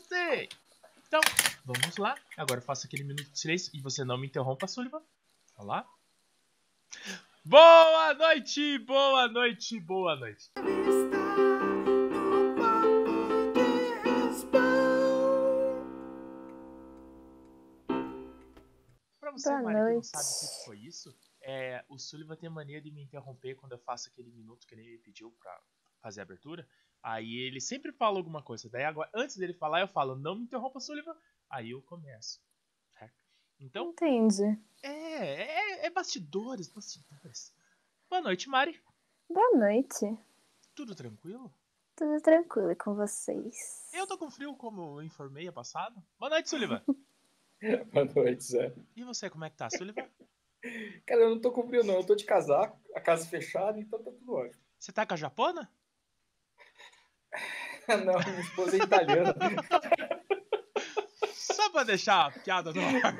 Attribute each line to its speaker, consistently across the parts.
Speaker 1: Gostei. Então, vamos lá. Agora eu faço aquele minuto de silêncio e você não me interrompa, Sullivan. Olá. Boa noite, boa noite, boa noite. Pra você,
Speaker 2: Boa
Speaker 1: Mari, que não
Speaker 2: noite.
Speaker 1: sabe o que foi isso, é, o Sullivan tem mania de me interromper quando eu faço aquele minuto que ele me pediu pra fazer a abertura. Aí ele sempre fala alguma coisa. Daí agora, antes dele falar, eu falo, não me interrompa, Sullivan. Aí eu começo. certo? Então,
Speaker 2: Entendi.
Speaker 1: é, é, é bastidores, bastidores. Boa noite, Mari.
Speaker 2: Boa noite.
Speaker 1: Tudo tranquilo?
Speaker 2: Tudo tranquilo com vocês?
Speaker 1: Eu tô com frio, como eu informei a passada. Boa noite, Sullivan.
Speaker 3: Boa noite, Zé.
Speaker 1: E você, como é que tá, Sullivan?
Speaker 3: Cara, eu não tô com frio, não. Eu tô de casaco, a casa fechada, então tá tudo ótimo.
Speaker 1: Você tá com a japona?
Speaker 3: Não, minha esposa é italiana.
Speaker 1: Só pra deixar a piada no ar.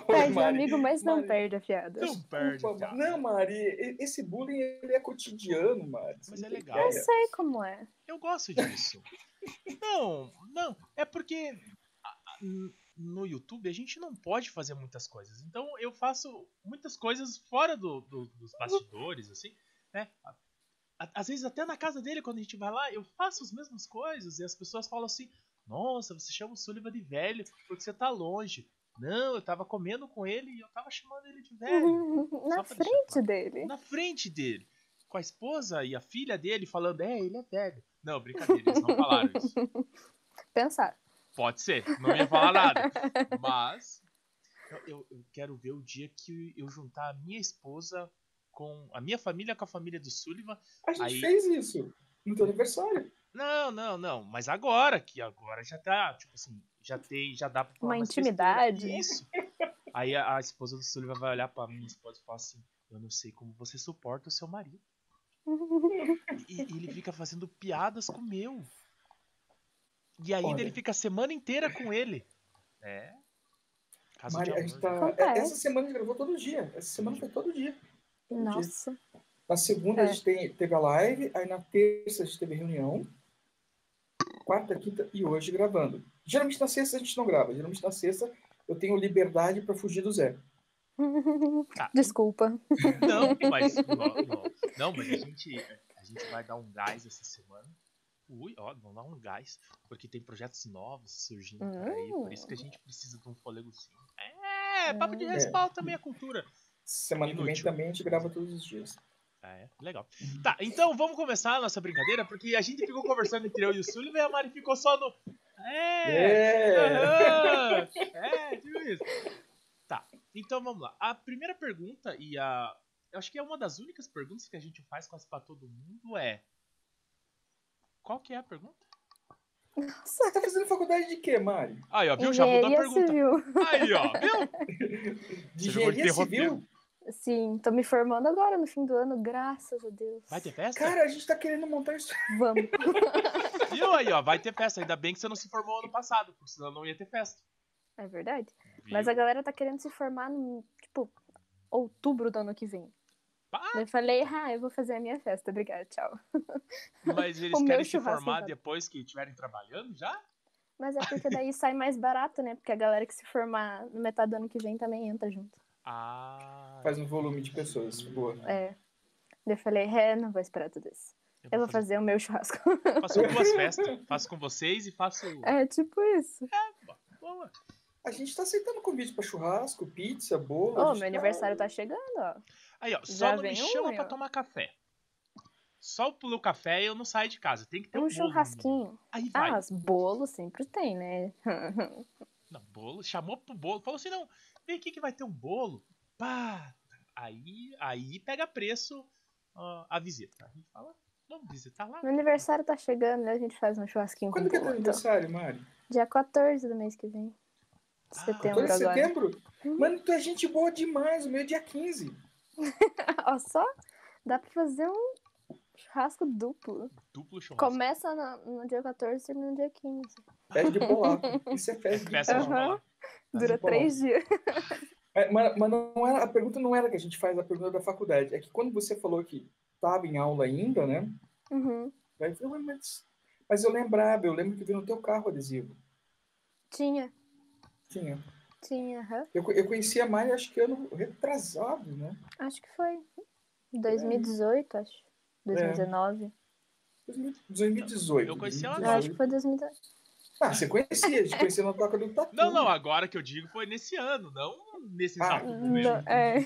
Speaker 3: Ô,
Speaker 2: Perde o
Speaker 3: Mari,
Speaker 2: amigo, mas não
Speaker 3: Mari.
Speaker 2: perde a piada.
Speaker 1: Não perde,
Speaker 3: desculpa,
Speaker 1: cara.
Speaker 3: Mari. Não, Mari, e- esse bullying ele é cotidiano, Mari. Você
Speaker 1: Mas
Speaker 3: não
Speaker 1: é
Speaker 3: tem
Speaker 1: legal.
Speaker 2: Eu
Speaker 3: ideia.
Speaker 2: sei como é.
Speaker 1: Eu gosto disso. não, não. É porque a- a- n- no YouTube a gente não pode fazer muitas coisas. Então eu faço muitas coisas fora do- do- dos bastidores, assim, né? A- a- Às vezes até na casa dele, quando a gente vai lá, eu faço as mesmas coisas e as pessoas falam assim: Nossa, você chama o Sullivan de velho porque você tá longe. Não, eu tava comendo com ele e eu tava chamando ele de velho É.
Speaker 2: Na
Speaker 1: só pra deixar
Speaker 2: frente
Speaker 1: claro.
Speaker 2: dele.
Speaker 1: na frente dele, com a esposa e a filha dele falando, é, ele é velho. Não, brincadeira, eles não falaram isso.
Speaker 2: Pensar.
Speaker 1: Pode ser, não ia falar nada. Mas eu- eu, eu quero ver o dia que eu juntar a minha esposa com a minha família com a família do Sullivan.
Speaker 3: A gente
Speaker 1: Aí-
Speaker 3: fez isso no teu aniversário.
Speaker 1: Não, não, não, mas agora, que agora já tá, tipo assim, já tem, já dá pra falar
Speaker 2: Uma
Speaker 1: mais besteira.
Speaker 2: intimidade.
Speaker 1: Isso. Aí a, a esposa do Sullivan vai olhar pra minha esposa e falar assim: Eu não sei como você suporta o seu marido. E e ele fica fazendo piadas com o meu. E ainda
Speaker 3: Olha.
Speaker 1: ele fica a semana inteira com ele. É. Caso de
Speaker 3: Mari, a
Speaker 1: amor. né?
Speaker 3: gente tá...
Speaker 2: Acontece.
Speaker 3: Essa semana a gente gravou todo dia. Essa semana foi todo dia. Todo dia.
Speaker 2: Nossa.
Speaker 3: Na segunda
Speaker 2: É.
Speaker 3: a gente tem- teve a live, aí na terça a gente teve reunião, quarta, quinta e hoje gravando. Geralmente na sexta a gente não grava, geralmente na sexta eu tenho liberdade para fugir do Zé.
Speaker 1: Tá,
Speaker 2: Desculpa.
Speaker 1: Não, mas. Não, não. Não, mas a gente, a gente vai dar um gás essa semana. Ui, ó, vamos dar um gás. Porque tem projetos novos surgindo por aí. Por isso que a gente precisa de um fôlegozinho. É, papo de
Speaker 2: Hum.
Speaker 1: respaldo também é cultura.
Speaker 3: Semana que vem
Speaker 1: Inútil.
Speaker 3: também a gente grava todos os dias.
Speaker 1: Ah, é? Legal. Tá, então vamos começar a nossa brincadeira, porque a gente ficou conversando entre eu e o Sullivan e a Mari ficou só no. É!
Speaker 3: É.
Speaker 1: aham, É, tipo isso. Tá, então vamos lá. A primeira pergunta, e a. Eu acho que é uma das únicas perguntas que a gente faz quase pra todo mundo é. Qual que é a pergunta?
Speaker 3: Você tá fazendo faculdade de quê, Mari?
Speaker 1: Aí, ó, viu? Já mudou a
Speaker 2: Engenharia
Speaker 1: pergunta.
Speaker 2: é civil.
Speaker 1: Aí, ó, viu?
Speaker 3: De
Speaker 1: Você jogou de
Speaker 3: engenharia
Speaker 1: roteiro.
Speaker 3: civil?
Speaker 2: Sim, tô me formando agora no fim do ano, graças a Deus.
Speaker 1: Vai é. ter festa?
Speaker 3: Cara, a gente tá querendo montar isso.
Speaker 2: Vamos.
Speaker 1: Viu aí, ó, vai ter festa. Ainda bem que você não se formou ano passado, porque senão não ia ter festa.
Speaker 2: É verdade.
Speaker 1: Viu?
Speaker 2: Mas a galera tá querendo se formar no, tipo, outubro do ano que vem.
Speaker 1: Ah!
Speaker 2: Daí Eu falei, ah, eu vou fazer a minha festa, obrigada, tchau.
Speaker 1: Mas eles
Speaker 2: meu
Speaker 1: querem se
Speaker 2: churrasco
Speaker 1: formar
Speaker 2: tá-
Speaker 1: depois que estiverem trabalhando já?
Speaker 2: Mas é porque daí sai mais barato, né? Porque a galera que se formar no metade do ano que vem também entra junto.
Speaker 1: Ah.
Speaker 3: Faz um volume de pessoas. Boa.
Speaker 2: É. Daí Eu falei, é, não vou esperar tudo isso. Eu vou fazer o meu churrasco.
Speaker 1: Faço duas festas. Faço com vocês e faço.
Speaker 2: É tipo isso.
Speaker 1: Boa.
Speaker 3: A gente tá aceitando convite pra churrasco, pizza, bolo.
Speaker 2: Ô, meu aniversário tá chegando, ó.
Speaker 1: Aí, ó, só não
Speaker 2: Já
Speaker 1: me
Speaker 2: vem um,
Speaker 1: chama
Speaker 2: hein,
Speaker 1: pra
Speaker 2: ó.
Speaker 1: tomar café. Só pelo café eu não saio de casa. Tem que ter
Speaker 2: Um
Speaker 1: um, bolo.
Speaker 2: churrasquinho.
Speaker 1: no mínimo. Aí vai.
Speaker 2: Ah, os bolos sempre tem, né?
Speaker 1: Não, bolo. Chamou pro bolo. Falou assim: não, vem aqui que vai ter um bolo. Pá. Aí, aí pega preço ó, a visita. A gente fala: vamos visitar lá.
Speaker 2: Meu aniversário tá chegando, né? A gente faz um churrasquinho com
Speaker 3: Quando que é teu
Speaker 2: bolo. Então.
Speaker 3: aniversário, Mari?
Speaker 2: Dia 14 do mês que vem.
Speaker 1: Ah,
Speaker 2: Setembro
Speaker 3: Todo
Speaker 2: um agora.
Speaker 3: é setembro?
Speaker 2: Hum.
Speaker 3: Mano, tu é gente boa demais. O meu é dia 15.
Speaker 2: Ó, só dá pra fazer um churrasco duplo.
Speaker 1: Duplo churrasco.
Speaker 2: Começa no, no dia 14 e termina no dia 15.
Speaker 3: Festa É de bolaco. Isso é festa de
Speaker 1: Festa de
Speaker 3: bolaco.
Speaker 2: Aham.
Speaker 1: bolacha.
Speaker 2: Dura
Speaker 3: bom.
Speaker 2: três dias.
Speaker 3: É, Mas, mas não era, a pergunta não era que a gente faz, a pergunta da faculdade. É que quando você falou que estava em aula ainda, né?
Speaker 2: Uhum.
Speaker 3: Daí eu falei, "Ué, mas Mas eu lembrava, eu lembro que vi no teu carro adesivo.
Speaker 2: Tinha,
Speaker 3: Tinha.
Speaker 2: tinha, aham.
Speaker 3: Eu, co- eu conheci a Mari, acho que ano retrasado, né?
Speaker 2: Acho que foi
Speaker 1: É.
Speaker 2: 2018, acho. 2019.
Speaker 3: 2018.
Speaker 1: Eu conheci ela
Speaker 2: Eu acho que foi 2018.
Speaker 3: Ah, você conhecia, a gente conhecia na toca do Tatu.
Speaker 1: Não, não, agora que eu digo foi nesse ano, não nesse
Speaker 3: Ah,
Speaker 1: exato momento.
Speaker 2: Não, é.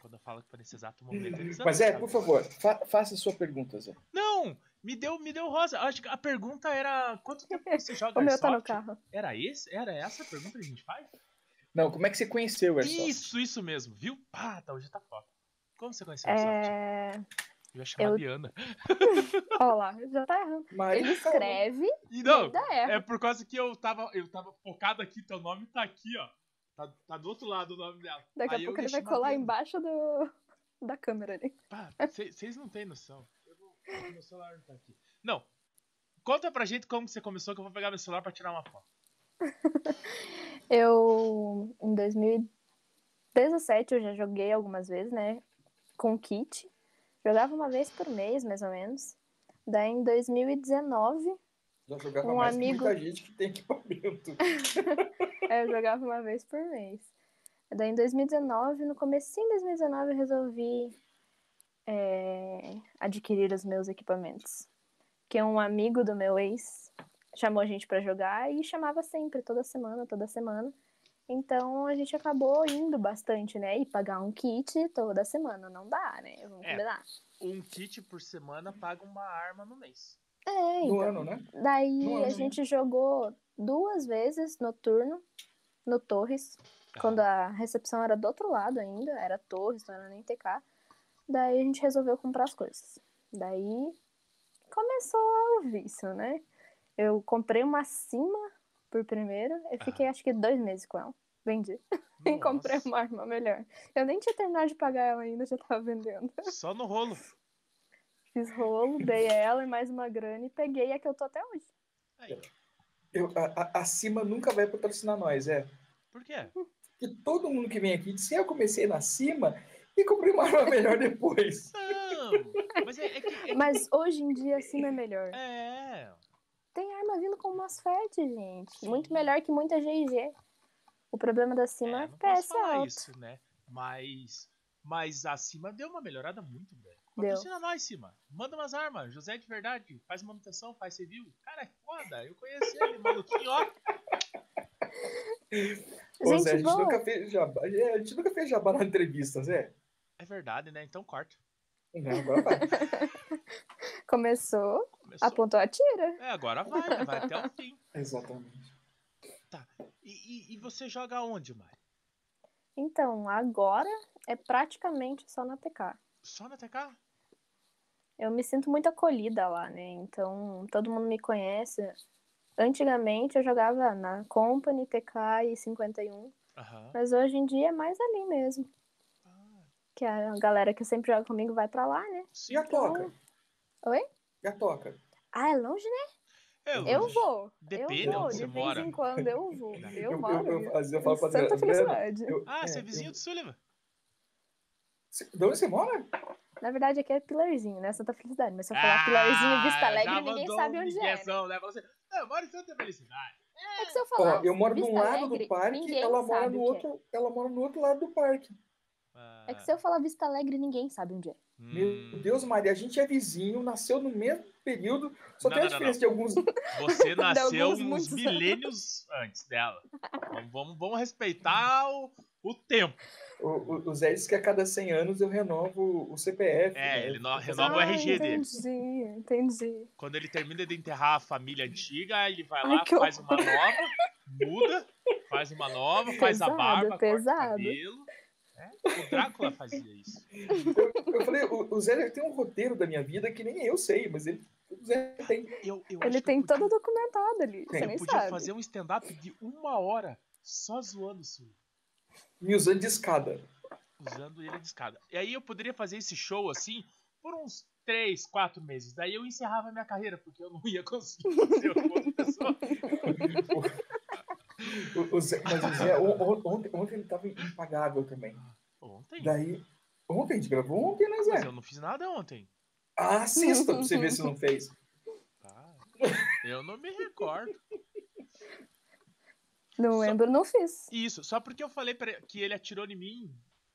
Speaker 1: Quando eu falo que foi nesse exato momento. eles
Speaker 3: Mas
Speaker 1: amam,
Speaker 3: é,
Speaker 1: sabe?
Speaker 3: por favor, fa- faça a sua pergunta, Zé.
Speaker 1: Não, me deu, me deu rosa. Acho que a pergunta era quanto tempo você joga
Speaker 2: O meu tá no
Speaker 1: Airsoft?
Speaker 2: carro.
Speaker 1: Era esse? Era essa a pergunta que a gente faz?
Speaker 3: Não, como é que você conheceu o Airsoft?
Speaker 1: Isso, isso mesmo, viu? Ah, tá, hoje tá foda. Como você conheceu o Airsoft?
Speaker 2: É...
Speaker 1: Eu ia chamar a
Speaker 2: eu-
Speaker 1: Liana.
Speaker 2: Olha lá, já tá errando.
Speaker 3: Mari,
Speaker 2: Ele escreve
Speaker 1: E
Speaker 2: e
Speaker 1: não,
Speaker 2: ainda erra.
Speaker 1: é por causa que eu tava, eu tava focado aqui, teu nome tá aqui, ó. Tá, tá do outro lado o nome dela.
Speaker 2: Daqui
Speaker 1: Aí
Speaker 2: a
Speaker 1: eu
Speaker 2: pouco ele
Speaker 1: deixei na
Speaker 2: vai colar
Speaker 1: Liana.
Speaker 2: embaixo do... da câmera ali.
Speaker 1: Pá, vocês não têm noção. Eu vou, meu celular não tá aqui. Não. Conta pra gente como que você começou, que eu vou pegar meu celular pra tirar uma foto.
Speaker 2: Eu, em 2017, eu já joguei algumas vezes, né? Com kit. Jogava uma vez por mês, mais ou menos. Daí, em 2019,
Speaker 3: já jogava
Speaker 2: um
Speaker 3: mais
Speaker 2: amigo-
Speaker 3: que muita gente que tem equipamento.
Speaker 2: é, eu jogava uma vez por mês. Daí, em 2019, no comecinho de 2019, eu resolvi é, adquirir os meus equipamentos. Que um amigo do meu ex chamou a gente pra jogar e chamava sempre, toda semana, toda semana. Então a gente acabou indo bastante, né? E pagar um kit toda semana não dá, né? Vamos
Speaker 1: É.
Speaker 2: combinar.
Speaker 1: Um kit por semana paga uma arma no mês.
Speaker 2: É,
Speaker 3: No
Speaker 2: então.
Speaker 3: ano, né?
Speaker 2: Daí
Speaker 3: No ano,
Speaker 2: a
Speaker 3: né?
Speaker 2: gente jogou duas vezes no turno, no Torres, quando a recepção era do outro lado ainda, era Torres, não era nem TK. Daí a gente resolveu comprar as coisas. Daí começou o vício, né? Eu comprei uma cima por primeiro, eu fiquei acho que dois meses com ela. Vendi. E
Speaker 1: Nossa,
Speaker 2: comprei uma arma melhor. Eu nem tinha terminado de pagar ela ainda, já tava vendendo.
Speaker 1: Só no rolo.
Speaker 2: Fiz rolo, dei ela e mais uma grana e peguei a que eu tô até hoje.
Speaker 1: Aí,
Speaker 3: Eu, a, a, a Cima nunca vai patrocinar nós, é.
Speaker 1: por quê?
Speaker 3: Porque todo mundo que vem aqui diz eu comecei na Cima e comprei uma arma melhor depois.
Speaker 1: Não! Mas é, é que. É, que-
Speaker 2: Mas hoje em dia a cima é melhor.
Speaker 1: é.
Speaker 2: Tem arma vindo com MOSFET, gente. Muito melhor que muita GG. O problema da cima é,
Speaker 1: é, não posso
Speaker 2: FPS
Speaker 1: falar
Speaker 2: alto.
Speaker 1: isso, né? Mas. Mas a Cima deu uma melhorada muito grande.
Speaker 2: Deu.
Speaker 1: Patrocina nós, Cima. Manda umas armas. José de verdade. Faz manutenção, faz civil. Cara, é foda. Eu conheci ele, maluquinho, ó.
Speaker 3: Ô, Zé, a
Speaker 2: Gente,
Speaker 3: gente
Speaker 2: boa.
Speaker 3: nunca fez jabá. é, A gente nunca fez jabá na entrevista, Zé.
Speaker 1: É verdade, né? Então corta.
Speaker 3: Não, agora vai.
Speaker 2: Começou,
Speaker 1: Começou.
Speaker 2: apontou a tira.
Speaker 1: É, agora vai, né? vai até o fim.
Speaker 3: Exatamente.
Speaker 1: E, e- e você joga onde, Mari?
Speaker 2: Então, agora é praticamente só na TK.
Speaker 1: Só na TK?
Speaker 2: Eu me sinto muito acolhida lá, né? Então, todo mundo me conhece. Antigamente eu jogava na Company, TK e 51.
Speaker 1: Aham.
Speaker 2: Mas hoje em dia é mais ali mesmo.
Speaker 1: Ah,
Speaker 2: Que a galera que sempre joga comigo vai pra lá, né?
Speaker 1: sim.
Speaker 3: E a toca?
Speaker 2: Então, Oi?
Speaker 3: E a toca?
Speaker 2: Ah, é longe,
Speaker 1: É
Speaker 2: Eu
Speaker 1: longe.
Speaker 2: vou.
Speaker 1: Depende
Speaker 2: eu vou,
Speaker 1: onde
Speaker 2: de
Speaker 1: você
Speaker 2: vez
Speaker 1: mora.
Speaker 2: em quando eu vou. Eu,
Speaker 3: eu,
Speaker 2: moro.
Speaker 3: eu, às vezes eu falo pra
Speaker 2: Santa
Speaker 3: Adriana, Adriana,
Speaker 2: felicidade.
Speaker 3: eu-
Speaker 1: Ah, você é
Speaker 3: eu-
Speaker 1: vizinho do Sullivan.
Speaker 3: Cê- De onde você mora?
Speaker 2: Na verdade, aqui é Pilarzinho, né? Santa Felicidade. Mas se eu falar
Speaker 1: Ah,
Speaker 2: Pilarzinho e é Vista Alegre, ninguém sabe onde é. né?
Speaker 1: é. Leva você. "Ah, Eu moro em Santa Felicidade.
Speaker 2: É que se eu falar.
Speaker 3: Ó, eu moro
Speaker 2: Vista
Speaker 3: num lado
Speaker 2: Alegre,
Speaker 3: do parque,
Speaker 2: ninguém
Speaker 3: ela mora,
Speaker 2: sabe
Speaker 3: no
Speaker 2: o que
Speaker 3: outro, ela mora no outro lado do parque.
Speaker 1: Ah,
Speaker 2: É. É que se eu falar Vista Alegre, ninguém sabe onde é.
Speaker 1: hum,
Speaker 3: Meu Deus, Maria, a gente é vizinho, nasceu no mesmo período, só
Speaker 1: Não,
Speaker 3: tem a
Speaker 1: não, não,
Speaker 3: diferença de alguns.
Speaker 1: Você nasceu
Speaker 2: alguns
Speaker 1: uns
Speaker 2: muitos anos.
Speaker 1: milênios antes dela. Vamos, vamos- vamos respeitar o, o tempo.
Speaker 3: O, o- o Zé disse que a cada 100 anos eu renovo o CPF.
Speaker 1: É,
Speaker 3: né?
Speaker 1: ele no-
Speaker 2: Ah,
Speaker 1: renova o RG dele.
Speaker 2: Entendi, entendi.
Speaker 1: Quando ele termina de enterrar a família antiga, ele vai
Speaker 2: Ai,
Speaker 1: lá,
Speaker 2: que
Speaker 1: faz uma nova, muda, faz uma nova, faz a
Speaker 2: Pesado,
Speaker 1: barba, corta o
Speaker 2: pesado.
Speaker 1: cabelo. né? O Drácula fazia isso.
Speaker 3: Eu falei, o, o Zé ele tem um roteiro da minha vida que nem eu sei, mas ele, o Zé tem.
Speaker 1: Eu, eu acho
Speaker 2: Ele
Speaker 1: que eu
Speaker 2: tem
Speaker 1: podia,
Speaker 2: todo documentado ali.
Speaker 3: Tem,
Speaker 2: você
Speaker 1: eu
Speaker 2: nem
Speaker 1: podia
Speaker 2: sabe.
Speaker 1: fazer um stand-up de uma hora só zoando isso,
Speaker 3: Me usando de escada.
Speaker 1: usando ele de escada. E aí eu poderia fazer esse show assim por uns três, quatro meses. Daí eu encerrava a minha carreira, porque eu não ia conseguir ser outra pessoa.
Speaker 3: O, o Zé, mas o Zé, on- on- ontem, ontem ele tava impagável também.
Speaker 1: Ontem.
Speaker 3: Daí, ontem, a gente gravou ontem, né,
Speaker 1: Mas
Speaker 3: Zé?
Speaker 1: eu não fiz nada ontem.
Speaker 3: Ah, Assista pra você ver se não fez.
Speaker 1: Tá. Eu não me recordo.
Speaker 2: Não
Speaker 1: Só-
Speaker 2: lembro, não fiz.
Speaker 1: Isso, só porque eu falei pra- que ele atirou em mim,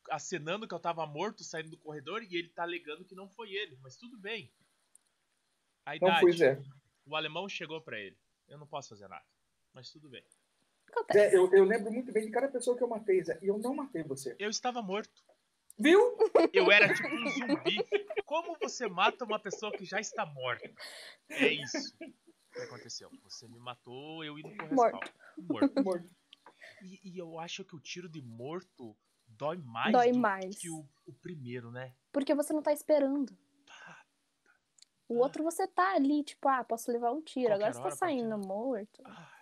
Speaker 1: acenando que eu tava morto saindo do corredor e ele tá alegando que não foi ele, mas tudo bem. A
Speaker 3: Não
Speaker 1: idade,
Speaker 3: fui, Então Zé.
Speaker 1: o alemão chegou pra ele. Eu não posso fazer nada, mas tudo bem.
Speaker 2: Acontece.
Speaker 3: Zé, É, eu, eu lembro muito bem de cada pessoa que eu matei, Zé. E eu não matei você.
Speaker 1: Eu estava morto.
Speaker 3: Viu?
Speaker 1: Eu era tipo um zumbi. Como você mata uma pessoa que já está morta? É isso que aconteceu. Você me matou, eu indo pro respawn. Morto.
Speaker 3: Morto.
Speaker 1: E, e eu acho que o tiro de morto dói mais
Speaker 2: Dói
Speaker 1: do
Speaker 2: mais.
Speaker 1: que o- o primeiro, né?
Speaker 2: Porque você não tá esperando.
Speaker 1: Tá,
Speaker 2: O outro você tá ali, tipo, ah, posso levar um tiro.
Speaker 1: Qualquer
Speaker 2: Agora você tá
Speaker 1: hora,
Speaker 2: saindo morto.
Speaker 1: Ai,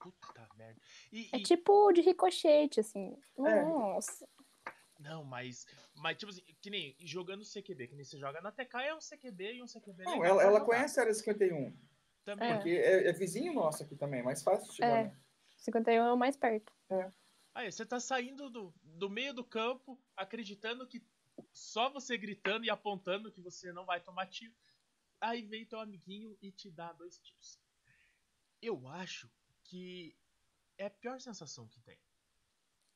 Speaker 1: Puta merda. E,
Speaker 2: É
Speaker 1: e-
Speaker 2: tipo de ricochete, assim.
Speaker 3: É.
Speaker 2: Nossa.
Speaker 1: Não, mas. Mas, tipo assim, que nem jogando CQB, que nem você joga na TK é um CQB e um CQB.
Speaker 3: Não,
Speaker 1: legal
Speaker 3: ela,
Speaker 1: pra
Speaker 3: ela
Speaker 1: jogar.
Speaker 3: conhece a Área 51.
Speaker 1: Também.
Speaker 2: É.
Speaker 3: Porque é, é vizinho nosso aqui também, mais fácil chegar.
Speaker 2: É.
Speaker 3: né?
Speaker 2: 51 é o mais perto.
Speaker 1: Aí, você tá saindo do, do meio do campo, acreditando que só você gritando e apontando que você não vai tomar tiro. Aí vem teu amiguinho e te dá dois tiros. Eu acho que é a pior sensação que tem.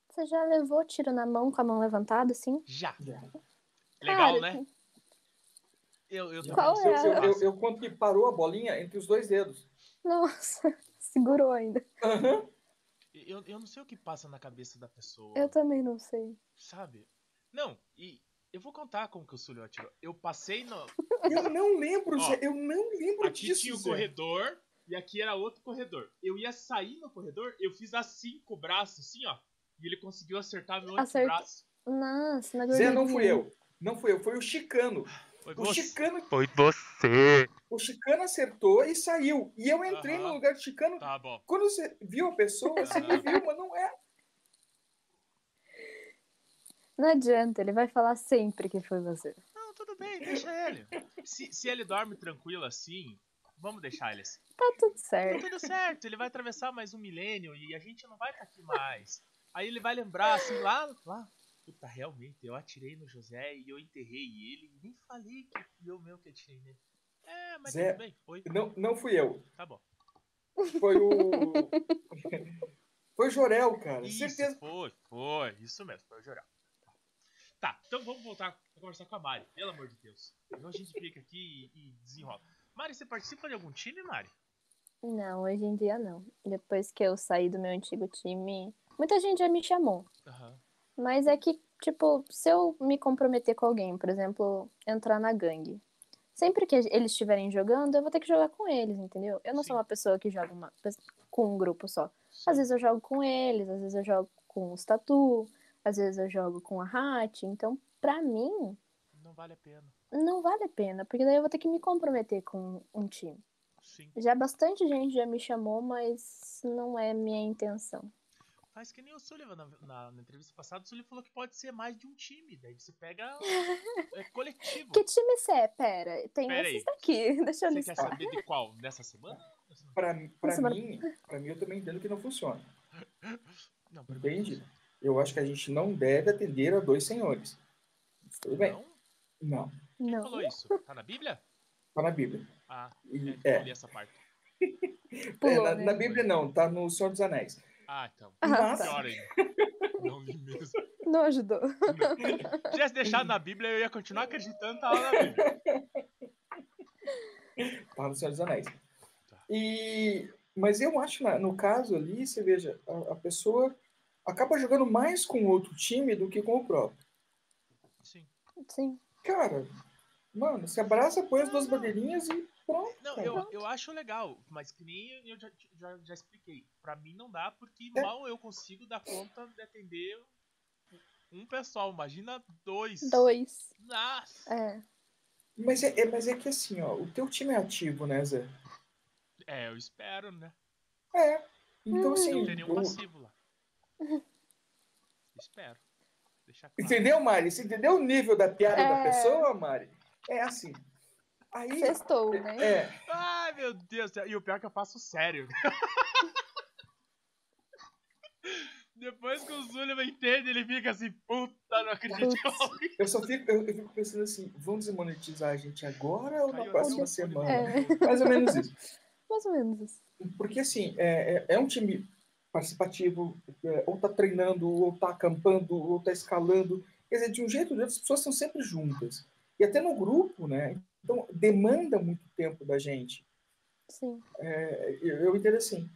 Speaker 2: Você já levou tiro na mão com a mão levantada, assim?
Speaker 1: Já.
Speaker 3: Já. É
Speaker 1: Legal,
Speaker 2: Cara, assim.
Speaker 1: né? Eu, eu também
Speaker 2: Qual
Speaker 1: não sei
Speaker 3: Eu,
Speaker 1: o que
Speaker 3: eu,
Speaker 2: é?
Speaker 1: faço.
Speaker 3: eu, eu conto que parou a bolinha entre os dois dedos.
Speaker 2: Nossa, segurou ainda.
Speaker 3: Aham.
Speaker 1: Eu, eu não sei o que passa na cabeça da pessoa,
Speaker 2: Eu também não sei.
Speaker 1: sabe? Não, e eu vou contar como que o Sulio atirou. Eu passei no.
Speaker 3: Eu não lembro,
Speaker 1: Ó,
Speaker 3: Zé. Eu não lembro
Speaker 1: Aqui
Speaker 3: disso.
Speaker 1: tinha o
Speaker 3: Zé.
Speaker 1: corredor e aqui era outro corredor. Eu ia sair no corredor, eu fiz assim com o braço, assim, ó. E ele conseguiu acertar meu
Speaker 2: Acertou.
Speaker 1: antebraço.
Speaker 2: Nossa, na
Speaker 3: Zé,
Speaker 2: gordura.
Speaker 3: não fui eu. Não fui eu, foi o Chicano.
Speaker 1: Foi
Speaker 3: O
Speaker 1: você.
Speaker 3: Chicano,
Speaker 4: Foi você.
Speaker 3: o Chicano acertou e saiu. E eu entrei
Speaker 1: Aham.
Speaker 3: no lugar do Chicano.
Speaker 1: Tá bom.
Speaker 3: Quando você viu a pessoa, você
Speaker 1: Aham.
Speaker 3: viu, mas não é.
Speaker 2: Não adianta, ele vai falar sempre que foi você.
Speaker 1: Não, tudo bem, deixa ele. Se, se ele dorme tranquilo assim, vamos deixar ele assim.
Speaker 2: Tá tudo
Speaker 1: Tá
Speaker 2: certo.
Speaker 1: tudo certo, ele vai atravessar mais um milênio e a gente não vai estar aqui mais. Aí ele vai lembrar, assim, lá, lá. Puta, realmente, eu atirei no José e eu enterrei ele e nem falei que fui eu meu que atirei nele. É, mas
Speaker 3: Zé,
Speaker 1: tudo bem, foi,
Speaker 3: Não, não fui eu.
Speaker 1: tá bom.
Speaker 3: Foi o. Foi o Jorel, cara.
Speaker 1: Isso,
Speaker 3: Certeza.
Speaker 1: foi, foi, isso mesmo, foi o Jorel. Tá, então vamos voltar a conversar com a Mari, pelo amor de Deus. Então a gente fica aqui e, e desenrola. Mari, você participa de algum time, Mari?
Speaker 2: Não, hoje em dia não. Depois que eu saí do meu antigo time, muita gente já me chamou.
Speaker 1: Aham.
Speaker 2: Mas é que, tipo, se eu me comprometer com alguém, por exemplo, entrar na gangue, sempre que eles estiverem jogando, eu vou ter que jogar com eles, entendeu? Eu não sou
Speaker 1: Sim.
Speaker 2: uma pessoa que joga uma- com um grupo só. Às vezes eu jogo com eles, às vezes eu jogo com os tatu, às vezes eu jogo com a Hat. Então, pra mim,
Speaker 1: Não vale a pena.
Speaker 2: não vale a pena, porque daí eu vou ter que me comprometer com um time.
Speaker 1: Sim.
Speaker 2: Já bastante gente já me chamou, mas não é minha intenção.
Speaker 1: Faz que nem o Sullivan na, na- na entrevista passada. O Sullivan falou que pode ser mais de um time. Daí você pega. É coletivo.
Speaker 2: Que time você é? Pera, tem
Speaker 1: Pera aí.
Speaker 2: esses daqui, deixa eu
Speaker 1: Você
Speaker 2: listar.
Speaker 1: quer saber de qual? Dessa semana?
Speaker 3: Pra, pra,
Speaker 2: Nossa, mas-
Speaker 3: mim, pra mim, eu também entendo que não funciona.
Speaker 1: Não, pra mim
Speaker 3: Entende? Eu acho que a gente não deve atender a dois senhores. Tudo bem?
Speaker 1: Não?
Speaker 3: Não.
Speaker 1: Quem
Speaker 2: Não.
Speaker 1: falou isso? Tá na Bíblia?
Speaker 3: Tá na Bíblia.
Speaker 1: Ah,
Speaker 3: E-
Speaker 1: é,
Speaker 3: é.
Speaker 1: eu li essa parte.
Speaker 2: Pulou,
Speaker 3: É, na,
Speaker 2: né? tá.
Speaker 3: na Bíblia não, tá no Senhor dos Anéis.
Speaker 1: Ah, então.
Speaker 3: Mas-
Speaker 1: Pior ainda. Não li mesmo.
Speaker 2: Não ajudou.
Speaker 1: Se tivesse deixado na Bíblia, eu ia continuar acreditando, tá lá na Bíblia.
Speaker 3: Tá no Senhor dos Anéis.
Speaker 1: Tá.
Speaker 3: E, mas eu acho, na- no caso ali, você veja, a, a pessoa acaba jogando mais com outro time do que com o próprio.
Speaker 1: Sim.
Speaker 2: Sim.
Speaker 3: Cara, mano, se abraça, põe as duas bandeirinhas e pronto.
Speaker 1: Não, eu, eu acho legal, mas que nem eu já, já, já expliquei. Pra mim não dá, porque
Speaker 3: É.
Speaker 1: mal eu consigo dar conta de atender um pessoal. Imagina dois.
Speaker 2: Dois.
Speaker 1: Nossa!
Speaker 2: É.
Speaker 3: Mas é, é- mas é que assim, ó, o teu time é ativo, né, Zé?
Speaker 1: É, eu espero, né?
Speaker 3: É. Então,
Speaker 2: Uhum.
Speaker 1: Não
Speaker 3: assim.
Speaker 1: tem nenhum
Speaker 3: o-
Speaker 1: passivo lá. Espero. Deixa claro.
Speaker 3: Entendeu, Mari? Você entendeu o nível da piada
Speaker 2: É.
Speaker 3: da pessoa, Mari? É assim. Aí.
Speaker 2: Sextou, né?
Speaker 3: É,
Speaker 1: Ai, meu Deus. do céu. E o pior é que eu faço sério. Depois que o Sullivan entende, ele fica assim, puta, não acredito. que eu
Speaker 2: Putz.
Speaker 3: eu só fico, eu, eu fico pensando assim: vão desmonetizar a gente agora ou na
Speaker 1: Caiu até
Speaker 3: próxima
Speaker 1: o Sullivan.
Speaker 3: semana?
Speaker 2: É.
Speaker 3: Mais ou menos isso.
Speaker 2: mais ou menos.
Speaker 3: Porque, assim, é, é é um time participativo, é, ou tá treinando, ou tá acampando, ou tá escalando. Quer dizer, de um jeito ou de outro, as pessoas estão sempre juntas. E até no grupo, né? Então, demanda muito tempo da gente.
Speaker 2: Sim.
Speaker 3: É, eu, eu entendo assim.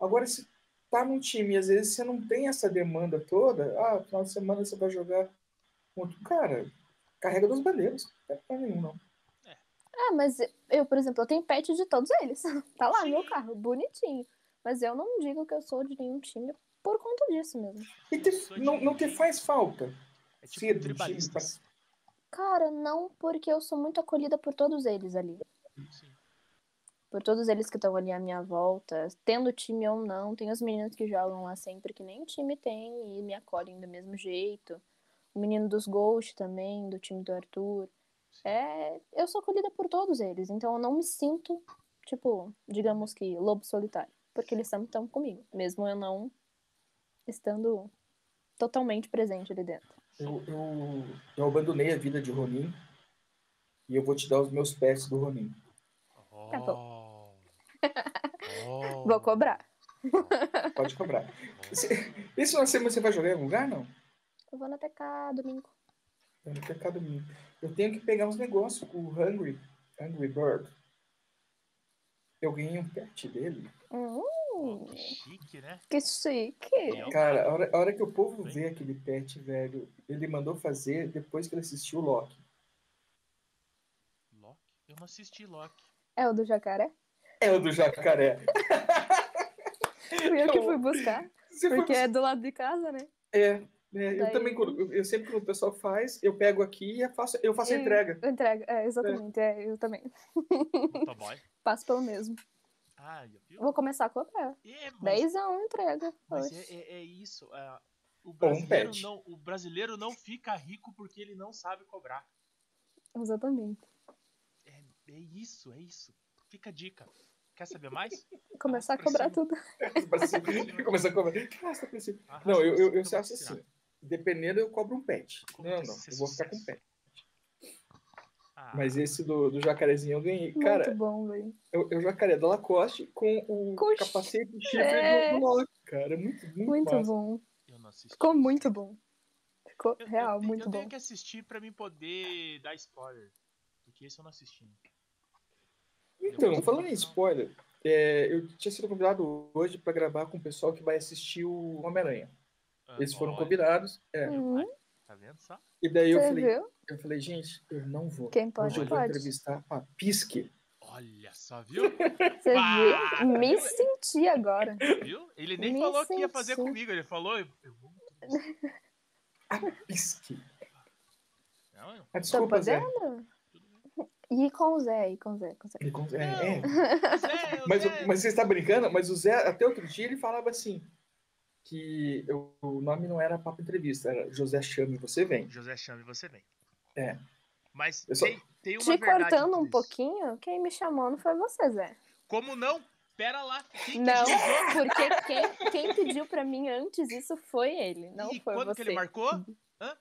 Speaker 3: Agora, se tá num time e às vezes você não tem essa demanda toda, ah, final de semana você vai jogar contra. Cara, carrega duas bandeiras. Não é pra nenhum, não.
Speaker 2: Ah, mas eu, por exemplo, eu tenho pet de todos eles. Tá lá no meu carro, bonitinho. Mas eu não digo que eu sou de nenhum time por conta disso mesmo.
Speaker 3: E te- não, não te faz falta
Speaker 1: É tipo
Speaker 3: ser do tá? time.
Speaker 1: tribalistas.
Speaker 3: pra-
Speaker 2: Cara, não porque eu sou muito acolhida por todos eles ali.
Speaker 1: assim, Sim.
Speaker 2: Por todos eles que estão ali à minha volta, tendo time ou não, tem os meninos que jogam lá sempre que nem time tem e me acolhem do mesmo jeito. O menino dos Ghost também, do time do Arthur. É, eu sou acolhida por todos eles, então eu não me sinto, tipo, digamos que lobo solitário, porque eles sempre estão comigo, mesmo eu não estando totalmente presente ali dentro.
Speaker 3: Eu, eu, eu abandonei a vida de Ronin e eu vou te dar os meus pets do Ronin.
Speaker 2: Tá
Speaker 1: Oh.
Speaker 2: Vou cobrar.
Speaker 3: Pode cobrar. Esse final de semana você vai jogar em algum lugar? Não.
Speaker 2: Eu vou na TK domingo.
Speaker 3: Eu não tenho cada mim. Eu tenho que pegar uns negócios com o Hungry, Hungry Bird. Eu ganhei um pet dele.
Speaker 2: Hum,
Speaker 1: Oh, que chique, né?
Speaker 2: que chique.
Speaker 1: Legal.
Speaker 3: Cara, a hora, a hora que o povo vê aquele pet, velho, ele mandou fazer depois que ele assistiu o Loki.
Speaker 1: Loki? Eu não assisti Loki.
Speaker 2: É o do jacaré?
Speaker 3: É o do jacaré.
Speaker 2: Fui eu que fui buscar,
Speaker 3: Você foi
Speaker 2: porque é do lado de casa, né?
Speaker 3: É, né, eu
Speaker 2: Daí-
Speaker 3: também, quando- eu, eu sempre quando o pessoal faz, eu pego aqui e faço, eu faço a
Speaker 2: E-
Speaker 3: entrega.
Speaker 2: Entrega, é, exatamente, é, eu também.
Speaker 1: Motoboy.
Speaker 2: Passo pelo mesmo.
Speaker 1: Ah, viu?
Speaker 2: Vou começar a cobrar.
Speaker 1: É, mas-
Speaker 2: Dezão entrega.
Speaker 1: Mas
Speaker 2: Oxe.
Speaker 1: é, é- é isso. ah, o, brasileiro
Speaker 3: pet.
Speaker 1: não, o brasileiro não fica rico porque ele não sabe cobrar.
Speaker 2: Exatamente.
Speaker 1: É, é isso, é isso. Fica a dica. Quer saber mais?
Speaker 2: Começar
Speaker 1: Arrasta
Speaker 2: a
Speaker 1: pra
Speaker 2: cobrar tudo.
Speaker 3: assim, Começa a cobrar. Nossa, eu pensei-
Speaker 1: Arrasta
Speaker 3: Não, eu,
Speaker 1: pra
Speaker 3: eu, eu
Speaker 1: cima,
Speaker 3: só acho
Speaker 1: vou
Speaker 3: assim. Dependendo, eu cobro um pet.
Speaker 1: Como
Speaker 3: Não,
Speaker 1: vai
Speaker 3: não,
Speaker 1: ser
Speaker 3: eu vou ficar com
Speaker 1: sucesso?
Speaker 3: um pet.
Speaker 1: tirar. Ah,
Speaker 3: Mas esse do, do jacarezinho eu ganhei. Cara,
Speaker 2: Muito bom, velho.
Speaker 3: eu, eu jacaré da Lacoste com o
Speaker 2: Com
Speaker 3: capacete e chifre
Speaker 2: É.
Speaker 3: do, do Loki, cara. Muito, muito,
Speaker 2: Muito
Speaker 3: massa.
Speaker 2: bom.
Speaker 1: eu não assisti.
Speaker 2: Ficou muito bom. Ficou
Speaker 1: Eu- eu
Speaker 2: real,
Speaker 1: te-
Speaker 2: muito
Speaker 1: Eu
Speaker 2: bom.
Speaker 1: tenho que assistir pra mim poder dar spoiler. Porque esse eu não assisti.
Speaker 3: Então, falando em spoiler, é, eu tinha sido convidado hoje pra gravar com o pessoal que vai assistir o Homem-Aranha.
Speaker 1: Ah,
Speaker 3: Eles foram
Speaker 1: olha,
Speaker 3: convidados. é.
Speaker 2: Uhum,
Speaker 1: Tá vendo só?
Speaker 3: E daí eu
Speaker 2: Você
Speaker 3: falei,
Speaker 2: viu?
Speaker 3: eu falei, gente, eu não vou.
Speaker 2: Quem pode,
Speaker 3: Hoje eu vou
Speaker 2: pode.
Speaker 3: entrevistar a Pisque.
Speaker 1: Olha só, viu?
Speaker 2: Você
Speaker 1: Ah,
Speaker 2: viu? Me senti agora. Tá
Speaker 1: Viu? Ele nem
Speaker 2: Me
Speaker 1: falou que ia fazer
Speaker 2: senti.
Speaker 1: comigo. Ele falou. Eu, eu vou-
Speaker 3: Pisque.
Speaker 1: não, eu-
Speaker 3: Ah,
Speaker 2: Tá
Speaker 3: desculpa, Zé.
Speaker 2: podendo? E com o Zé, e com o Zé, com o Zé.
Speaker 3: É, é.
Speaker 1: Zé,
Speaker 3: Mas, o-
Speaker 1: Zé,
Speaker 3: mas você está brincando? Mas o Zé, até outro dia, ele falava assim: que eu- o nome não era Papo Entrevista, era José Chame, você vem.
Speaker 1: José Chame, você vem.
Speaker 3: É.
Speaker 1: Mas
Speaker 3: Eu só-
Speaker 1: tem, tem uma
Speaker 2: Te
Speaker 1: verdade
Speaker 2: cortando um
Speaker 1: nisso.
Speaker 2: pouquinho, quem me chamou não foi você, Zé.
Speaker 1: Como não? Pera lá. Quem
Speaker 2: Não,
Speaker 1: que avisou?
Speaker 2: porque quem, quem pediu pra mim antes isso foi ele, não
Speaker 1: e
Speaker 2: foi
Speaker 1: quando
Speaker 2: você.
Speaker 1: que ele marcou?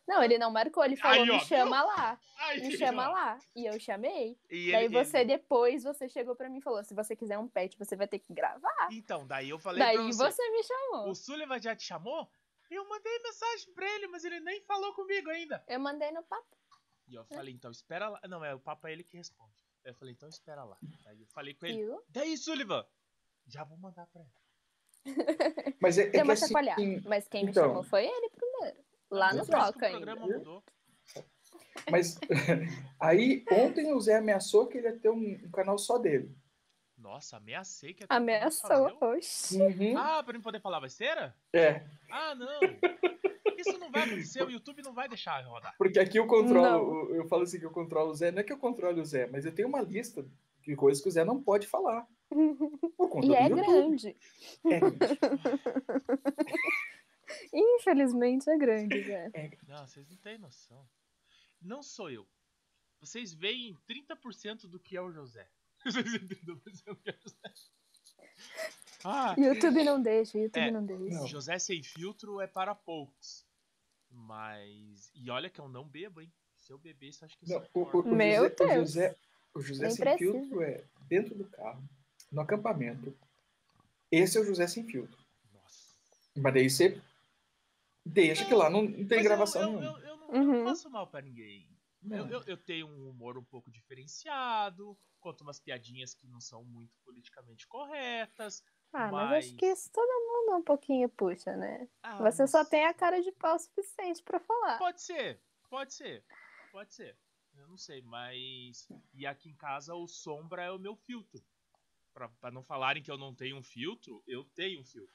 Speaker 2: Não, ele não marcou, ele falou,
Speaker 1: Aí, ó,
Speaker 2: me chama lá,
Speaker 1: Ai,
Speaker 2: me chama lá. E eu chamei.
Speaker 1: E
Speaker 2: Daí
Speaker 1: ele-
Speaker 2: você, depois, você chegou pra mim e falou, se você quiser um pet, você vai ter que gravar.
Speaker 1: ele- Então, daí eu falei pra
Speaker 2: Daí
Speaker 1: você.
Speaker 2: você me chamou.
Speaker 1: O Sullivan já te chamou? Eu mandei mensagem pra ele, mas ele nem falou comigo ainda.
Speaker 2: Eu mandei no papo.
Speaker 1: E
Speaker 2: É.
Speaker 1: eu falei, então espera lá. Não, é o papo é ele que responde. Eu falei, então espera lá. Daí eu falei com ele.
Speaker 2: viu?
Speaker 1: Daí, Sullivan? Já vou mandar pra ele.
Speaker 3: Mas é, é
Speaker 2: Deu
Speaker 3: que
Speaker 2: uma
Speaker 3: assim,
Speaker 2: chacoalhada. Mas quem
Speaker 3: então.
Speaker 2: me chamou foi ele primeiro. Lá no
Speaker 1: Depois que
Speaker 2: Toca
Speaker 1: o programa
Speaker 2: ainda.
Speaker 1: mudou.
Speaker 3: mas aí ontem o Zé ameaçou que ele ia ter um, um canal só dele.
Speaker 1: Nossa, ameacei que até o programa só
Speaker 2: Ameaçou,
Speaker 1: meu.
Speaker 2: oxe.
Speaker 1: Ah, pra eu poder falar besteira?
Speaker 3: Uhum. É,
Speaker 1: Ah, não! Isso não vai acontecer, o YouTube não vai deixar rodar.
Speaker 3: porque aqui eu controlo,
Speaker 2: Não.
Speaker 3: eu falo assim que eu controlo o Zé, não é que eu controlo o Zé, mas eu tenho uma lista de coisas que o Zé não pode falar. Por conta
Speaker 2: E
Speaker 3: do
Speaker 2: é
Speaker 3: YouTube.
Speaker 2: grande.
Speaker 3: É grande.
Speaker 2: Infelizmente é grande, Zé.
Speaker 1: Não, vocês não têm noção. Não sou eu. Vocês veem 30% do que é o José. Vocês veem 30% do que é o José. Ah,
Speaker 2: YouTube não deixa, YouTube
Speaker 1: É.
Speaker 2: não deixa.
Speaker 3: Não.
Speaker 1: José sem filtro é para poucos. Mas. E olha que eu não bebo, hein? Se eu bebesse, acho que eu
Speaker 3: Não,
Speaker 1: sou
Speaker 3: o, o- o
Speaker 2: Meu
Speaker 3: José, o
Speaker 2: Deus.
Speaker 3: José, o José
Speaker 2: Nem
Speaker 3: sem
Speaker 2: precisa.
Speaker 3: filtro é dentro do carro, no acampamento. Esse é o José Sem Filtro.
Speaker 1: Nossa.
Speaker 3: Mas daí você deixa que lá não, não tem
Speaker 1: Mas
Speaker 3: gravação
Speaker 1: eu, eu,
Speaker 3: nenhuma.
Speaker 1: eu, eu não, eu não
Speaker 2: Uhum.
Speaker 1: faço mal pra ninguém.
Speaker 3: Não.
Speaker 1: Eu, eu- eu tenho um humor um pouco diferenciado, conto umas piadinhas que não são muito politicamente corretas.
Speaker 2: Ah, mas,
Speaker 1: Mas-
Speaker 2: acho que isso todo mundo um pouquinho puxa, né?
Speaker 1: Ah,
Speaker 2: Você
Speaker 1: mas-
Speaker 2: só tem a cara de pau suficiente pra falar.
Speaker 1: Pode ser, pode ser, pode ser. Eu não sei, mas. E aqui em casa o sombra é o meu filtro. Pra, pra não falarem que eu não tenho um filtro, eu tenho um filtro.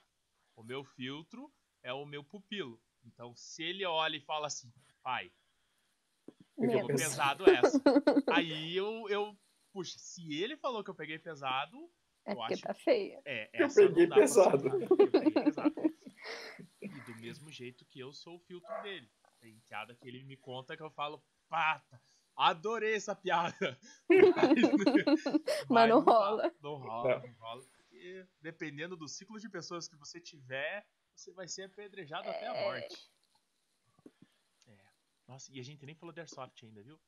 Speaker 1: O meu filtro é o meu pupilo. Então, se ele olha e fala assim, pai,
Speaker 3: eu
Speaker 1: pegou
Speaker 3: Menos.
Speaker 1: pesado essa. Aí eu, eu. Puxa, se ele falou que eu peguei pesado,
Speaker 2: É
Speaker 1: eu
Speaker 2: porque
Speaker 1: acho
Speaker 2: tá feio.
Speaker 1: é,
Speaker 3: Eu
Speaker 1: essa não
Speaker 3: peguei
Speaker 1: dá pra
Speaker 3: pesado.
Speaker 1: soltar, eu peguei pesado. E do mesmo jeito que eu sou o filtro dele. Tem piada que ele me conta que eu falo, pata, adorei essa piada. Mas,
Speaker 2: Mas não
Speaker 1: dá,
Speaker 2: rola.
Speaker 1: Não rola, não rola. Porque dependendo do ciclo de pessoas que você tiver, você vai ser apedrejado até a
Speaker 2: É.
Speaker 1: morte. É. Nossa, e a gente nem falou de Airsoft ainda, viu?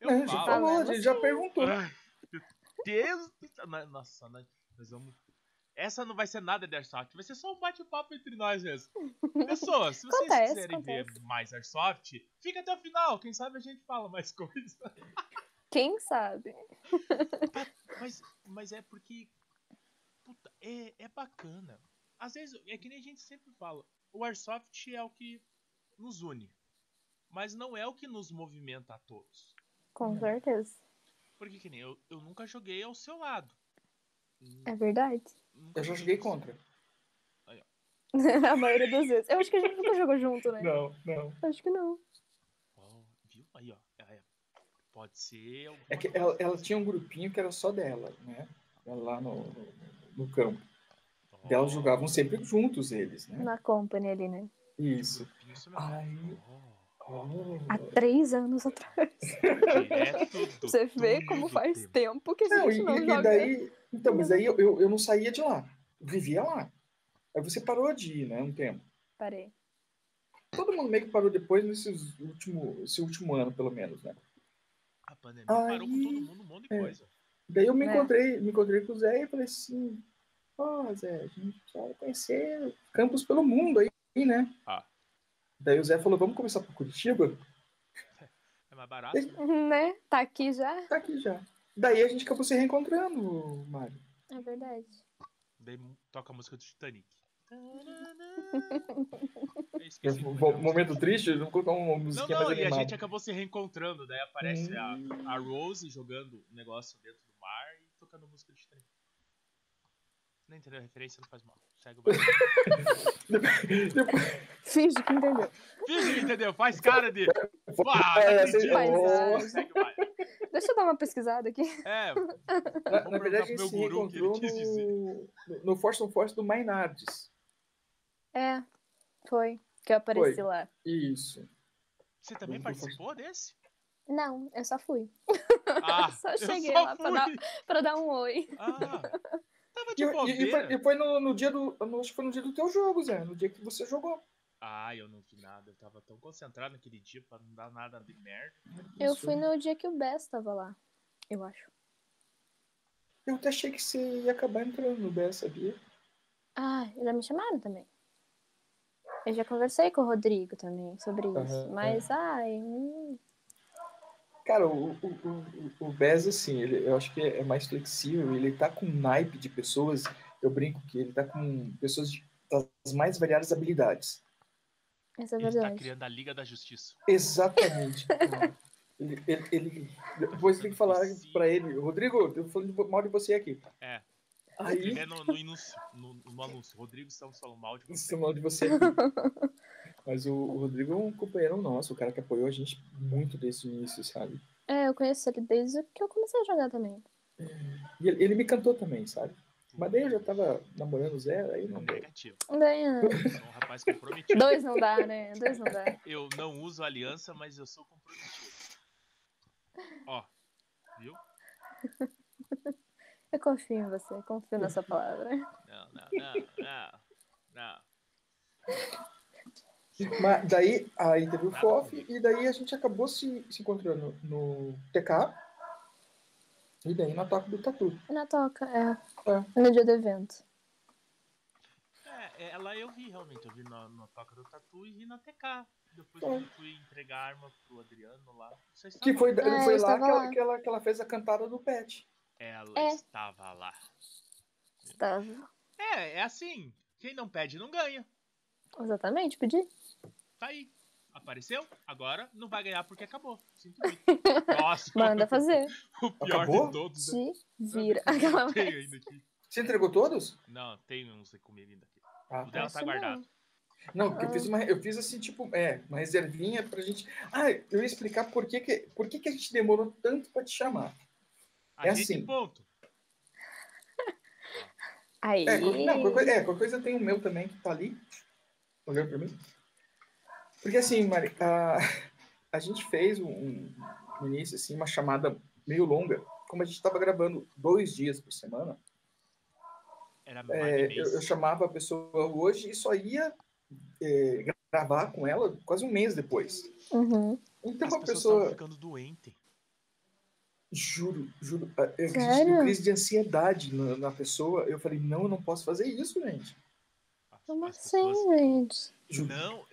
Speaker 1: Eu
Speaker 3: Não, É, a gente
Speaker 1: falo.
Speaker 3: falou,
Speaker 2: Ah,
Speaker 3: a
Speaker 2: mas
Speaker 3: gente
Speaker 2: você-
Speaker 3: já perguntou.
Speaker 1: Ai, meu Deus do céu. Na- Nossa, nós, nós vamos. Essa não vai ser nada de Airsoft, vai ser só um bate-papo entre nós mesmo. Pessoas, se vocês
Speaker 2: Acontece,
Speaker 1: quiserem ver
Speaker 2: acontece.
Speaker 1: mais Airsoft, fica até o final, quem sabe a gente fala mais coisa.
Speaker 2: Quem sabe?
Speaker 1: Mas, mas é porque. Puta, é, é bacana. Às vezes, é que nem a gente sempre fala, o Airsoft é o que nos une, mas não é o que nos movimenta a todos. É.
Speaker 2: Com certeza.
Speaker 1: Porque que nem eu, eu nunca joguei ao seu lado.
Speaker 2: É verdade.
Speaker 1: Nunca
Speaker 3: Eu já joguei
Speaker 1: com
Speaker 3: contra.
Speaker 2: a maioria das vezes. Eu acho que a gente nunca jogou junto, né?
Speaker 3: Não, não.
Speaker 2: Acho que não.
Speaker 1: Oh, viu? Aí, ó. É, pode ser. alguma
Speaker 3: É que
Speaker 1: coisa. assim.
Speaker 3: ela, ela tinha um grupinho que era só dela, né? Lá no, no, no campo.
Speaker 1: Oh,
Speaker 3: Daí Elas jogavam sempre juntos, eles, né?
Speaker 2: Na company ali, né?
Speaker 3: Isso.
Speaker 1: Isso mesmo.
Speaker 3: Aí.
Speaker 1: Oh,
Speaker 3: ó,
Speaker 2: Há três anos atrás.
Speaker 1: direto do
Speaker 2: Você vê
Speaker 1: túnel
Speaker 2: como
Speaker 1: do
Speaker 2: faz
Speaker 1: tempo.
Speaker 2: tempo que a
Speaker 3: Não,
Speaker 2: gente
Speaker 3: e,
Speaker 2: não,
Speaker 3: e- e
Speaker 2: joga.
Speaker 3: daí. Então, mas daí eu, eu, eu não saía de lá. Eu vivia lá. Aí você parou de ir, né? Um tempo.
Speaker 2: Parei.
Speaker 3: Todo mundo meio que parou depois nesse último, esse último ano, pelo menos, né?
Speaker 1: A pandemia parou com
Speaker 3: Aí-
Speaker 1: todo mundo um monte de
Speaker 3: é.
Speaker 1: coisa.
Speaker 3: Daí eu me
Speaker 2: É.
Speaker 3: encontrei, me encontrei com o Zé e falei assim, ó, Zé, a gente quer conhecer campos pelo mundo aí, né?
Speaker 1: Ah.
Speaker 3: Daí o Zé falou, vamos começar por Curitiba?
Speaker 1: É mais barato. né?
Speaker 2: Né? Tá aqui já?
Speaker 3: Tá aqui já. Daí a gente acabou se reencontrando, Mário.
Speaker 2: É verdade.
Speaker 1: Daí mu- toca a música do Titanic. Eu
Speaker 3: Eu
Speaker 1: esqueci de colocar a
Speaker 3: vou- vou-
Speaker 1: música.
Speaker 3: momento triste, eu vou colocar uma
Speaker 1: Não,
Speaker 3: musiquinha
Speaker 1: não,
Speaker 3: é mais
Speaker 1: e a
Speaker 3: animada.
Speaker 1: gente acabou se reencontrando. Daí aparece a,
Speaker 2: Hum.
Speaker 1: a Rose jogando um negócio dentro do mar e tocando música de trem. Não entendeu a referência, não faz mal. Segue o barulho.
Speaker 3: Depois-
Speaker 2: Finge que entendeu.
Speaker 1: Finge que entendeu, faz cara de. Uau,
Speaker 3: É,
Speaker 1: não
Speaker 3: assim,
Speaker 1: acredito.
Speaker 2: ó.
Speaker 1: Segue o baile.
Speaker 2: Deixa eu dar uma pesquisada aqui.
Speaker 1: É,
Speaker 3: na, na
Speaker 1: perguntar
Speaker 3: verdade,
Speaker 1: pro
Speaker 3: a gente
Speaker 1: meu
Speaker 3: se
Speaker 1: guru o que ele
Speaker 3: reencontrou
Speaker 1: quis dizer.
Speaker 3: no, no- no Force on Force do Mainardes.
Speaker 2: É, foi. Que eu apareci
Speaker 3: Foi.
Speaker 2: lá.
Speaker 3: Isso.
Speaker 1: você também participou desse?
Speaker 2: Não, eu só fui.
Speaker 1: Ah,
Speaker 2: Só
Speaker 1: eu
Speaker 2: cheguei lá pra
Speaker 1: fui.
Speaker 2: dar- Pra dar um oi.
Speaker 1: Ah, tava
Speaker 3: E,
Speaker 1: de
Speaker 3: e- e foi,
Speaker 1: bobeira.
Speaker 3: e foi no, no dia do. no- Acho que foi no dia do teu jogo, Zé. No dia que você jogou.
Speaker 1: Ah, eu não vi nada. Eu tava tão concentrado naquele dia pra não dar nada de merda.
Speaker 2: Eu
Speaker 3: Isso.
Speaker 2: fui no dia que o Bess tava lá. Eu acho.
Speaker 3: Eu até achei que você ia acabar entrando no BS, sabia?
Speaker 2: Ah, já me chamaram também. Eu já conversei com o Rodrigo também sobre isso.
Speaker 3: Aham,
Speaker 2: Mas, ai, hum,
Speaker 3: Cara, o, o, o, o- o BES, assim, ele, eu acho que é mais flexível, ele tá com um naipe de pessoas, eu brinco que ele tá com pessoas de- das mais variadas habilidades.
Speaker 2: essa é
Speaker 1: Ele tá
Speaker 2: verdade.
Speaker 1: criando a Liga da Justiça.
Speaker 3: Exatamente. cara. ele, ele, ele- depois tem que falar pra ele, Rodrigo, eu falando de- mal de você aqui.
Speaker 1: É. Ele
Speaker 3: Aí,
Speaker 1: é no, no, inúncio- no, no anúncio. Rodrigo Santos falou mal de você.
Speaker 3: estou mal de você aqui. Mas o, o Rodrigo é um companheiro nosso, o cara que apoiou a gente muito desde o início, sabe?
Speaker 2: É, eu conheço ele desde que eu comecei a jogar também.
Speaker 3: E ele, ele me cantou também, sabe? Mas daí eu já tava namorando o Zé, aí não deu.
Speaker 1: Negativo.
Speaker 2: Daí, ah,
Speaker 1: Eu sou um rapaz comprometido.
Speaker 2: dois não dá, né? Dois não dá.
Speaker 1: Eu não uso aliança, mas eu sou comprometido. Ó, viu?
Speaker 2: Eu confio em você, confio na sua palavra.
Speaker 1: Não, não, não, não. Não.
Speaker 3: Mas daí, aí teve o FOF, e daí a gente acabou se, se encontrando no TK. E daí na toca do tatu.
Speaker 2: Na toca, é.
Speaker 3: É.
Speaker 2: No dia do evento.
Speaker 1: É, ela eu vi realmente, eu vi na, na toca do Tatu e vi na TK. Depois
Speaker 3: É.
Speaker 1: que eu fui entregar a arma pro Adriano lá. Vocês né?
Speaker 3: Que foi,
Speaker 1: estavam
Speaker 2: Ah,
Speaker 3: foi
Speaker 2: eu
Speaker 3: lá,
Speaker 2: estava
Speaker 3: que
Speaker 2: lá.
Speaker 3: ela, que, ela, que ela fez a cantada do pet.
Speaker 1: Ela
Speaker 2: É.
Speaker 1: estava lá.
Speaker 2: Estava.
Speaker 1: É, é assim. Quem não pede não ganha.
Speaker 2: Exatamente, pedi.
Speaker 1: Tá aí. Apareceu? Agora não vai ganhar porque acabou. Sinto muito. Nossa,
Speaker 2: Manda fazer.
Speaker 1: o pior
Speaker 3: Acabou?
Speaker 1: de todos. né?
Speaker 2: Te vira.
Speaker 1: Eu
Speaker 2: Aquela
Speaker 1: tenho ainda aqui.
Speaker 3: Você entregou todos?
Speaker 1: Não, tem uns comigo ainda aqui.
Speaker 3: Ah,
Speaker 1: O dela
Speaker 2: Nossa,
Speaker 1: tá guardado.
Speaker 3: Não, porque eu
Speaker 2: Ah.
Speaker 3: fiz uma, eu fiz assim, tipo, é, uma reservinha pra gente. Ah, eu ia explicar por que, que, por que, que a gente demorou tanto pra te chamar.
Speaker 1: A
Speaker 3: É
Speaker 1: gente
Speaker 3: assim.
Speaker 1: ponto.
Speaker 2: Aí.
Speaker 3: É, qual- não, qualquer, coisa- é, qualquer coisa tem o meu também, que tá ali. Olhou pra mim. Porque assim, Mari, a, a gente fez um, um- no início, assim, uma chamada meio longa. Como a gente tava gravando dois dias por semana,
Speaker 1: Era
Speaker 3: é,
Speaker 1: mais
Speaker 3: eu, eu chamava a pessoa hoje e só ia é, gravar com ela quase um mês depois.
Speaker 2: Uhum.
Speaker 3: Então
Speaker 1: As
Speaker 3: a
Speaker 1: pessoas
Speaker 3: pessoa.
Speaker 1: estavam ficando doentes.
Speaker 3: Juro, juro. a- Eu acredito
Speaker 2: Sério?
Speaker 3: no crise de ansiedade na, na pessoa. Eu falei, não, eu não posso fazer isso, gente.
Speaker 1: As-
Speaker 2: Como
Speaker 1: as
Speaker 2: assim,
Speaker 1: pessoas-
Speaker 2: gente?
Speaker 3: Juro,
Speaker 1: Não,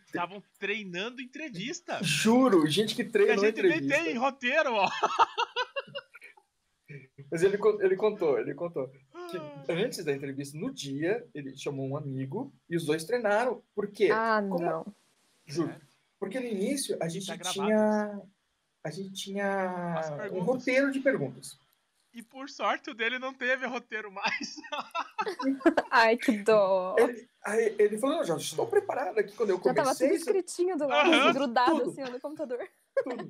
Speaker 1: estavam treinando entrevista.
Speaker 3: juro gente que
Speaker 1: E a
Speaker 3: treinou
Speaker 1: gente nem
Speaker 3: entrevista.
Speaker 1: tem roteiro, ó.
Speaker 3: Mas ele, con- ele contou, ele contou. Que
Speaker 1: Ah.
Speaker 3: antes da entrevista, no dia, ele chamou um amigo e os dois treinaram. Por quê?
Speaker 2: Ah,
Speaker 3: Como-
Speaker 2: não.
Speaker 3: Juro.
Speaker 1: é.
Speaker 3: Porque no início a gente
Speaker 1: Tá gravado.
Speaker 3: tinha. A gente
Speaker 1: As
Speaker 3: tinha um
Speaker 1: perguntas.
Speaker 3: roteiro de perguntas.
Speaker 1: E por sorte o dele não teve roteiro mais.
Speaker 2: Ai, que dó.
Speaker 3: Aí ele falou, não, já estou preparado aqui quando eu
Speaker 2: Já tava
Speaker 3: comecei.
Speaker 2: tudo
Speaker 3: isso
Speaker 2: escritinho do lado,
Speaker 1: Aham,
Speaker 2: grudado
Speaker 3: tudo.
Speaker 2: assim ó, no computador.
Speaker 3: tudo.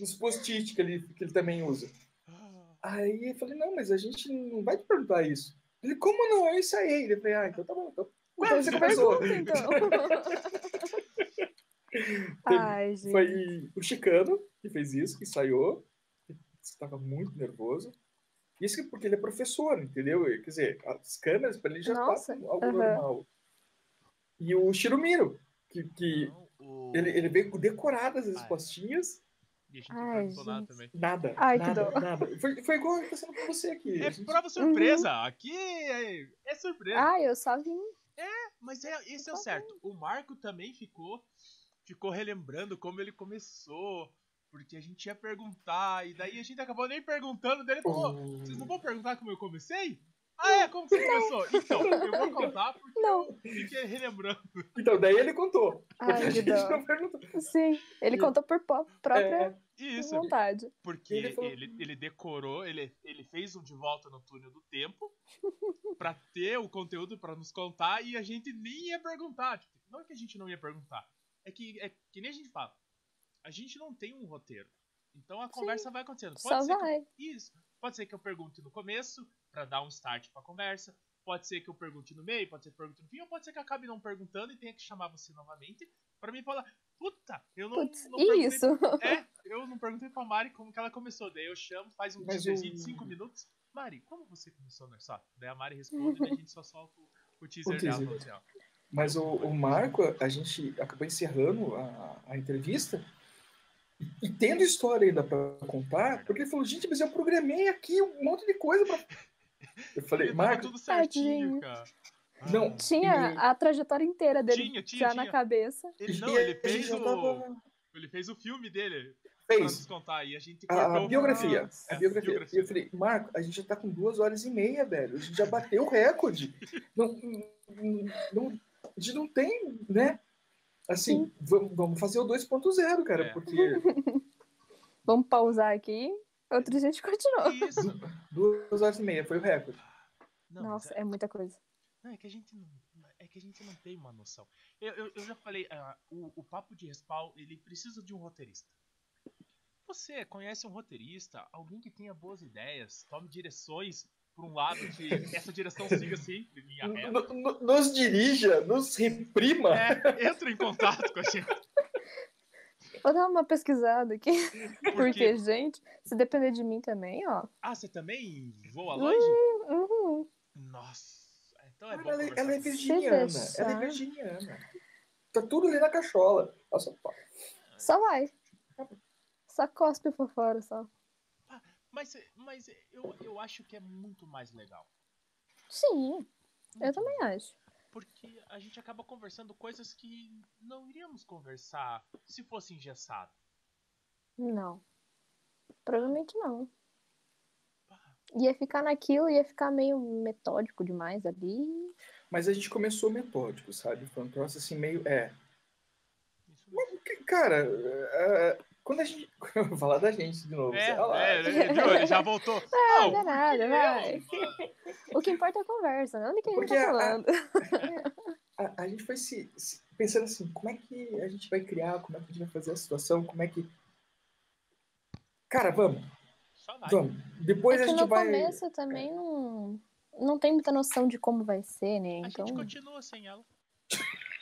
Speaker 3: Nos post-it que ele, que ele também usa.
Speaker 1: Ah,
Speaker 3: Aí eu falei, não, mas a gente não vai te perguntar isso. Ele, como não? Eu ensaiei. Ele falei, ah, então tá bom. Então, então você começou.
Speaker 2: Pergunta, então. Ai, gente.
Speaker 3: Foi o Chicano que fez isso, que ensaiou. que Estava muito nervoso. Isso que porque ele é professor, entendeu? Quer dizer, as câmeras para ele já
Speaker 2: Nossa,
Speaker 3: passam algo
Speaker 2: aham.
Speaker 3: normal. E o Shirumiro, que, que
Speaker 1: Não, o-
Speaker 3: ele, ele veio decorado as
Speaker 1: Ah, é.
Speaker 3: respostinhas,
Speaker 1: E a gente não
Speaker 2: Ai,
Speaker 1: perguntou nada
Speaker 2: gente.
Speaker 1: também.
Speaker 3: nada.
Speaker 2: Ai, que
Speaker 3: nada,
Speaker 2: dó.
Speaker 3: nada. Foi, foi igual está sendo com você aqui. A
Speaker 1: É
Speaker 3: gente-
Speaker 1: prova surpresa. Aqui é, é surpresa.
Speaker 2: Ai, eu só vim. Ah,
Speaker 1: Mas é, esse é
Speaker 2: tá
Speaker 1: o certo. O Marco também ficou ficou relembrando como ele começou. Porque a gente ia perguntar. E daí a gente acabou nem perguntando dele. Falou,
Speaker 3: tipo,
Speaker 1: Vocês não vão perguntar como eu comecei? Ah, é? Como você começou? Então, eu vou contar porque
Speaker 2: Não.
Speaker 1: eu fiquei relembrando.
Speaker 3: Então, daí ele contou. Porque
Speaker 2: Ai,
Speaker 3: a
Speaker 2: que
Speaker 3: gente
Speaker 2: dó.
Speaker 3: não perguntou.
Speaker 2: Sim, ele
Speaker 3: E-
Speaker 2: contou por po- própria
Speaker 3: É,
Speaker 1: Isso,
Speaker 2: vontade.
Speaker 1: porque
Speaker 3: Ele
Speaker 1: ele,
Speaker 3: falou-
Speaker 1: ele, decorou, ele, ele fez um de volta no túnel do tempo pra ter o conteúdo pra nos contar e a gente nem ia perguntar. Tipo, não é que a gente não ia perguntar. É que, é que nem a gente fala. A gente não tem um roteiro. Então a conversa vai acontecendo.
Speaker 2: Só
Speaker 1: ser que-
Speaker 2: vai.
Speaker 1: Isso. Pode ser que eu pergunte no começo, pra dar um start pra conversa. Pode ser que eu pergunte no meio, pode ser que eu pergunte no fim, ou pode ser que eu acabe não perguntando e tenha que chamar você novamente pra me falar: Puta, eu não.
Speaker 2: Putz,
Speaker 1: não
Speaker 2: e
Speaker 1: perguntei
Speaker 2: isso?
Speaker 1: é, eu não perguntei pra Mari como que ela começou. Daí eu chamo, faz um
Speaker 3: Mas
Speaker 1: teaserzinho de
Speaker 3: o-
Speaker 1: 5 minutos. Mari, como você começou na só? Daí a Mari responde e a gente só solta o, o teaser
Speaker 3: O
Speaker 1: dela.
Speaker 3: teaser.
Speaker 1: falando assim, ó.
Speaker 3: Mas o, o Marco, a gente acabou encerrando a, a entrevista e, e tendo história ainda pra contar, porque ele falou, gente, mas eu programei aqui um monte de coisa pra... Eu falei,
Speaker 1: Porque tava
Speaker 3: Marco,
Speaker 1: Tá tudo certinho,
Speaker 2: Tadinho.
Speaker 1: cara.
Speaker 3: Não,
Speaker 1: Ah,
Speaker 3: Uhum.
Speaker 2: Tinha a trajetória inteira dele
Speaker 1: Tinha, tinha,
Speaker 2: já
Speaker 1: tinha.
Speaker 2: na cabeça.
Speaker 1: Ele, não,
Speaker 3: e
Speaker 1: ele
Speaker 3: a gente
Speaker 1: fez
Speaker 3: já
Speaker 1: o.
Speaker 3: tava...
Speaker 1: Ele fez o filme dele pra nos
Speaker 3: Fez
Speaker 1: contar. E a gente
Speaker 3: a,
Speaker 1: cortou.
Speaker 3: a biografia,
Speaker 1: Nossa,
Speaker 3: a biografia. E eu falei, Marco, a gente já tá com duas horas e meia, velho. A gente já bateu o recorde. Não, não- não- a gente não tem, né? Assim, vamos, vamos fazer o 2.0, cara,
Speaker 1: É.
Speaker 3: porque
Speaker 2: Vamos pausar aqui. Outro dia a gente continua.
Speaker 1: Isso.
Speaker 3: duas horas e meia foi o recorde.
Speaker 1: Não, mas
Speaker 2: Nossa, é muita coisa.
Speaker 1: Não, é que a gente não, é que a gente não tem uma noção. Eu, eu, eu já falei, ah, o, o papo de respawn, ele precisa de um roteirista. Você conhece um roteirista, alguém que tenha boas ideias, tome direções para um lado que essa direção siga sempre linha reta.
Speaker 3: No- no- nos dirija, nos reprima.
Speaker 1: É, entra em contato com a gente.
Speaker 2: Vou dar uma pesquisada aqui.
Speaker 1: Porque,
Speaker 2: Porque, gente, se depender de mim também, ó.
Speaker 1: ah, você também voa longe?
Speaker 2: Uhum.
Speaker 1: Nossa. Então é
Speaker 3: Cara,
Speaker 1: bom
Speaker 3: ela,
Speaker 1: conversar
Speaker 3: ela é
Speaker 1: com você.
Speaker 3: virginiana.
Speaker 2: deixar.
Speaker 3: Ela é virginiana. Tá tudo ali na cachola. Nossa, pá.
Speaker 2: Só vai. Só cospe por fora, só.
Speaker 1: Mas, mas eu, eu acho que é muito mais legal.
Speaker 2: Sim, eu também acho.
Speaker 1: Porque a gente acaba conversando coisas que não iríamos conversar se fosse engessado.
Speaker 2: Não. Provavelmente não.
Speaker 1: Pá,
Speaker 2: Ia ficar naquilo, ia ficar meio metódico demais ali.
Speaker 3: Mas a gente começou metódico, sabe? Foi um troço assim meio. É.
Speaker 1: isso mesmo.
Speaker 3: Cara, é, quando a gente. Eu vou falar da gente de novo.
Speaker 1: É,
Speaker 3: sei lá.
Speaker 1: é, é, viu? Ele já voltou.
Speaker 2: Ah,
Speaker 1: Não,
Speaker 2: não é nada, vai.
Speaker 1: eu, mano,
Speaker 2: O que importa é a conversa, não de quem
Speaker 3: Porque
Speaker 2: tá
Speaker 3: a-
Speaker 2: falando.
Speaker 3: a, a gente foi se, se- pensando assim, como é que a gente vai criar, como é que a gente vai fazer a situação, como é que. Cara, vamos,
Speaker 1: Só vai.
Speaker 3: vamos. Depois
Speaker 2: é
Speaker 3: a
Speaker 2: que
Speaker 3: gente
Speaker 2: no
Speaker 3: vai.
Speaker 2: começo também não, não tem muita noção de como vai ser, né?
Speaker 1: A
Speaker 2: Então,
Speaker 1: gente continua sem ela.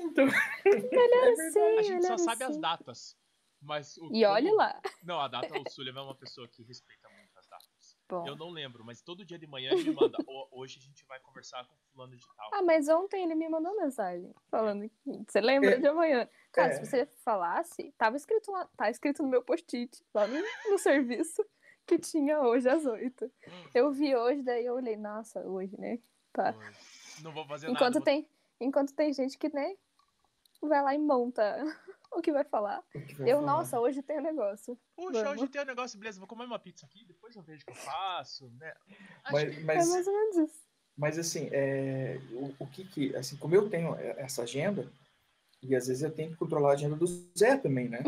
Speaker 3: Então,
Speaker 2: melhor
Speaker 3: verdade.
Speaker 2: sim,
Speaker 1: A gente só
Speaker 2: melhor
Speaker 1: sabe
Speaker 2: É, sim.
Speaker 1: as né? datas. Mas o
Speaker 2: E olhe lá.
Speaker 1: Não, a data, o Sullivan é uma pessoa que respeita muito as datas.
Speaker 2: Bom.
Speaker 1: Eu não lembro, mas todo dia de manhã ele manda. "Ho- Hoje a gente vai conversar com fulano de tal.
Speaker 2: Ah, mas ontem ele me mandou mensagem falando que você lembra
Speaker 3: É.
Speaker 2: de amanhã. Cara,
Speaker 3: É.
Speaker 2: se você falasse, tava escrito lá, tá escrito no meu post-it, lá no, no serviço, que tinha hoje às oito. Eu vi hoje, daí eu olhei, nossa, hoje, né? tá.
Speaker 1: Pois. Não vou fazer
Speaker 2: Enquanto
Speaker 1: nada.
Speaker 2: tem, enquanto tem gente que, né, vai lá e monta o que vai falar.
Speaker 3: o que vai
Speaker 2: Eu,
Speaker 3: falar?
Speaker 2: nossa, hoje tem um negócio.
Speaker 1: Vou... Puxa,
Speaker 2: vamos.
Speaker 1: hoje tem um negócio, beleza, vou comer uma pizza aqui, depois eu vejo o que eu faço, né? Acho
Speaker 3: Mas,
Speaker 1: que
Speaker 2: É
Speaker 3: mas,
Speaker 2: mais ou menos isso.
Speaker 3: mas assim, é, o, o que que. Assim, como eu tenho essa agenda, e às vezes eu tenho que controlar a agenda do Zé também, né?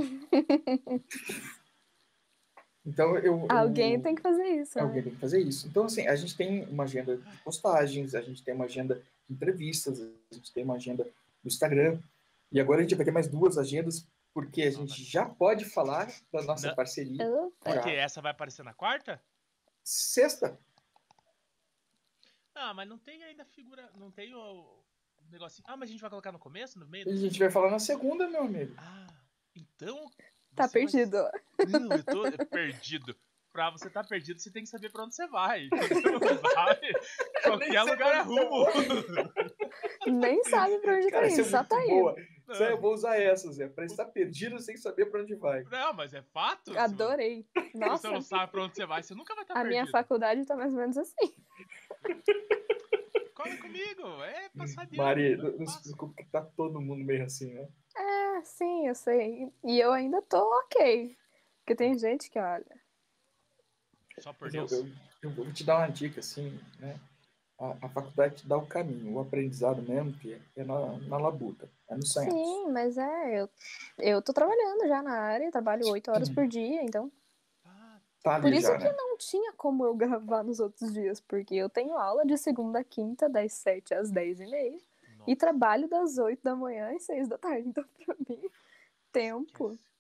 Speaker 3: Então eu.
Speaker 2: Alguém
Speaker 3: eu-
Speaker 2: tem que fazer isso, né?
Speaker 3: Alguém tem que fazer isso. Então, assim, a gente tem uma agenda de postagens, a gente tem uma agenda de entrevistas, a gente tem uma agenda do Instagram. E agora a gente vai ter mais duas agendas, porque a gente já pode falar da nossa
Speaker 1: Não.
Speaker 3: parceria.
Speaker 2: Opa.
Speaker 1: Porque essa vai aparecer na quarta?
Speaker 3: Sexta,
Speaker 1: Ah, mas não tem ainda figura. Não tem o o negocinho. Ah, mas a gente vai colocar no começo, no meio?
Speaker 3: a gente vai falar na segunda, meu amigo.
Speaker 1: Ah, então.
Speaker 2: Tá
Speaker 1: você vai-
Speaker 2: perdido.
Speaker 1: Não, eu tô é perdido. Pra você tá perdido, você tem que saber pra onde você vai. Sabe? Qualquer lugar é rumo.
Speaker 2: Nem sabe pra onde tá indo,
Speaker 3: isso é
Speaker 2: só
Speaker 3: muito
Speaker 2: tá indo.
Speaker 3: boa. Zé, eu vou usar essa, Zé. Pra estar perdido sem saber pra onde vai.
Speaker 1: Não, mas é fato. se
Speaker 2: Adorei.
Speaker 3: é
Speaker 1: Você você
Speaker 2: Nossa,
Speaker 1: não sabe pra onde você vai, você nunca vai estar
Speaker 2: a
Speaker 1: Tá perdido.
Speaker 2: minha faculdade tá mais ou menos assim.
Speaker 1: Cola comigo, é passadinho.
Speaker 3: Mari, não, não se preocupe que tá todo mundo meio assim, né?
Speaker 2: É, sim, eu sei. E eu ainda tô ok. Porque tem gente que olha.
Speaker 1: Só por
Speaker 3: Mas Eu,
Speaker 1: Deus.
Speaker 3: eu, eu vou te dar uma dica, assim, né? A, a faculdade te dá o caminho, o aprendizado mesmo, que é- é na, na labuta, é no sangue.
Speaker 2: Sim, mas é, eu, eu tô trabalhando já na área, eu trabalho oito horas por dia, então.
Speaker 1: Ah,
Speaker 3: Tá ali
Speaker 2: Por isso
Speaker 3: já,
Speaker 2: que
Speaker 3: né?
Speaker 2: não tinha como eu gravar nos outros dias, porque eu tenho aula de segunda a quinta, das sete às dez e meia,
Speaker 1: nossa,
Speaker 2: e trabalho das oito da manhã às seis da tarde. Então, pra mim, tempo.
Speaker 1: esquece.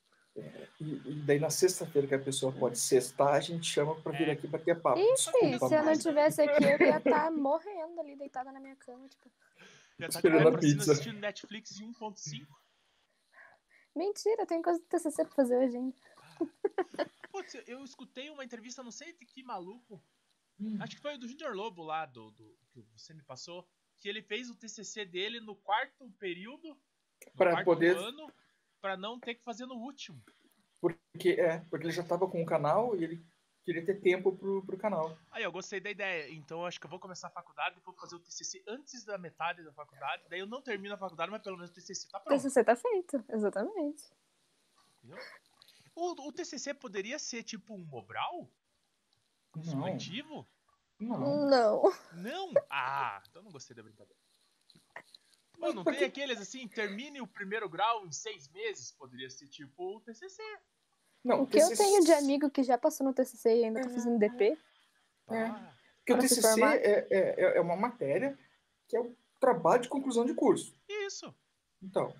Speaker 3: E, e daí na sexta-feira que a pessoa pode sextar, a gente chama pra
Speaker 1: É.
Speaker 3: vir aqui bater papo.
Speaker 2: Enfim,
Speaker 3: Desculpa,
Speaker 2: se eu não
Speaker 3: Mari.
Speaker 2: tivesse aqui, eu ia estar morrendo ali, deitada na minha cama, tipo.
Speaker 1: Já tá
Speaker 3: Esperando
Speaker 1: demais
Speaker 3: a
Speaker 1: pra cima
Speaker 3: pizza.
Speaker 1: assistindo Netflix em 1.5.
Speaker 2: Mentira, tem coisa do TCC pra fazer hoje ainda.
Speaker 1: Putz, eu escutei uma entrevista, não sei de que maluco.
Speaker 3: Hum,
Speaker 1: Acho que foi do Junior Lobo lá, do, do- que você me passou. Que ele fez o TCC dele no quarto período. No
Speaker 3: Pra
Speaker 1: quarto
Speaker 3: poder-
Speaker 1: ano. Pra não ter que fazer no último.
Speaker 3: Porque, é, porque ele já tava com o canal e ele queria ter tempo pro, pro canal.
Speaker 1: Aí eu gostei da ideia. Então eu acho que eu vou começar a faculdade e vou fazer o TCC antes da metade da faculdade. Daí eu não termino a faculdade, mas pelo menos o TCC tá
Speaker 2: O
Speaker 1: pronto.
Speaker 2: TCC tá feito, exatamente.
Speaker 1: O, o TCC poderia ser tipo um Mobral? Um
Speaker 3: Não.
Speaker 1: supletivo?
Speaker 3: Não.
Speaker 2: Não.
Speaker 1: Não? Ah, então não gostei da brincadeira. Pô, não tem aqueles assim, termine o primeiro grau em seis meses? Poderia ser tipo o TCC.
Speaker 3: não
Speaker 2: O que eu
Speaker 3: TCC
Speaker 2: tenho de amigo que já passou no TCC e ainda tá fazendo DP?
Speaker 3: É.
Speaker 1: Pá.
Speaker 3: Porque o
Speaker 2: pra se
Speaker 3: TCC
Speaker 2: formar.
Speaker 3: é, é, é- é uma matéria que é o trabalho de conclusão de curso.
Speaker 1: Isso.
Speaker 3: Então,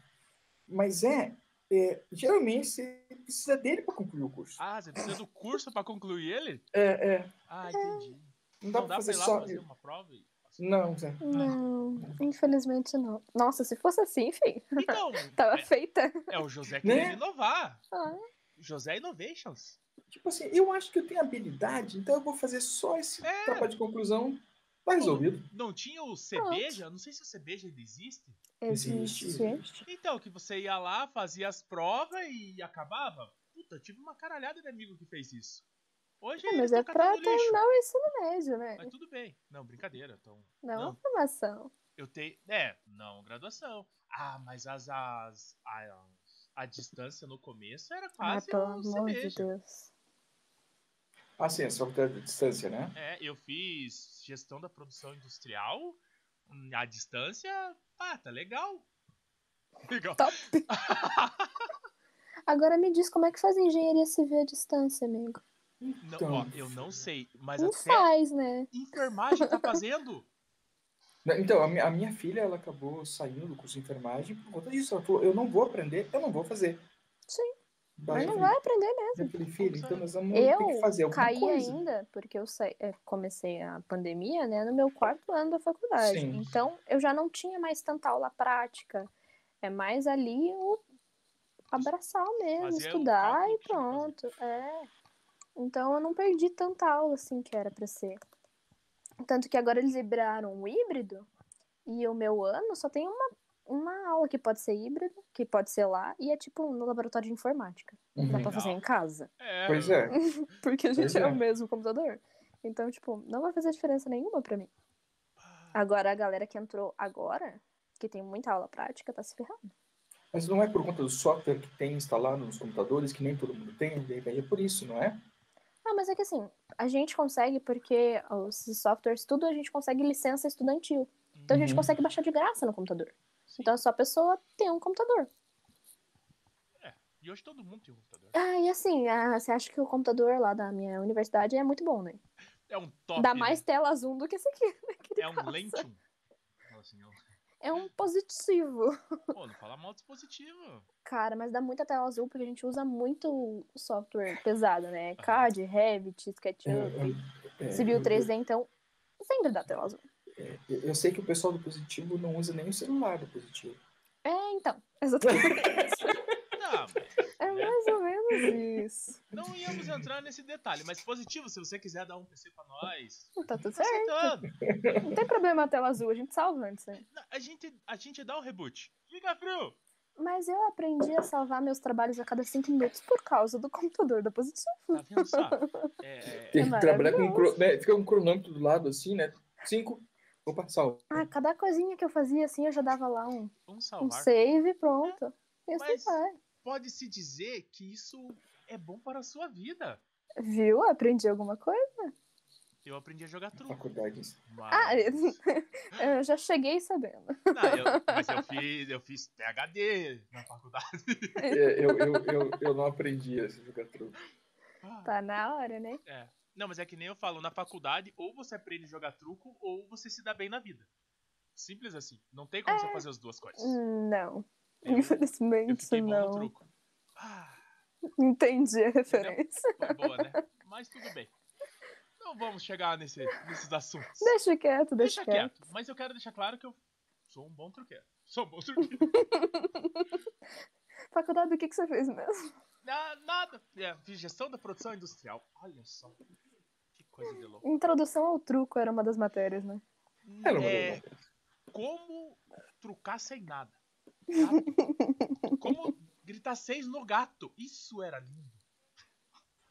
Speaker 3: mas é, é, geralmente você precisa dele para concluir o curso.
Speaker 1: Ah, você precisa do curso pra concluir ele?
Speaker 3: É, é.
Speaker 1: Ah, entendi.
Speaker 3: Não dá
Speaker 1: não dá
Speaker 3: pra fazer
Speaker 1: pra ir lá
Speaker 3: só.
Speaker 1: fazer uma prova e...
Speaker 3: Não, Zé.
Speaker 2: Não, infelizmente não. Nossa, se fosse assim, enfim,
Speaker 1: Então,
Speaker 2: tava
Speaker 1: é,
Speaker 2: feita.
Speaker 1: é o José querendo
Speaker 3: Né?
Speaker 1: inovar.
Speaker 2: Ah,
Speaker 1: José Innovations.
Speaker 3: Tipo assim, eu acho que eu tenho habilidade, então eu vou fazer só esse
Speaker 1: É.
Speaker 3: trabalho de conclusão. Tá resolvido.
Speaker 1: Não tinha o Cebeja? Não sei se o Cebeja ainda existe.
Speaker 2: existe.
Speaker 3: existe.
Speaker 1: Então, que você ia lá, fazia as provas e acabava. Puta, tive uma caralhada de amigo que fez isso. Hoje
Speaker 2: É,
Speaker 1: eles
Speaker 2: mas
Speaker 1: tão
Speaker 2: é pra
Speaker 1: catando lixo.
Speaker 2: terminar o ensino médio, né?
Speaker 1: Mas tudo bem. Não, brincadeira. Então,
Speaker 2: Não,
Speaker 1: não.
Speaker 2: uma formação.
Speaker 1: eu tenho. É, não, graduação. Ah, mas as. as a, a distância no começo era
Speaker 2: Ah,
Speaker 1: quase
Speaker 2: pelo
Speaker 1: um se
Speaker 2: amor de
Speaker 1: beija.
Speaker 2: Deus.
Speaker 3: Ah, sim, essa faculdade de distância, né?
Speaker 1: É, eu fiz gestão da produção industrial hum, à distância. Ah, tá legal. Legal.
Speaker 2: Top! Agora me diz como é que faz engenharia civil à distância, amigo.
Speaker 1: Não,
Speaker 3: Então.
Speaker 1: ó, eu não sei, mas
Speaker 2: Não
Speaker 1: até
Speaker 2: faz, né?
Speaker 1: enfermagem tá fazendo.
Speaker 3: Né, Então, a minha, a minha filha, ela acabou saindo do curso de enfermagem por conta disso. Ela falou, eu não vou aprender, eu não vou fazer.
Speaker 2: Sim.
Speaker 3: Daí
Speaker 2: Mas
Speaker 3: eu
Speaker 2: não
Speaker 3: falei,
Speaker 2: vai aprender, né?
Speaker 3: eu falei, filha, então nós vamos ter que fazer
Speaker 2: Eu
Speaker 3: alguma
Speaker 2: caí
Speaker 3: coisa.
Speaker 2: ainda, porque eu saí- eh, comecei a pandemia, né, no meu quarto ano da faculdade.
Speaker 3: Sim.
Speaker 2: Então, eu já não tinha mais tanta aula prática. É mais ali o abraçar mesmo,
Speaker 1: Fazer o
Speaker 2: estudar
Speaker 1: cálculo
Speaker 2: e
Speaker 1: que tinha que fazer.
Speaker 2: pronto. É. Então, eu não perdi tanta aula assim que era pra ser. Tanto que agora eles liberaram o híbrido e o meu ano só tem uma, uma aula que pode ser híbrido, que pode ser lá, e é tipo no laboratório de informática. Dá
Speaker 3: Uhum.
Speaker 2: pra
Speaker 1: Legal.
Speaker 2: fazer em casa.
Speaker 1: É,
Speaker 3: Pois é.
Speaker 2: Porque a gente
Speaker 3: Pois é.
Speaker 2: é o mesmo computador. Então, tipo, não vai fazer diferença nenhuma pra mim.
Speaker 1: Ah.
Speaker 2: Agora, a galera que entrou agora, que tem muita aula prática, tá se ferrando.
Speaker 3: Mas não é por conta do software que tem instalado nos computadores, que nem todo mundo tem, e daí é por isso, não é?
Speaker 2: Ah, mas é que assim, a gente consegue porque os softwares, tudo a gente consegue licença estudantil. Então a gente
Speaker 3: Uhum.
Speaker 2: consegue baixar de graça no computador.
Speaker 1: Sim.
Speaker 2: Então é só a pessoa ter um computador.
Speaker 1: E hoje todo mundo tem um computador.
Speaker 2: Ah, e assim, ah, você acha que o computador lá da minha universidade é muito bom, né?
Speaker 1: É um top.
Speaker 2: Dá
Speaker 1: né?
Speaker 2: mais tela azul do que esse aqui.
Speaker 1: É um
Speaker 2: caça.
Speaker 1: lentium. Fala assim, ó.
Speaker 2: É um positivo.
Speaker 1: Pô, não fala mal do dispositivo.
Speaker 2: Cara, mas dá muita tela azul porque a gente usa muito software pesado, né? CAD, Revit, SketchUp,
Speaker 3: É,
Speaker 2: Civil
Speaker 3: eu-
Speaker 2: 3D, então sempre dá tela azul.
Speaker 3: Eu, eu sei que o pessoal do positivo não usa nem o celular do positivo.
Speaker 2: É, então, exatamente.
Speaker 1: Não,
Speaker 2: é mais ou menos isso.
Speaker 1: não íamos entrar nesse detalhe, mas positivo, se você quiser dar um PC pra nós.
Speaker 2: Tá tudo
Speaker 1: tá
Speaker 2: certo. É,
Speaker 1: aceitando.
Speaker 2: Não tem problema a tela azul, a gente salva antes, né?
Speaker 1: Não, A gente, a gente dá o reboot. Fica frio.
Speaker 2: Mas eu aprendi a salvar meus trabalhos a cada cinco minutos por causa do computador da Positivo.
Speaker 1: Tá vendo só? É,
Speaker 3: Tem que trabalhar com um,
Speaker 2: maravilhoso.
Speaker 3: cro- né, fica um cronômetro do lado assim, né? Cinco, opa, salvo.
Speaker 2: Ah, cada coisinha que eu fazia assim, eu já dava lá um,
Speaker 1: vamos
Speaker 2: um
Speaker 1: é, salvar.
Speaker 2: save, pronto. E assim
Speaker 1: Tá Mas-
Speaker 2: vai.
Speaker 1: Pode-se dizer que isso é bom para a sua vida.
Speaker 2: Viu? Aprendi alguma coisa.
Speaker 1: Eu aprendi a jogar truco.
Speaker 3: Faculdade.
Speaker 1: Mas,
Speaker 2: Ah, eu já cheguei sabendo.
Speaker 1: Não, eu- mas eu fiz, eu fiz PHD na faculdade.
Speaker 3: É, Eu, eu, eu, eu não aprendi a jogar truco.
Speaker 2: Tá na hora, né?
Speaker 1: Não, mas é que nem eu falo, na faculdade, ou você aprende a jogar truco, ou você se dá bem na vida. Simples assim. Não tem como
Speaker 2: É.
Speaker 1: você fazer as duas coisas.
Speaker 2: Não.
Speaker 1: um- Eu- eu
Speaker 2: Infelizmente,
Speaker 1: fiquei bom no
Speaker 2: Hum, não.
Speaker 1: truco. Ah,
Speaker 2: Entendi a referência.
Speaker 1: foi boa, né? Mas tudo bem. Não vamos chegar nesse- nesses assuntos.
Speaker 2: Deixa quieto, deixa,
Speaker 1: Deixa
Speaker 2: quieto.
Speaker 1: quieto. Mas eu quero deixar claro que eu sou um bom truqueiro. Sou um bom truqueiro.
Speaker 2: Faculdade, o que, que você fez mesmo?
Speaker 1: Na- nada. É, fiz gestão da produção industrial. Olha só. Que coisa de louco.
Speaker 2: Introdução ao truco era uma das matérias, né?
Speaker 3: Era um uma
Speaker 1: É,
Speaker 3: boa.
Speaker 1: como trucar sem nada. sabe? Como gritar seis no gato. Isso era lindo.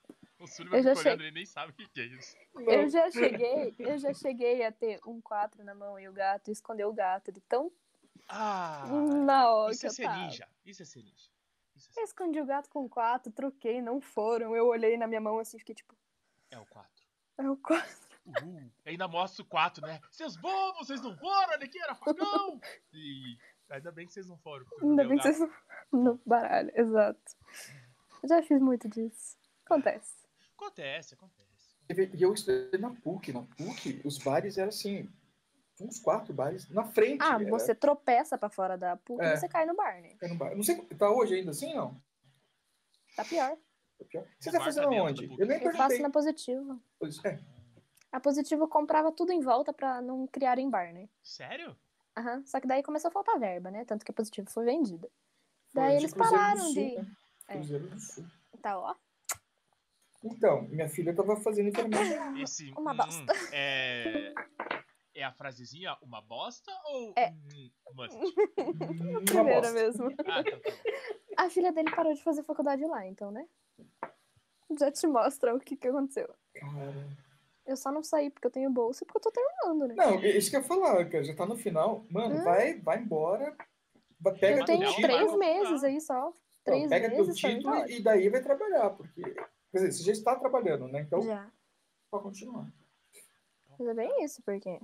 Speaker 1: O Sully vai
Speaker 2: Eu já
Speaker 1: ficar olhando,
Speaker 2: achei-
Speaker 1: ele nem sabe o que que é isso.
Speaker 2: Eu já cheguei, eu já cheguei a ter um 4 na mão e o gato escondeu o gato. Ele tão
Speaker 1: Ah,
Speaker 2: na hora
Speaker 1: isso
Speaker 2: que
Speaker 1: é
Speaker 2: eu
Speaker 1: ser
Speaker 2: tava.
Speaker 1: ninja. Isso é ser ninja. Isso é, ser...
Speaker 2: Eu escondi o gato com 4, truquei, não foram. Eu olhei na minha mão assim, fiquei tipo,
Speaker 1: é o 4.
Speaker 2: é o 4.
Speaker 1: Uhul. Ainda mostra o 4, né? Seus bobos, vocês não foram, olha aqui, era fogão. E ainda bem que vocês não foram. porque eu
Speaker 2: Ainda
Speaker 1: joguei
Speaker 2: bem
Speaker 1: o
Speaker 2: que vocês não. No baralho, exato. Já fiz muito disso. Acontece.
Speaker 1: gato. Acontece, acontece.
Speaker 3: E eu estudei na PUC. Na PUC, os bares eram assim, uns quatro bares na frente.
Speaker 2: Ah,
Speaker 3: era-
Speaker 2: você tropeça pra fora da PUC
Speaker 3: É.
Speaker 2: e você cai no bar, né?
Speaker 3: era um bar. Não sei, tá hoje ainda assim, não?
Speaker 2: Tá pior.
Speaker 3: É pior. Você
Speaker 1: O
Speaker 3: tá
Speaker 1: bar tá
Speaker 3: fazendo
Speaker 1: dentro
Speaker 3: onde?
Speaker 1: da PUC.
Speaker 3: Eu nem
Speaker 2: Eu faço
Speaker 3: perguntei.
Speaker 2: na Positivo.
Speaker 3: Pois é.
Speaker 2: A Positivo comprava tudo em volta pra não criar em bar, né?
Speaker 1: Sério?
Speaker 2: Aham. Só que daí começou a faltar verba, né? Tanto que a Positivo foi vendida.
Speaker 3: Foi
Speaker 2: Daí
Speaker 3: de
Speaker 2: eles
Speaker 3: Cruzeiro do
Speaker 2: pararam
Speaker 3: Sul,
Speaker 2: de.
Speaker 3: né?
Speaker 2: É.
Speaker 3: Cruzeiro do Sul.
Speaker 2: Tá, ó.
Speaker 3: Então, minha filha tava fazendo enfermagem.
Speaker 1: Esse
Speaker 2: Uma
Speaker 1: hum,
Speaker 2: bosta.
Speaker 1: é... é a frasezinha uma bosta ou
Speaker 2: É.
Speaker 1: hum, must?
Speaker 3: Uma
Speaker 2: Primeira
Speaker 3: bosta.
Speaker 2: mesmo.
Speaker 1: Ah, tá, tá.
Speaker 2: A filha dele parou de fazer faculdade lá, então, né? já te mostra o que, que aconteceu.
Speaker 3: Cara.
Speaker 2: Eu só não saí porque eu tenho bolsa e porque eu tô terminando, né?
Speaker 3: Não, é isso que eu ia falar, cara. Já tá no final. Mano,
Speaker 2: Hum.
Speaker 3: vai, vai embora. vai- Pega
Speaker 2: Eu
Speaker 1: Mas
Speaker 3: teu
Speaker 2: tenho
Speaker 1: não,
Speaker 3: título,
Speaker 2: três
Speaker 1: não.
Speaker 2: meses aí só. Três
Speaker 3: pega teu
Speaker 2: meses pra mim tá
Speaker 3: título
Speaker 2: ótimo.
Speaker 3: e daí vai trabalhar, porque. Quer dizer, você já está trabalhando, né? Então,
Speaker 2: Já.
Speaker 3: pra continuar.
Speaker 2: Mas é bem isso, porque.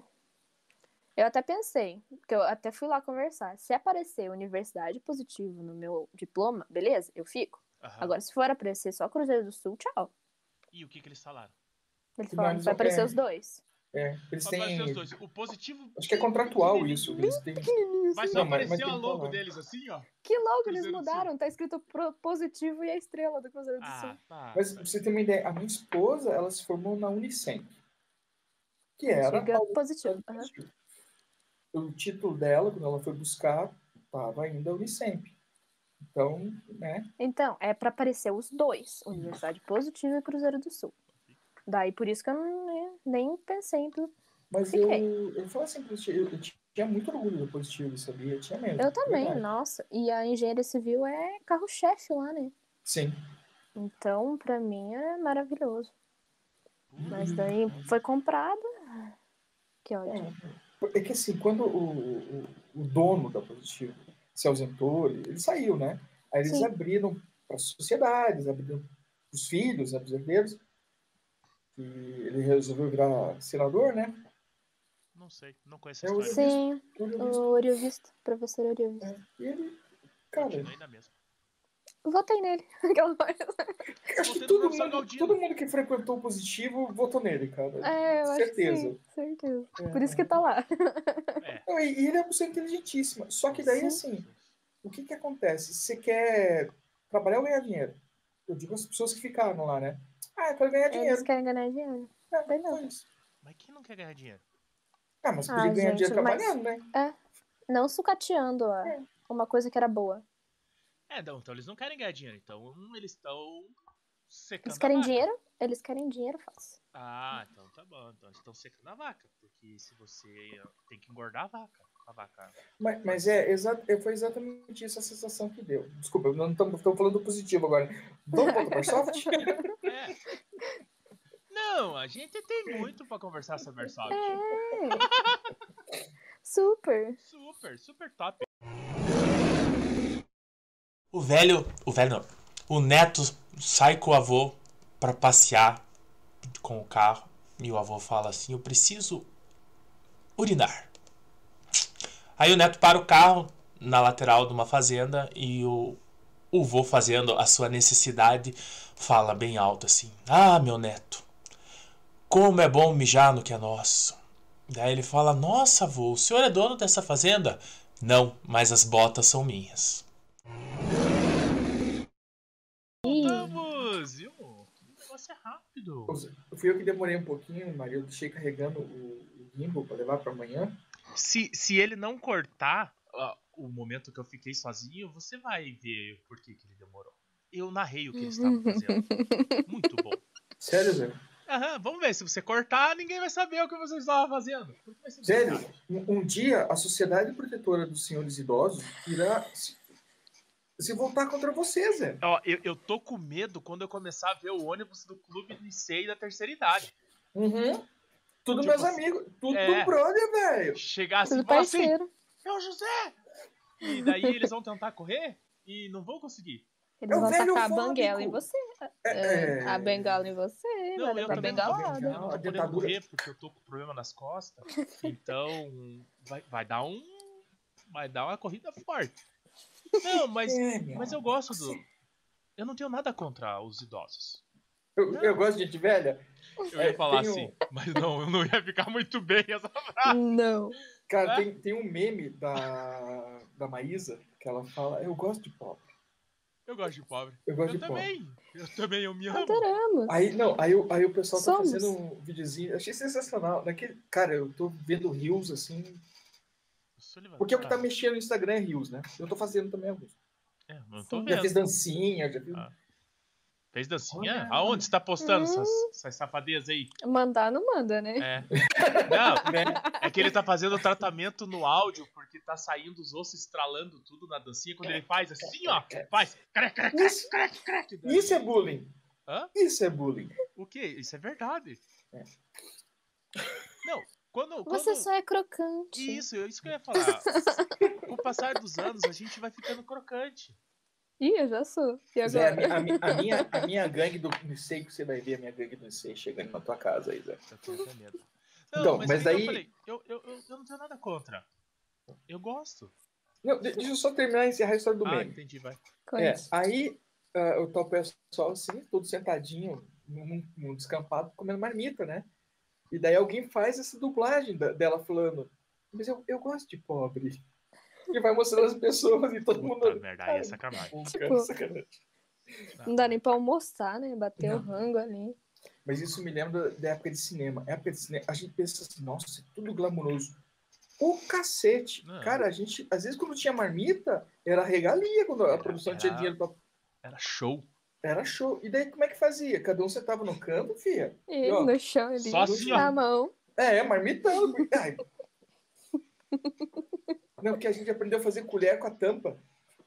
Speaker 2: Eu até pensei, porque eu até fui lá conversar. Se aparecer universidade positivo no meu diploma, beleza, eu fico.
Speaker 1: Aham.
Speaker 2: Agora, se for aparecer só Cruzeiro do Sul, tchau.
Speaker 1: E o que, que eles falaram?
Speaker 2: Eles
Speaker 3: Não,
Speaker 2: falaram
Speaker 3: eles
Speaker 2: que vai
Speaker 3: não querem.
Speaker 2: aparecer os dois.
Speaker 3: É, eles
Speaker 1: Só
Speaker 3: têm.
Speaker 1: apareceu os dois. O positivo.
Speaker 3: Acho que é contratual isso. Eles têm.
Speaker 1: Mas só
Speaker 3: Não, mas- mas
Speaker 1: apareceu
Speaker 3: tem
Speaker 1: a
Speaker 3: que
Speaker 1: logo
Speaker 3: falar.
Speaker 1: deles, assim, ó.
Speaker 2: Que logo eles
Speaker 1: Cruzeiro do
Speaker 2: mudaram, tá escrito pro- positivo e a estrela do Cruzeiro do
Speaker 1: Ah,
Speaker 2: Sul.
Speaker 1: tá.
Speaker 3: Mas pra você ter uma ideia, a minha esposa, ela se formou na Unicamp, que era
Speaker 2: Chega
Speaker 3: a
Speaker 2: positivo. Aham.
Speaker 3: Unicamp. Então, O título dela, quando ela foi buscar, estava ainda Unicamp. Então, né?
Speaker 2: Então, é pra aparecer os dois, Universidade Positiva e Cruzeiro do Sul. Daí por isso que eu não, né, nem pensei em. pos-
Speaker 3: Mas eu,
Speaker 2: Fiquei.
Speaker 3: eu falo assim, pra você, eu, eu tinha muito orgulho do positivo, sabia? Eu tinha mesmo.
Speaker 2: Eu também,
Speaker 3: verdade.
Speaker 2: nossa. E a engenharia civil é carro-chefe lá, né?
Speaker 3: Sim.
Speaker 2: Então, pra mim é maravilhoso.
Speaker 1: Puta,
Speaker 2: Mas daí foi comprada. Que
Speaker 3: Uhum. É.
Speaker 2: ótimo.
Speaker 3: É que assim, quando o, o, o dono da Positivo se ausentou, ele, ele saiu, né? Aí eles
Speaker 2: Sim.
Speaker 3: abriram para a sociedade, eles abriram para os filhos, né, para os herdeiros. E ele resolveu virar senador, né?
Speaker 1: Não sei, não conheço a
Speaker 3: É o-
Speaker 1: história.
Speaker 2: Sim,
Speaker 3: Tudo isso.
Speaker 2: o Oriovisto, professor Oriovisto.
Speaker 3: É, E ele, cara,
Speaker 1: Continuei na mesma.
Speaker 2: Votei nele. Aquela coisa.
Speaker 3: acho que
Speaker 1: Você
Speaker 3: todo
Speaker 1: não sabe
Speaker 3: mundo,
Speaker 1: Galdino.
Speaker 3: todo mundo que frequentou o Positivo votou nele, cara.
Speaker 2: É, eu
Speaker 3: Certeza.
Speaker 2: acho que sim, certeza.
Speaker 3: É.
Speaker 2: Por isso que tá lá.
Speaker 3: Não, e, e ele é uma pessoa inteligentíssima. Só que daí,
Speaker 2: Sim.
Speaker 3: assim, o que que acontece? Você quer trabalhar ou ganhar dinheiro? Eu digo as pessoas que ficaram lá, né? Ah, eu quero ganhar
Speaker 2: Eles
Speaker 3: dinheiro.
Speaker 2: querem ganhar dinheiro.
Speaker 3: Ah,
Speaker 2: querem-
Speaker 3: foi isso.
Speaker 1: Mas quem não quer ganhar dinheiro?
Speaker 3: Ah, mas podia
Speaker 2: Ai,
Speaker 3: ganhar
Speaker 2: gente,
Speaker 3: dinheiro
Speaker 2: mas-
Speaker 3: trabalhando, né?
Speaker 2: Não sucateando ó,
Speaker 3: É.
Speaker 2: uma coisa que era boa.
Speaker 1: É, não, então eles não querem ganhar dinheiro. Então hum, eles estão secando
Speaker 3: Tá
Speaker 2: Eles querem
Speaker 1: a vaca.
Speaker 2: dinheiro? Eles querem dinheiro fácil.
Speaker 1: Ah, então tá bom. Então eles estão secando a vaca. Porque se você tem que engordar a vaca. A vaca.
Speaker 3: Mas, mas é, exa- é, foi exatamente isso a sensação que deu. Desculpa, não estamos falando positivo agora. um Vamos para o Microsoft?
Speaker 1: É. Não, a gente tem muito pra conversar sobre Airsoft.
Speaker 2: É. Super.
Speaker 1: Super, super top. O velho. O velho não. O neto sai com o avô pra passear com o carro. E o avô fala assim: Eu preciso urinar. Aí o neto para o carro na lateral de uma fazenda e o, o vô, fazendo a sua necessidade, fala bem alto assim: Ah, meu neto, como é bom mijar no que é nosso. Daí ele fala: Nossa, vô, o senhor é dono dessa fazenda? Não, mas as botas são minhas. Voltamos! Viu? Que negócio é rápido.
Speaker 3: Fui eu que demorei um pouquinho, Maria. Eu deixei carregando o, o gimbal para levar para amanhã.
Speaker 1: Se, se ele não cortar ó, o momento que eu fiquei sozinho, você vai ver por que, que ele demorou. Eu narrei o que eles
Speaker 2: Uhum.
Speaker 1: estavam fazendo. Muito bom.
Speaker 3: Sério, velho?
Speaker 1: Aham, vamos ver. Se você cortar, ninguém vai saber o que vocês estavam fazendo. Porque vai ser
Speaker 3: Sério?
Speaker 1: complicado.
Speaker 3: Um, um dia, a Sociedade Protetora dos Senhores Idosos irá se, se voltar contra você, Zé.
Speaker 1: Ó, eu, eu tô com medo quando eu começar a ver o ônibus do clube de sei da terceira idade.
Speaker 3: Uhum. Tudo
Speaker 1: Tipo
Speaker 3: meus
Speaker 1: assim,
Speaker 3: amigos. Tudo
Speaker 1: é.
Speaker 3: brother, velho.
Speaker 1: Chegar assim,
Speaker 2: Tudo
Speaker 1: falar assim,
Speaker 2: parceiro.
Speaker 1: É o José! E daí eles vão tentar correr e não vão conseguir.
Speaker 2: Eles
Speaker 3: É o
Speaker 2: vão
Speaker 3: velho
Speaker 2: tacar a
Speaker 3: fóbico.
Speaker 2: banguela em você.
Speaker 3: É,
Speaker 2: É, A bengala em você.
Speaker 1: Não,
Speaker 2: vai
Speaker 1: eu
Speaker 2: levar
Speaker 1: também não tô,
Speaker 3: bengalada.
Speaker 2: né?
Speaker 1: eu não tô
Speaker 3: A
Speaker 1: podendo
Speaker 3: dentadura.
Speaker 1: correr porque eu tô com problema nas costas. Então vai, vai dar um. Vai dar uma corrida forte. Não, mas,
Speaker 3: É, meu.
Speaker 1: mas eu gosto do. Eu não tenho nada contra os idosos.
Speaker 3: Eu, eu gosto de gente velha.
Speaker 1: Eu ia
Speaker 3: É,
Speaker 1: falar
Speaker 3: tem um-
Speaker 1: assim, mas não, eu não ia ficar muito bem essa
Speaker 3: Ah!
Speaker 2: Não.
Speaker 3: Cara,
Speaker 1: É?
Speaker 3: tem, tem um meme da, da Maísa que ela fala: Eu gosto de pobre.
Speaker 1: Eu gosto de pobre.
Speaker 3: Eu
Speaker 1: Eu,
Speaker 3: gosto de pobre.
Speaker 1: também. Eu também, eu me amo.
Speaker 2: Adoramos.
Speaker 3: Aí, não, aí, o- aí o pessoal
Speaker 2: Somos.
Speaker 3: tá fazendo um videozinho. Achei sensacional. Daquele, cara, eu tô vendo rios assim.
Speaker 1: O Sullivan,
Speaker 3: Porque o que tá
Speaker 1: cara,
Speaker 3: mexendo no Instagram é rios, né? Eu tô fazendo também alguns.
Speaker 1: é, não tô
Speaker 2: Sim.
Speaker 3: Já fiz
Speaker 1: vendo.
Speaker 3: dancinha, já fiz.
Speaker 1: Ah. Fez dancinha?
Speaker 3: Olha.
Speaker 1: Aonde você tá postando
Speaker 2: Hum.
Speaker 1: essas, essas safadezas aí?
Speaker 2: Mandar não manda, né?
Speaker 1: É. Não,
Speaker 3: né?
Speaker 1: é que ele tá fazendo o tratamento no áudio, porque tá saindo os ossos estralando tudo na dancinha. Quando ele faz assim, ó, faz. Crac, crac, crac,
Speaker 3: Isso,
Speaker 1: crac, crac.
Speaker 3: isso é bullying.
Speaker 1: Hã?
Speaker 3: Isso é bullying.
Speaker 1: O quê? Isso é verdade.
Speaker 3: É.
Speaker 1: Não, quando.
Speaker 2: Você
Speaker 1: quando...
Speaker 2: só é crocante.
Speaker 1: Isso, é isso que eu ia falar. Com o passar dos anos, a gente vai ficando crocante.
Speaker 2: Ih, eu já sou. E
Speaker 3: Zé, a,
Speaker 2: agora?
Speaker 3: mi- a mi- a é minha, a minha gangue do Nisei, que você vai ver a minha gangue do Nisei chegando na tua casa aí, Zé.
Speaker 1: Eu tenho até medo.
Speaker 3: Então, mas
Speaker 1: aí que
Speaker 3: daí-
Speaker 1: Eu, falei, eu, eu, eu, eu não tenho nada contra. Eu gosto.
Speaker 3: Não, de- deixa eu só terminar e encerrar a história do
Speaker 1: ah,
Speaker 3: meme.
Speaker 1: entendi, vai.
Speaker 3: É,
Speaker 2: Conte.
Speaker 3: aí ah, eu tô o pessoal assim, todo sentadinho, num, num descampado, comendo marmita, né? E daí alguém faz essa dublagem da- dela falando, mas eu, eu gosto de pobre. E vai mostrando as pessoas e todo mundo.
Speaker 1: Puta merda, aí é
Speaker 3: Cara,
Speaker 1: sacanagem.
Speaker 3: pô,
Speaker 2: Tipo-
Speaker 3: cara, sacanagem.
Speaker 2: Não dá nem pra almoçar, né? Bater o rango ali.
Speaker 3: Mas isso me lembra da época de cinema. Época de cinema, a gente pensa assim, nossa, é tudo glamouroso. O cacete!
Speaker 1: Não.
Speaker 3: Cara, a gente, às vezes, quando tinha marmita, era regalia quando a
Speaker 1: Era-
Speaker 3: produção
Speaker 1: era-
Speaker 3: tinha dinheiro pra.
Speaker 1: Era show.
Speaker 3: Era show. E daí como é que fazia? Cada um sentava no canto, fia.
Speaker 2: Ele
Speaker 3: Ó,
Speaker 2: no chão ali,
Speaker 1: só assim, ó.
Speaker 2: na mão.
Speaker 3: É, marmitão. Ai. Não, porque a gente aprendeu a fazer colher com a tampa.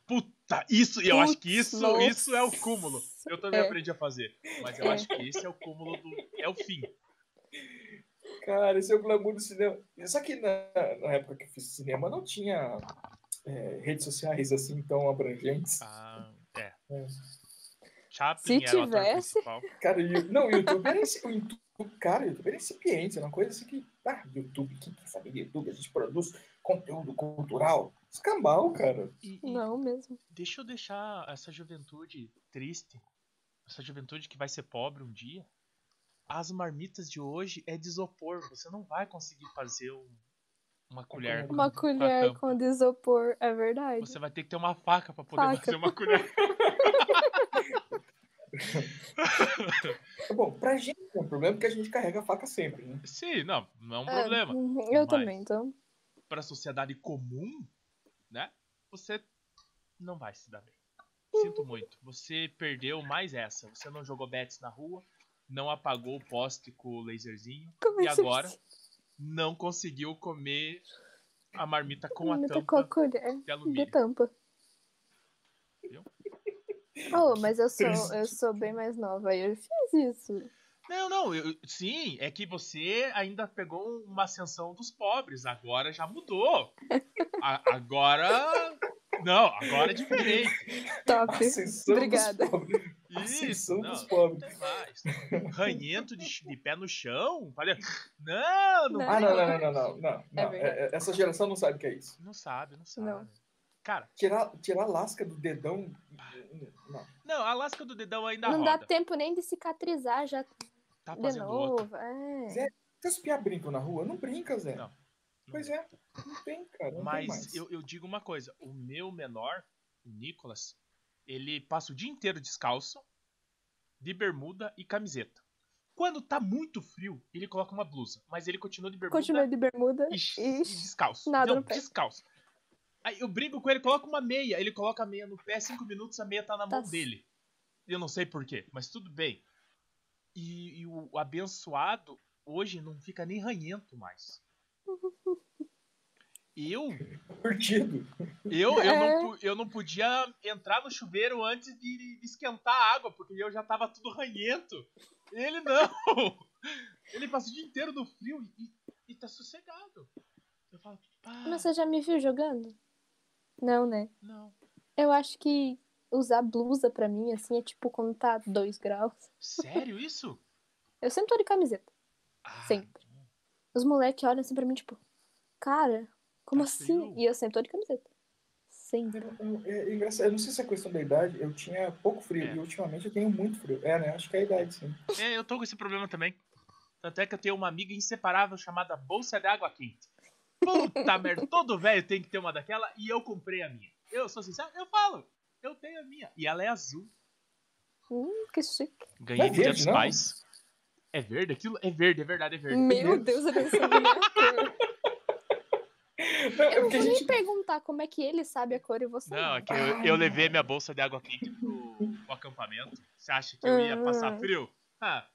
Speaker 1: Puta, Tá, isso, e eu
Speaker 2: Putz,
Speaker 1: acho que isso,
Speaker 2: nossa.
Speaker 1: isso é o cúmulo. Eu também
Speaker 2: É.
Speaker 1: aprendi a fazer. Mas eu
Speaker 2: É.
Speaker 1: acho que esse é o cúmulo do. É o fim.
Speaker 3: Cara, esse é o glamour do cinema. Só que na, na época que eu fiz cinema não tinha é, redes sociais assim tão abrangentes.
Speaker 1: Ah, é.
Speaker 3: É.
Speaker 1: Chaplin
Speaker 2: Se
Speaker 1: era o ator
Speaker 2: tivesse-
Speaker 1: principal.
Speaker 3: Cara, e o- não, o YouTube era esse, o YouTube, cara, o YouTube era incipiente, era uma coisa assim que, ah, YouTube, quem quer saber de YouTube? A gente produz conteúdo cultural. Escambau, cara.
Speaker 1: E, e
Speaker 2: Não mesmo.
Speaker 1: deixa eu deixar essa juventude triste, essa juventude que vai ser pobre um dia. As marmitas de hoje é de isopor. Você não vai conseguir fazer um- uma colher. com-
Speaker 2: É Uma
Speaker 1: com a
Speaker 2: colher
Speaker 1: tampa.
Speaker 2: com desopor, é verdade.
Speaker 1: Você vai ter que ter uma faca pra poder
Speaker 2: Faca.
Speaker 1: fazer uma colher.
Speaker 3: Bom, pra gente não é um problema porque a gente carrega a faca sempre, né?
Speaker 1: Sim, não, não é um
Speaker 2: É,
Speaker 1: problema.
Speaker 2: Eu
Speaker 1: Mas-
Speaker 2: também, então.
Speaker 1: Pra sociedade comum, né? Você não vai se dar bem. Sinto muito. Você perdeu mais essa. Você não jogou bets na rua, não apagou o poste com o laserzinho.
Speaker 2: Como
Speaker 1: E
Speaker 2: é que você
Speaker 1: agora? Não conseguiu comer a marmita com a
Speaker 2: Comida
Speaker 1: tampa
Speaker 2: com a colher
Speaker 1: de
Speaker 2: de
Speaker 1: alumínio.
Speaker 2: tampa.
Speaker 1: Viu?
Speaker 2: Oh, mas eu sou,
Speaker 3: Triste.
Speaker 2: eu sou bem mais nova e eu fiz isso.
Speaker 1: Não, não, eu- sim, é que você ainda pegou uma ascensão dos pobres, agora já mudou. A- agora. Não, agora é diferente.
Speaker 2: Top.
Speaker 3: Ascensão dos
Speaker 2: Obrigada.
Speaker 3: pobres.
Speaker 1: Isso,
Speaker 3: Ascensão
Speaker 1: não,
Speaker 3: dos pobres.
Speaker 1: até mais. Ranhento de, ch- de pé no chão? Falei, não, não,
Speaker 2: Não.
Speaker 3: Ah, não, não, não, não, não, não, não.
Speaker 2: É verdade.
Speaker 3: É- é- Essa geração não sabe o que é isso.
Speaker 1: Não sabe, não sabe.
Speaker 2: Não.
Speaker 1: Cara,
Speaker 3: Tirar, tirar lasca do dedão. Não.
Speaker 1: não, a lasca do dedão ainda
Speaker 2: Não dá
Speaker 1: tá roda.
Speaker 2: tempo nem de cicatrizar já
Speaker 1: Tá
Speaker 2: de
Speaker 1: fazendo outra.
Speaker 2: novo. É.
Speaker 3: Zé, Vocês piá brincam na rua? Não brinca, Zé.
Speaker 1: Não.
Speaker 3: Pois é, não tem, cara. Não tem
Speaker 1: Mas
Speaker 3: mais.
Speaker 1: eu, eu digo uma coisa: o meu menor, o Nicolas, ele passa o dia inteiro descalço, de bermuda e camiseta. Quando tá muito frio, ele coloca uma blusa, mas ele continua de bermuda
Speaker 2: Continua de bermuda
Speaker 1: e,
Speaker 2: e
Speaker 1: e descalço.
Speaker 2: nada
Speaker 1: Não,
Speaker 2: no pé.
Speaker 1: descalço. Aí eu brigo com ele, coloca uma meia, ele coloca a meia no pé, cinco minutos a meia tá na
Speaker 2: Tá
Speaker 1: mão
Speaker 2: c-
Speaker 1: dele. Eu não sei porquê, mas tudo bem. E, e o abençoado hoje não fica nem ranhento mais. Eu
Speaker 3: Curtido.
Speaker 1: eu, eu,
Speaker 2: É.
Speaker 1: não, pu- eu não podia entrar no chuveiro antes de, de esquentar a água, porque eu já tava tudo ranhento. Ele não! Ele passa o dia inteiro no frio e, e- e tá sossegado. Eu falo, pá,
Speaker 2: Mas é você já me viu jogando? Não, né?
Speaker 1: não.
Speaker 2: Eu acho que usar blusa pra mim, assim, é tipo quando tá 2 graus.
Speaker 1: Sério isso?
Speaker 2: Eu sempre tô de camiseta,
Speaker 1: Ah,
Speaker 2: sempre. Os moleques olham assim pra mim, tipo, cara, como
Speaker 1: Tá
Speaker 2: assim?
Speaker 1: frio.
Speaker 2: E eu sempre tô de camiseta. Sempre.
Speaker 3: Eu- É engraçado. Eu não sei se é questão da idade. Eu tinha pouco frio
Speaker 1: É.
Speaker 3: e ultimamente eu tenho muito frio. É, né? Acho que é a idade, sim.
Speaker 1: É, eu tô com esse problema também. Tanto é que eu tenho uma amiga inseparável chamada Bolsa de Água Quente. Puta merda, todo velho tem que ter uma daquela e eu comprei a minha. Eu sou sincero, eu falo, eu tenho a minha. E ela é azul.
Speaker 2: Hum, que chique.
Speaker 1: Ganhei
Speaker 3: Não é
Speaker 1: do Dia
Speaker 3: verde,
Speaker 1: dos
Speaker 3: não?
Speaker 1: Pais. É verde aquilo? É verde, é verdade, é verde.
Speaker 2: Meu Deus, eu não sabia. a cor.
Speaker 3: Não, é
Speaker 2: Eu não
Speaker 3: porque a
Speaker 2: vou nem
Speaker 3: gente.
Speaker 2: perguntar como é que ele sabe a cor e você
Speaker 1: Não,
Speaker 2: não.
Speaker 1: é que eu, eu levei minha bolsa de água quente pro, pro acampamento. Você acha que eu ia passar
Speaker 2: Ah.
Speaker 1: frio? Ah,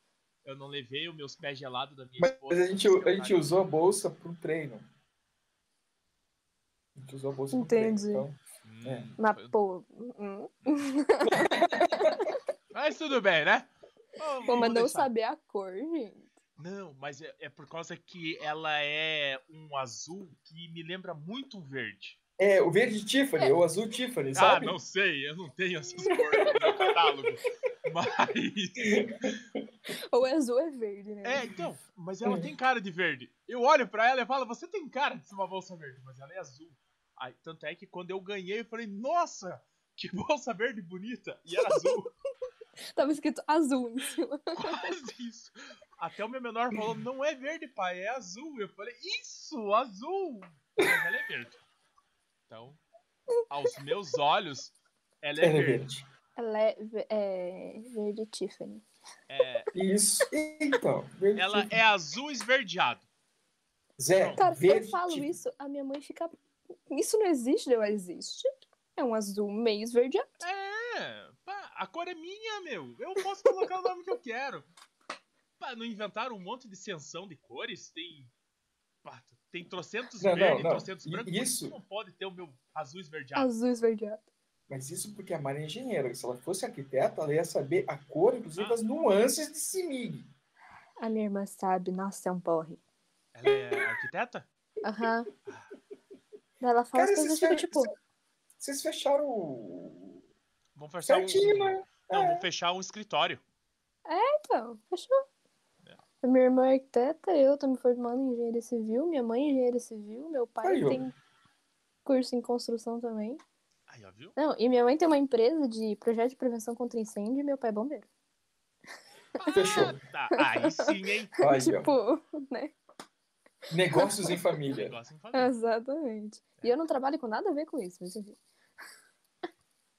Speaker 1: eu não levei os meus pés gelados da minha
Speaker 3: Mas
Speaker 1: esposa.
Speaker 3: a gente, a gente usou a bolsa pro treino. A gente usou a bolsa pro treino.
Speaker 2: Entendi.
Speaker 3: então.
Speaker 1: Hum,
Speaker 3: É.
Speaker 2: Mas,
Speaker 1: foi-
Speaker 2: pô, hum,
Speaker 1: Mas tudo bem, né? Oh,
Speaker 2: Pô,
Speaker 1: vou
Speaker 2: mas não
Speaker 1: deixar.
Speaker 2: saber a cor, gente.
Speaker 1: Não, mas é, é por causa que ela é um azul que me lembra muito um verde.
Speaker 3: É, o verde Tiffany, ou o azul Tiffany,
Speaker 1: Ah,
Speaker 3: sabe?
Speaker 1: não sei, eu não tenho essas cores no meu catálogo. Mas.
Speaker 2: Ou é azul ou é verde, né?
Speaker 1: É, então, mas ela tem cara de verde. Eu olho pra ela e falo, você tem cara de ser uma bolsa verde, mas ela é azul. Aí, tanto é que quando eu ganhei, eu falei, nossa, que bolsa verde bonita! E era azul,
Speaker 3: É.
Speaker 2: Tava escrito azul em cima.
Speaker 1: quase isso. Até o meu menor falou, não é verde, pai, é azul. Eu falei, isso, azul! Mas ela é verde. Então, aos meus olhos, ela é
Speaker 3: Ela é
Speaker 1: verde.
Speaker 3: verde.
Speaker 2: Ela é, ve- é verde Tiffany.
Speaker 1: É,
Speaker 3: Isso. Então, verde
Speaker 1: ela
Speaker 3: Tiffany.
Speaker 1: é azul esverdeado.
Speaker 3: Zé,
Speaker 2: Cara,
Speaker 3: verde
Speaker 2: eu falo
Speaker 3: Tiffany.
Speaker 2: isso, a minha mãe fica. Isso não existe, eu existe. É um azul meio verde.
Speaker 1: É, pá, a cor é minha, meu. Eu posso colocar o nome que eu quero. Pá, não inventaram um monte de extensão de cores? Tem. Pá, tem trocentos
Speaker 3: Não, não,
Speaker 1: verde,
Speaker 3: não.
Speaker 1: trocentos
Speaker 3: E-
Speaker 1: branco. Por
Speaker 3: isso-
Speaker 1: que Não pode ter o meu azul esverdeado.
Speaker 2: Azul esverdeado.
Speaker 3: Mas isso porque a Mari é engenheira. Se ela fosse arquiteta, ela ia saber a cor, inclusive
Speaker 1: Ah.
Speaker 3: as nuances de simig.
Speaker 2: A minha irmã sabe, nossa, é um porre.
Speaker 1: Ela é arquiteta?
Speaker 2: Aham. Ela fala
Speaker 3: Ah. Cara,
Speaker 2: as coisas
Speaker 3: esses
Speaker 2: e fica
Speaker 3: caras-
Speaker 2: tipo.
Speaker 3: Vocês fecharam o.
Speaker 1: Vamos fechar um.
Speaker 3: Certinho, né?
Speaker 1: Não,
Speaker 3: É.
Speaker 1: vamos fechar um escritório.
Speaker 2: Então, fechou. A Minha irmã é arquiteta, eu tô me formando em engenharia civil, minha mãe é engenharia civil, meu pai
Speaker 3: Aí, ó.
Speaker 2: tem curso em construção também.
Speaker 1: Aí, ó, viu?
Speaker 2: Não, e minha mãe tem uma empresa de projeto de prevenção contra incêndio e meu pai é bombeiro.
Speaker 3: Fechou.
Speaker 1: Ah, tá. Aí sim, hein?
Speaker 3: Aí,
Speaker 2: tipo, né?
Speaker 3: ó. Negócios em família.
Speaker 1: Negócio em família.
Speaker 2: Exatamente. E eu não trabalho com nada a ver com isso, mas enfim.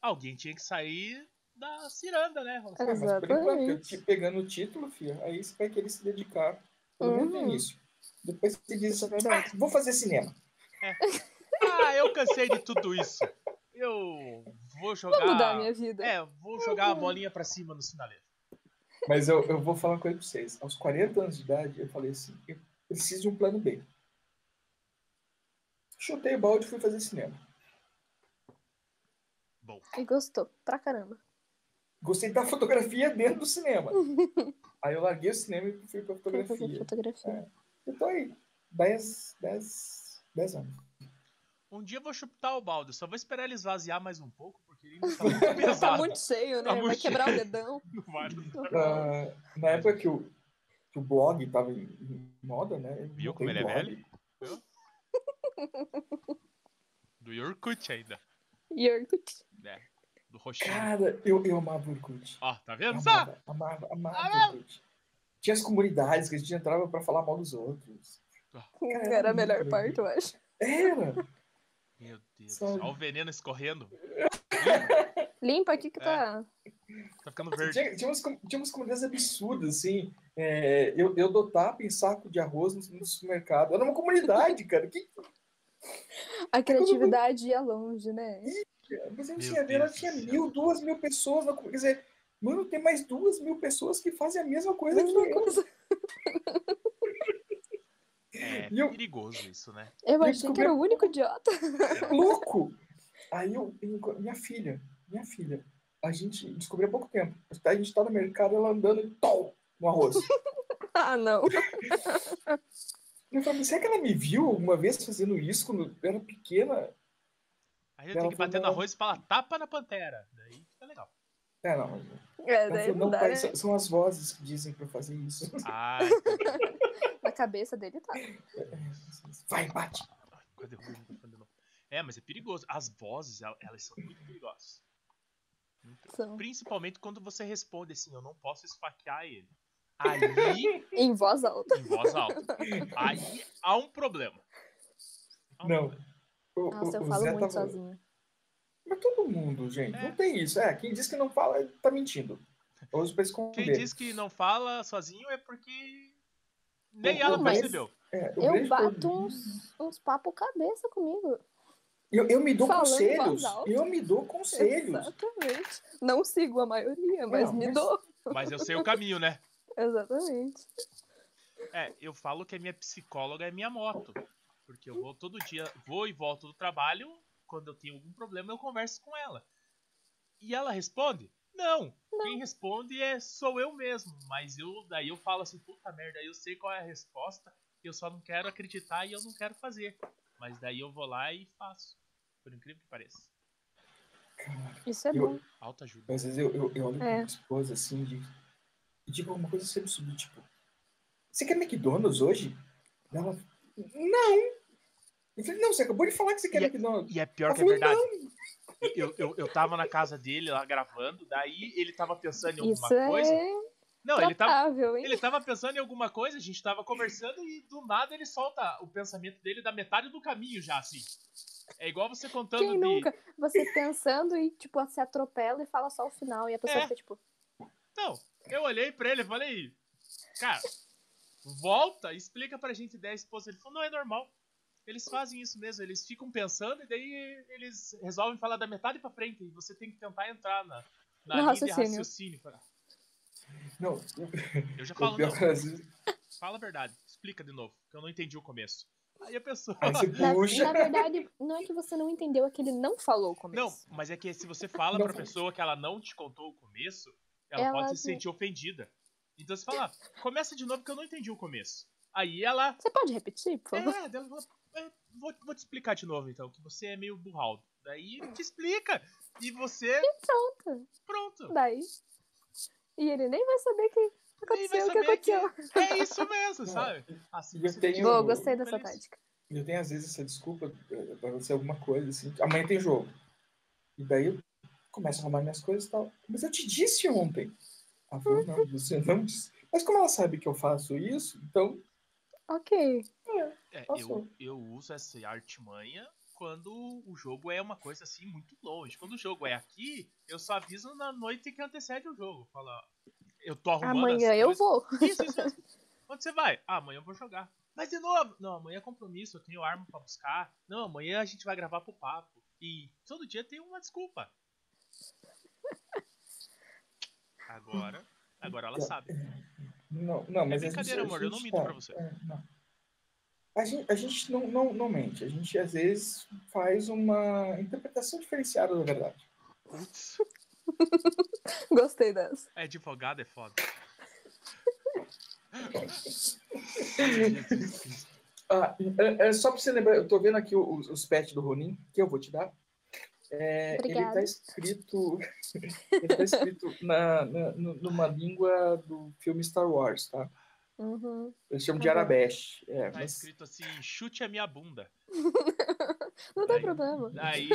Speaker 1: Alguém tinha que sair da ciranda, né? Raul?
Speaker 3: Ah, mas por enquanto, eu te
Speaker 2: Exatamente.
Speaker 3: pegando o título, filho, aí você vai querer se dedicar, pelo menos no
Speaker 2: Uhum.
Speaker 3: início. Depois você diz,
Speaker 2: Isso é verdade.
Speaker 3: "Ah, vou fazer cinema.
Speaker 1: Ah, eu cansei de tudo isso. Eu vou jogar.
Speaker 2: Vou
Speaker 3: Ah,
Speaker 2: mudar a minha vida.
Speaker 1: É, vou jogar a bolinha pra cima no sinaleiro.
Speaker 3: Mas eu, eu vou falar uma coisa pra vocês. Aos 40 anos de idade, eu falei assim, eu preciso de um plano B. Chutei o balde e fui fazer cinema.
Speaker 1: Bom,
Speaker 2: E gostou, pra caramba.
Speaker 3: Gostei da fotografia dentro do cinema. aí eu larguei o cinema e fui pra
Speaker 2: Pra fazer
Speaker 3: fotografia.
Speaker 2: fotografia.
Speaker 3: Eu tô aí, 10, 10, 10 anos.
Speaker 1: um dia eu vou chutar o balde, só vou esperar ele esvaziar mais um pouco, porque ele ainda tá muito pesado.
Speaker 2: Tá muito cheio, né?
Speaker 1: Tá muito
Speaker 2: Vai quebrar
Speaker 1: cheio.
Speaker 2: o dedão.
Speaker 1: Não vai-
Speaker 3: Ah, na época que o, que o blog tava em, em moda, né? eu
Speaker 1: Viu
Speaker 3: montei
Speaker 1: como
Speaker 3: um
Speaker 1: ele é
Speaker 3: blog.
Speaker 1: velho? Do Yorkut ainda.
Speaker 2: E Orkut.
Speaker 1: Do roxinho.
Speaker 3: Cara, eu, eu amava o Orkut.
Speaker 1: Ó, Ah. tá vendo só?
Speaker 3: Amava, amava, amava
Speaker 1: Ah,
Speaker 3: o Orkut. Tinha as comunidades que a gente entrava pra falar mal dos outros.
Speaker 2: Era a melhor
Speaker 3: Caramba.
Speaker 2: parte, eu acho.
Speaker 3: Era!
Speaker 1: Meu Deus,
Speaker 3: Sabe.
Speaker 1: olha o veneno escorrendo.
Speaker 2: Limpa aqui que
Speaker 1: É.
Speaker 2: tá.
Speaker 1: Tá ficando verde.
Speaker 3: Tinha, tinha, umas, com- tinha umas comunidades absurdas, assim. É, eu, eu dotava em saco de arroz no, no supermercado. Era uma comunidade, cara. Que, É
Speaker 2: A criatividade ia longe, né?
Speaker 3: mas eu não
Speaker 1: Meu
Speaker 3: tinha ver, ela
Speaker 1: Deus
Speaker 3: tinha
Speaker 1: do céu.
Speaker 3: mil, duas mil pessoas. Na, comu- quer dizer, mano, tem mais duas mil pessoas que fazem a mesma coisa que
Speaker 2: Mesma
Speaker 3: eu.
Speaker 2: coisa.
Speaker 1: É
Speaker 3: E eu-
Speaker 1: perigoso isso, né?
Speaker 2: Eu
Speaker 3: E
Speaker 2: achei que era o único idiota.
Speaker 3: Louco! Aí eu, eu- minha filha, minha filha, a gente descobriu há pouco tempo. A gente tá no mercado, ela andando e tom, no arroz.
Speaker 2: Ah, não.
Speaker 3: Eu falei, será que ela me viu alguma vez fazendo isso quando eu era pequena?
Speaker 1: Aí eu tenho
Speaker 3: Ela
Speaker 1: que bater
Speaker 3: falou-
Speaker 1: no arroz e falar tapa na pantera. Daí fica legal.
Speaker 3: É, não. Ela
Speaker 2: É, daí
Speaker 3: falou,
Speaker 2: não
Speaker 3: não,
Speaker 2: dá,
Speaker 3: pai,
Speaker 2: né?
Speaker 3: são- são as vozes que dizem pra eu fazer isso.
Speaker 1: Ah,
Speaker 2: Na cabeça dele tá.
Speaker 3: Vai, bate.
Speaker 1: Ai, Cadê o microfone de novo? É, mas é perigoso. As vozes, el- elas são muito perigosas.
Speaker 2: São.
Speaker 1: Principalmente quando você responde assim, eu não posso esfaquear ele. Aí,
Speaker 2: Em voz alta.
Speaker 1: em voz alta. Aí há um problema. Há um
Speaker 3: Não.
Speaker 1: problema.
Speaker 3: O,
Speaker 2: Nossa,
Speaker 3: o-
Speaker 2: eu
Speaker 3: o
Speaker 2: falo
Speaker 3: Zé
Speaker 2: muito
Speaker 3: tá-
Speaker 2: sozinha.
Speaker 3: Mas todo mundo, gente,
Speaker 1: É.
Speaker 3: não tem isso. É, quem diz que não fala, tá mentindo. Hoje pra esconder.
Speaker 1: Quem diz que não fala sozinho é porque nem
Speaker 3: Eu-
Speaker 1: ela
Speaker 2: eu- mas-
Speaker 1: percebeu.
Speaker 3: É, o
Speaker 2: Eu
Speaker 3: grande
Speaker 2: bato um
Speaker 3: problema-
Speaker 2: uns, uns papo cabeça comigo.
Speaker 3: Eu, eu me dou
Speaker 2: falando em
Speaker 3: conselhos.
Speaker 2: voz alta.
Speaker 3: Eu me dou conselhos.
Speaker 2: Exatamente. Não sigo a maioria, mas
Speaker 3: Não,
Speaker 2: me
Speaker 3: mas-
Speaker 2: dou.
Speaker 1: Mas eu sei o caminho, né?
Speaker 2: Exatamente.
Speaker 1: É, eu falo que a minha psicóloga é minha moto. Porque eu vou todo dia, vou e volto do trabalho. Quando eu tenho algum problema, eu converso com ela. E ela responde: Não, Quem responde é sou eu mesmo, mas eu daí eu falo assim, puta merda, eu sei qual é a resposta, eu só não quero acreditar e eu não quero fazer. Mas daí eu vou lá e faço. Por incrível que pareça.
Speaker 2: Isso é
Speaker 3: Eu-
Speaker 2: bom.
Speaker 1: Alta ajuda.
Speaker 3: Às vezes eu, eu, eu olho pra
Speaker 2: É.
Speaker 3: minha esposa assim de, e digo alguma coisa sempre sobre, tipo, você quer McDonald's hoje? Ela, não. Eu falei, não, você acabou de falar que você quer
Speaker 1: E-
Speaker 3: McDonald's.
Speaker 1: E é pior
Speaker 3: Ela
Speaker 1: que é
Speaker 3: falou,
Speaker 1: verdade. Eu, eu, eu tava na casa dele lá gravando, daí ele tava pensando em alguma
Speaker 2: Isso
Speaker 1: coisa.
Speaker 2: é
Speaker 1: Não, ele tá tava,
Speaker 2: tratável, hein?
Speaker 1: ele tava pensando em alguma coisa, a gente tava conversando e do nada ele solta o pensamento dele da metade do caminho já, assim. É igual você contando
Speaker 2: Quem
Speaker 1: de.
Speaker 2: nunca? Você pensando e, tipo, se atropela e fala só o final. E a pessoa
Speaker 1: É.
Speaker 2: fica, tipo,
Speaker 1: Não, eu olhei pra ele e falei, cara, volta e explica pra gente ideia esposa. Ele falou, não é normal. Eles fazem isso mesmo, eles ficam pensando e daí eles resolvem falar da metade pra frente. E você tem que tentar entrar na, na
Speaker 2: No
Speaker 1: linha de
Speaker 2: raciocínio.
Speaker 1: raciocínio. Cara.
Speaker 3: Não, eu,
Speaker 1: Eu já
Speaker 3: eu,
Speaker 1: falo, não,
Speaker 3: pior que às vezes-
Speaker 1: fala a verdade, explica de novo, que eu não entendi o começo. Aí a pessoa.
Speaker 3: aí você
Speaker 2: na,
Speaker 3: puxa.
Speaker 2: na verdade, não é que você não entendeu, é que ele não falou o começo.
Speaker 1: Não, mas é que se você fala
Speaker 3: Não
Speaker 1: pra
Speaker 3: faz.
Speaker 1: pessoa que ela não te contou o começo, ela,
Speaker 2: Ela
Speaker 1: pode se
Speaker 2: não-
Speaker 1: sentir ofendida. Então você fala, "Ah, começa de novo que eu não entendi o começo. Aí ela
Speaker 2: Você pode repetir, por favor?
Speaker 1: É, dela falou, "É, vou, vou te explicar de novo, então, que você é meio burraldo. Daí te explica. E você,
Speaker 2: Pronto.
Speaker 1: pronto.
Speaker 2: Daí. E ele nem vai saber que
Speaker 1: Daí vai
Speaker 2: aconteceu o que
Speaker 1: saber que
Speaker 2: aconteceu.
Speaker 1: é isso mesmo, sabe? Assim,
Speaker 3: Eu
Speaker 1: você
Speaker 3: tenho-
Speaker 1: fica
Speaker 2: Boa,
Speaker 3: Eu-
Speaker 2: gostei dessa
Speaker 1: feliz.
Speaker 2: tática.
Speaker 3: Eu tenho às vezes essa desculpa eh, pra acontecer alguma coisa, assim. Amanhã tem jogo. E daí eu começo a arrumar minhas coisas e tal. Mas eu te disse ontem. Ela falou, não, você não disse. Mas como ela sabe que eu faço isso, então
Speaker 2: Ok.
Speaker 1: É, eu,
Speaker 3: Passou.
Speaker 1: eu uso essa artimanha quando o jogo é uma coisa assim muito longe. Quando o jogo é aqui, eu só aviso na noite que antecede o jogo. Fala, eu tô arrumando
Speaker 2: Amanhã
Speaker 1: as
Speaker 2: eu
Speaker 1: coisas."
Speaker 2: vou.
Speaker 1: Isso, isso, isso. Onde você vai? Ah, amanhã eu vou jogar. Mas de novo? Não, amanhã é compromisso, eu tenho arma pra buscar. Não, amanhã a gente vai gravar pro papo. E todo dia tem uma desculpa. Agora, agora ela sabe.
Speaker 3: Não, não, mas a gente-
Speaker 1: É brincadeira,
Speaker 3: a
Speaker 1: amor,
Speaker 3: gente
Speaker 1: eu não minto
Speaker 3: tá-
Speaker 1: pra você.
Speaker 3: é, não. A gente, a gente não, não, não mente, a gente às vezes faz uma interpretação diferenciada da verdade.
Speaker 1: Putz,
Speaker 2: Gostei dessa.
Speaker 1: é advogado, é foda. Jesus Cristo.
Speaker 3: Ah, é, é só pra você lembrar, eu tô vendo aqui os, os pets do Ronin, que eu vou te dar. É, ele
Speaker 2: Obrigada.
Speaker 3: tá escrito. ele tá escrito na, na- nu- numa língua do filme Star Wars, tá?
Speaker 2: Uhum.
Speaker 3: Eles chamam de
Speaker 2: Tá bom.
Speaker 3: Arabesh. É,
Speaker 1: Tá
Speaker 3: mas-
Speaker 1: escrito assim, chute a minha bunda.
Speaker 2: Não tem
Speaker 1: Aí.
Speaker 2: problema.
Speaker 1: Aí,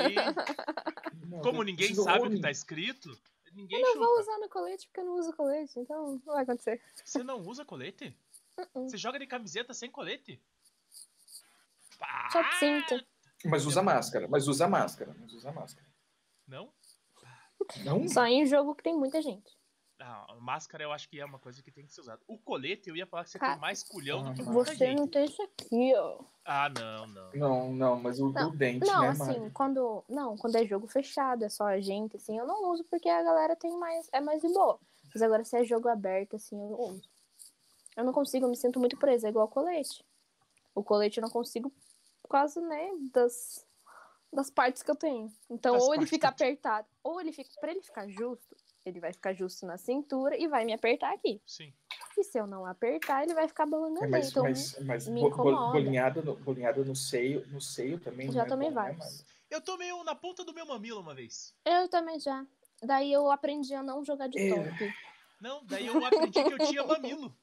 Speaker 3: não,
Speaker 1: como
Speaker 3: do-
Speaker 1: ninguém
Speaker 3: do
Speaker 1: sabe o que
Speaker 3: Ronin.
Speaker 1: tá escrito, ninguém
Speaker 2: Eu não vou
Speaker 1: chuta.
Speaker 2: usar no colete porque eu não uso colete, então não vai acontecer.
Speaker 1: Você não usa colete?
Speaker 2: Uh-uh.
Speaker 1: Você joga de camiseta sem colete? Ah! Pá!
Speaker 2: Só sinto.
Speaker 3: Mas usa máscara, mas usa máscara, mas usa máscara.
Speaker 1: Não?
Speaker 3: Não?
Speaker 2: Só em jogo que tem muita gente.
Speaker 1: Ah, máscara eu acho que é uma coisa que tem que ser usada. O colete eu ia falar que você
Speaker 2: Cara,
Speaker 1: tem mais culhão do que
Speaker 3: Ah,
Speaker 1: muita
Speaker 2: Você
Speaker 1: gente.
Speaker 2: não tem isso aqui, ó.
Speaker 1: Ah, não, não.
Speaker 3: Não, não, mas o,
Speaker 2: Não,
Speaker 3: o dente,
Speaker 2: Não,
Speaker 3: né,
Speaker 2: assim,
Speaker 3: Mari?
Speaker 2: quando. Não, quando é jogo fechado, é só a gente, assim, eu não uso porque a galera tem mais. É mais de boa. Mas agora se é jogo aberto, assim, eu não uso. Eu não consigo, eu me sinto muito presa, é igual colete. O colete eu não consigo por causa, né, das, das partes que eu tenho. Então,
Speaker 1: Das
Speaker 2: ou ele
Speaker 1: partes
Speaker 2: fica
Speaker 1: que eu tenho.
Speaker 2: apertado, ou ele fica. Pra ele ficar justo, ele vai ficar justo na cintura e vai me apertar aqui.
Speaker 1: Sim.
Speaker 2: E se eu não apertar, ele vai ficar
Speaker 3: É,
Speaker 2: balangando.
Speaker 3: mas,
Speaker 2: então,
Speaker 3: mas, mas
Speaker 2: me
Speaker 3: bo- bo-
Speaker 2: incomoda.
Speaker 3: bolinhada, no, bolinhada no seio, no seio também.
Speaker 2: Já
Speaker 3: não é
Speaker 2: tomei
Speaker 3: bom, né,
Speaker 2: vários.
Speaker 3: Mari?
Speaker 1: Eu tomei um na ponta do meu mamilo uma vez.
Speaker 2: eu também já. Daí eu aprendi a não jogar de
Speaker 3: É.
Speaker 2: top.
Speaker 1: Não, daí eu aprendi que eu tinha mamilo.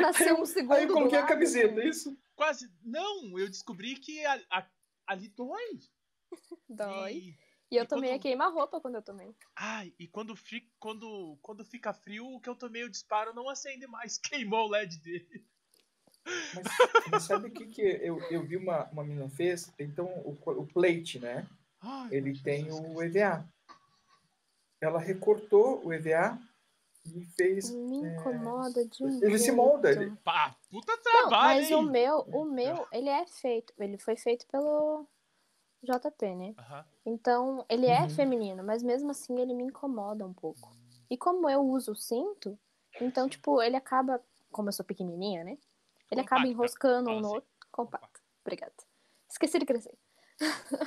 Speaker 2: Nasceu um segundo.
Speaker 3: Aí eu coloquei
Speaker 2: do
Speaker 3: a
Speaker 2: lado,
Speaker 3: camiseta,
Speaker 2: né?
Speaker 3: é isso?
Speaker 1: Quase. Não, eu descobri que a- a- ali dói.
Speaker 2: Dói.
Speaker 1: E-
Speaker 2: E eu
Speaker 1: E
Speaker 2: tomei
Speaker 1: quando-
Speaker 2: a queima-roupa quando eu tomei.
Speaker 1: Ai, e quando fica, quando, quando fica frio, o que eu tomei o disparo não acende mais. Queimou o LED dele.
Speaker 3: Mas, mas sabe o que, que eu, eu vi uma, uma menina fez? Então, o, co- o plate, né?
Speaker 1: Ai,
Speaker 3: Ele
Speaker 1: Jesus
Speaker 3: tem
Speaker 1: Cristo.
Speaker 3: o EVA. Ela recortou o EVA e fez.
Speaker 2: Me
Speaker 3: É.
Speaker 2: incomoda de um
Speaker 3: Ele se molda,
Speaker 2: jeito.
Speaker 3: ele-
Speaker 1: Pá, puta
Speaker 2: Não,
Speaker 1: trabalho,
Speaker 2: mas o
Speaker 1: hein?
Speaker 2: meu, o meu, ele é feito. Ele foi feito pelo JP, né?
Speaker 1: Aham.
Speaker 2: Então, ele é
Speaker 3: Uhum.
Speaker 2: feminino, mas mesmo assim ele me incomoda um pouco. E como eu uso o cinto, então, tipo, ele acaba, como eu sou pequenininha, né? Ele acaba
Speaker 1: Compacta.
Speaker 2: enroscando
Speaker 1: Fala
Speaker 2: um no
Speaker 1: assim.
Speaker 2: outro. Compacto. Obrigada. Esqueci de crescer.
Speaker 1: Eu Eu tava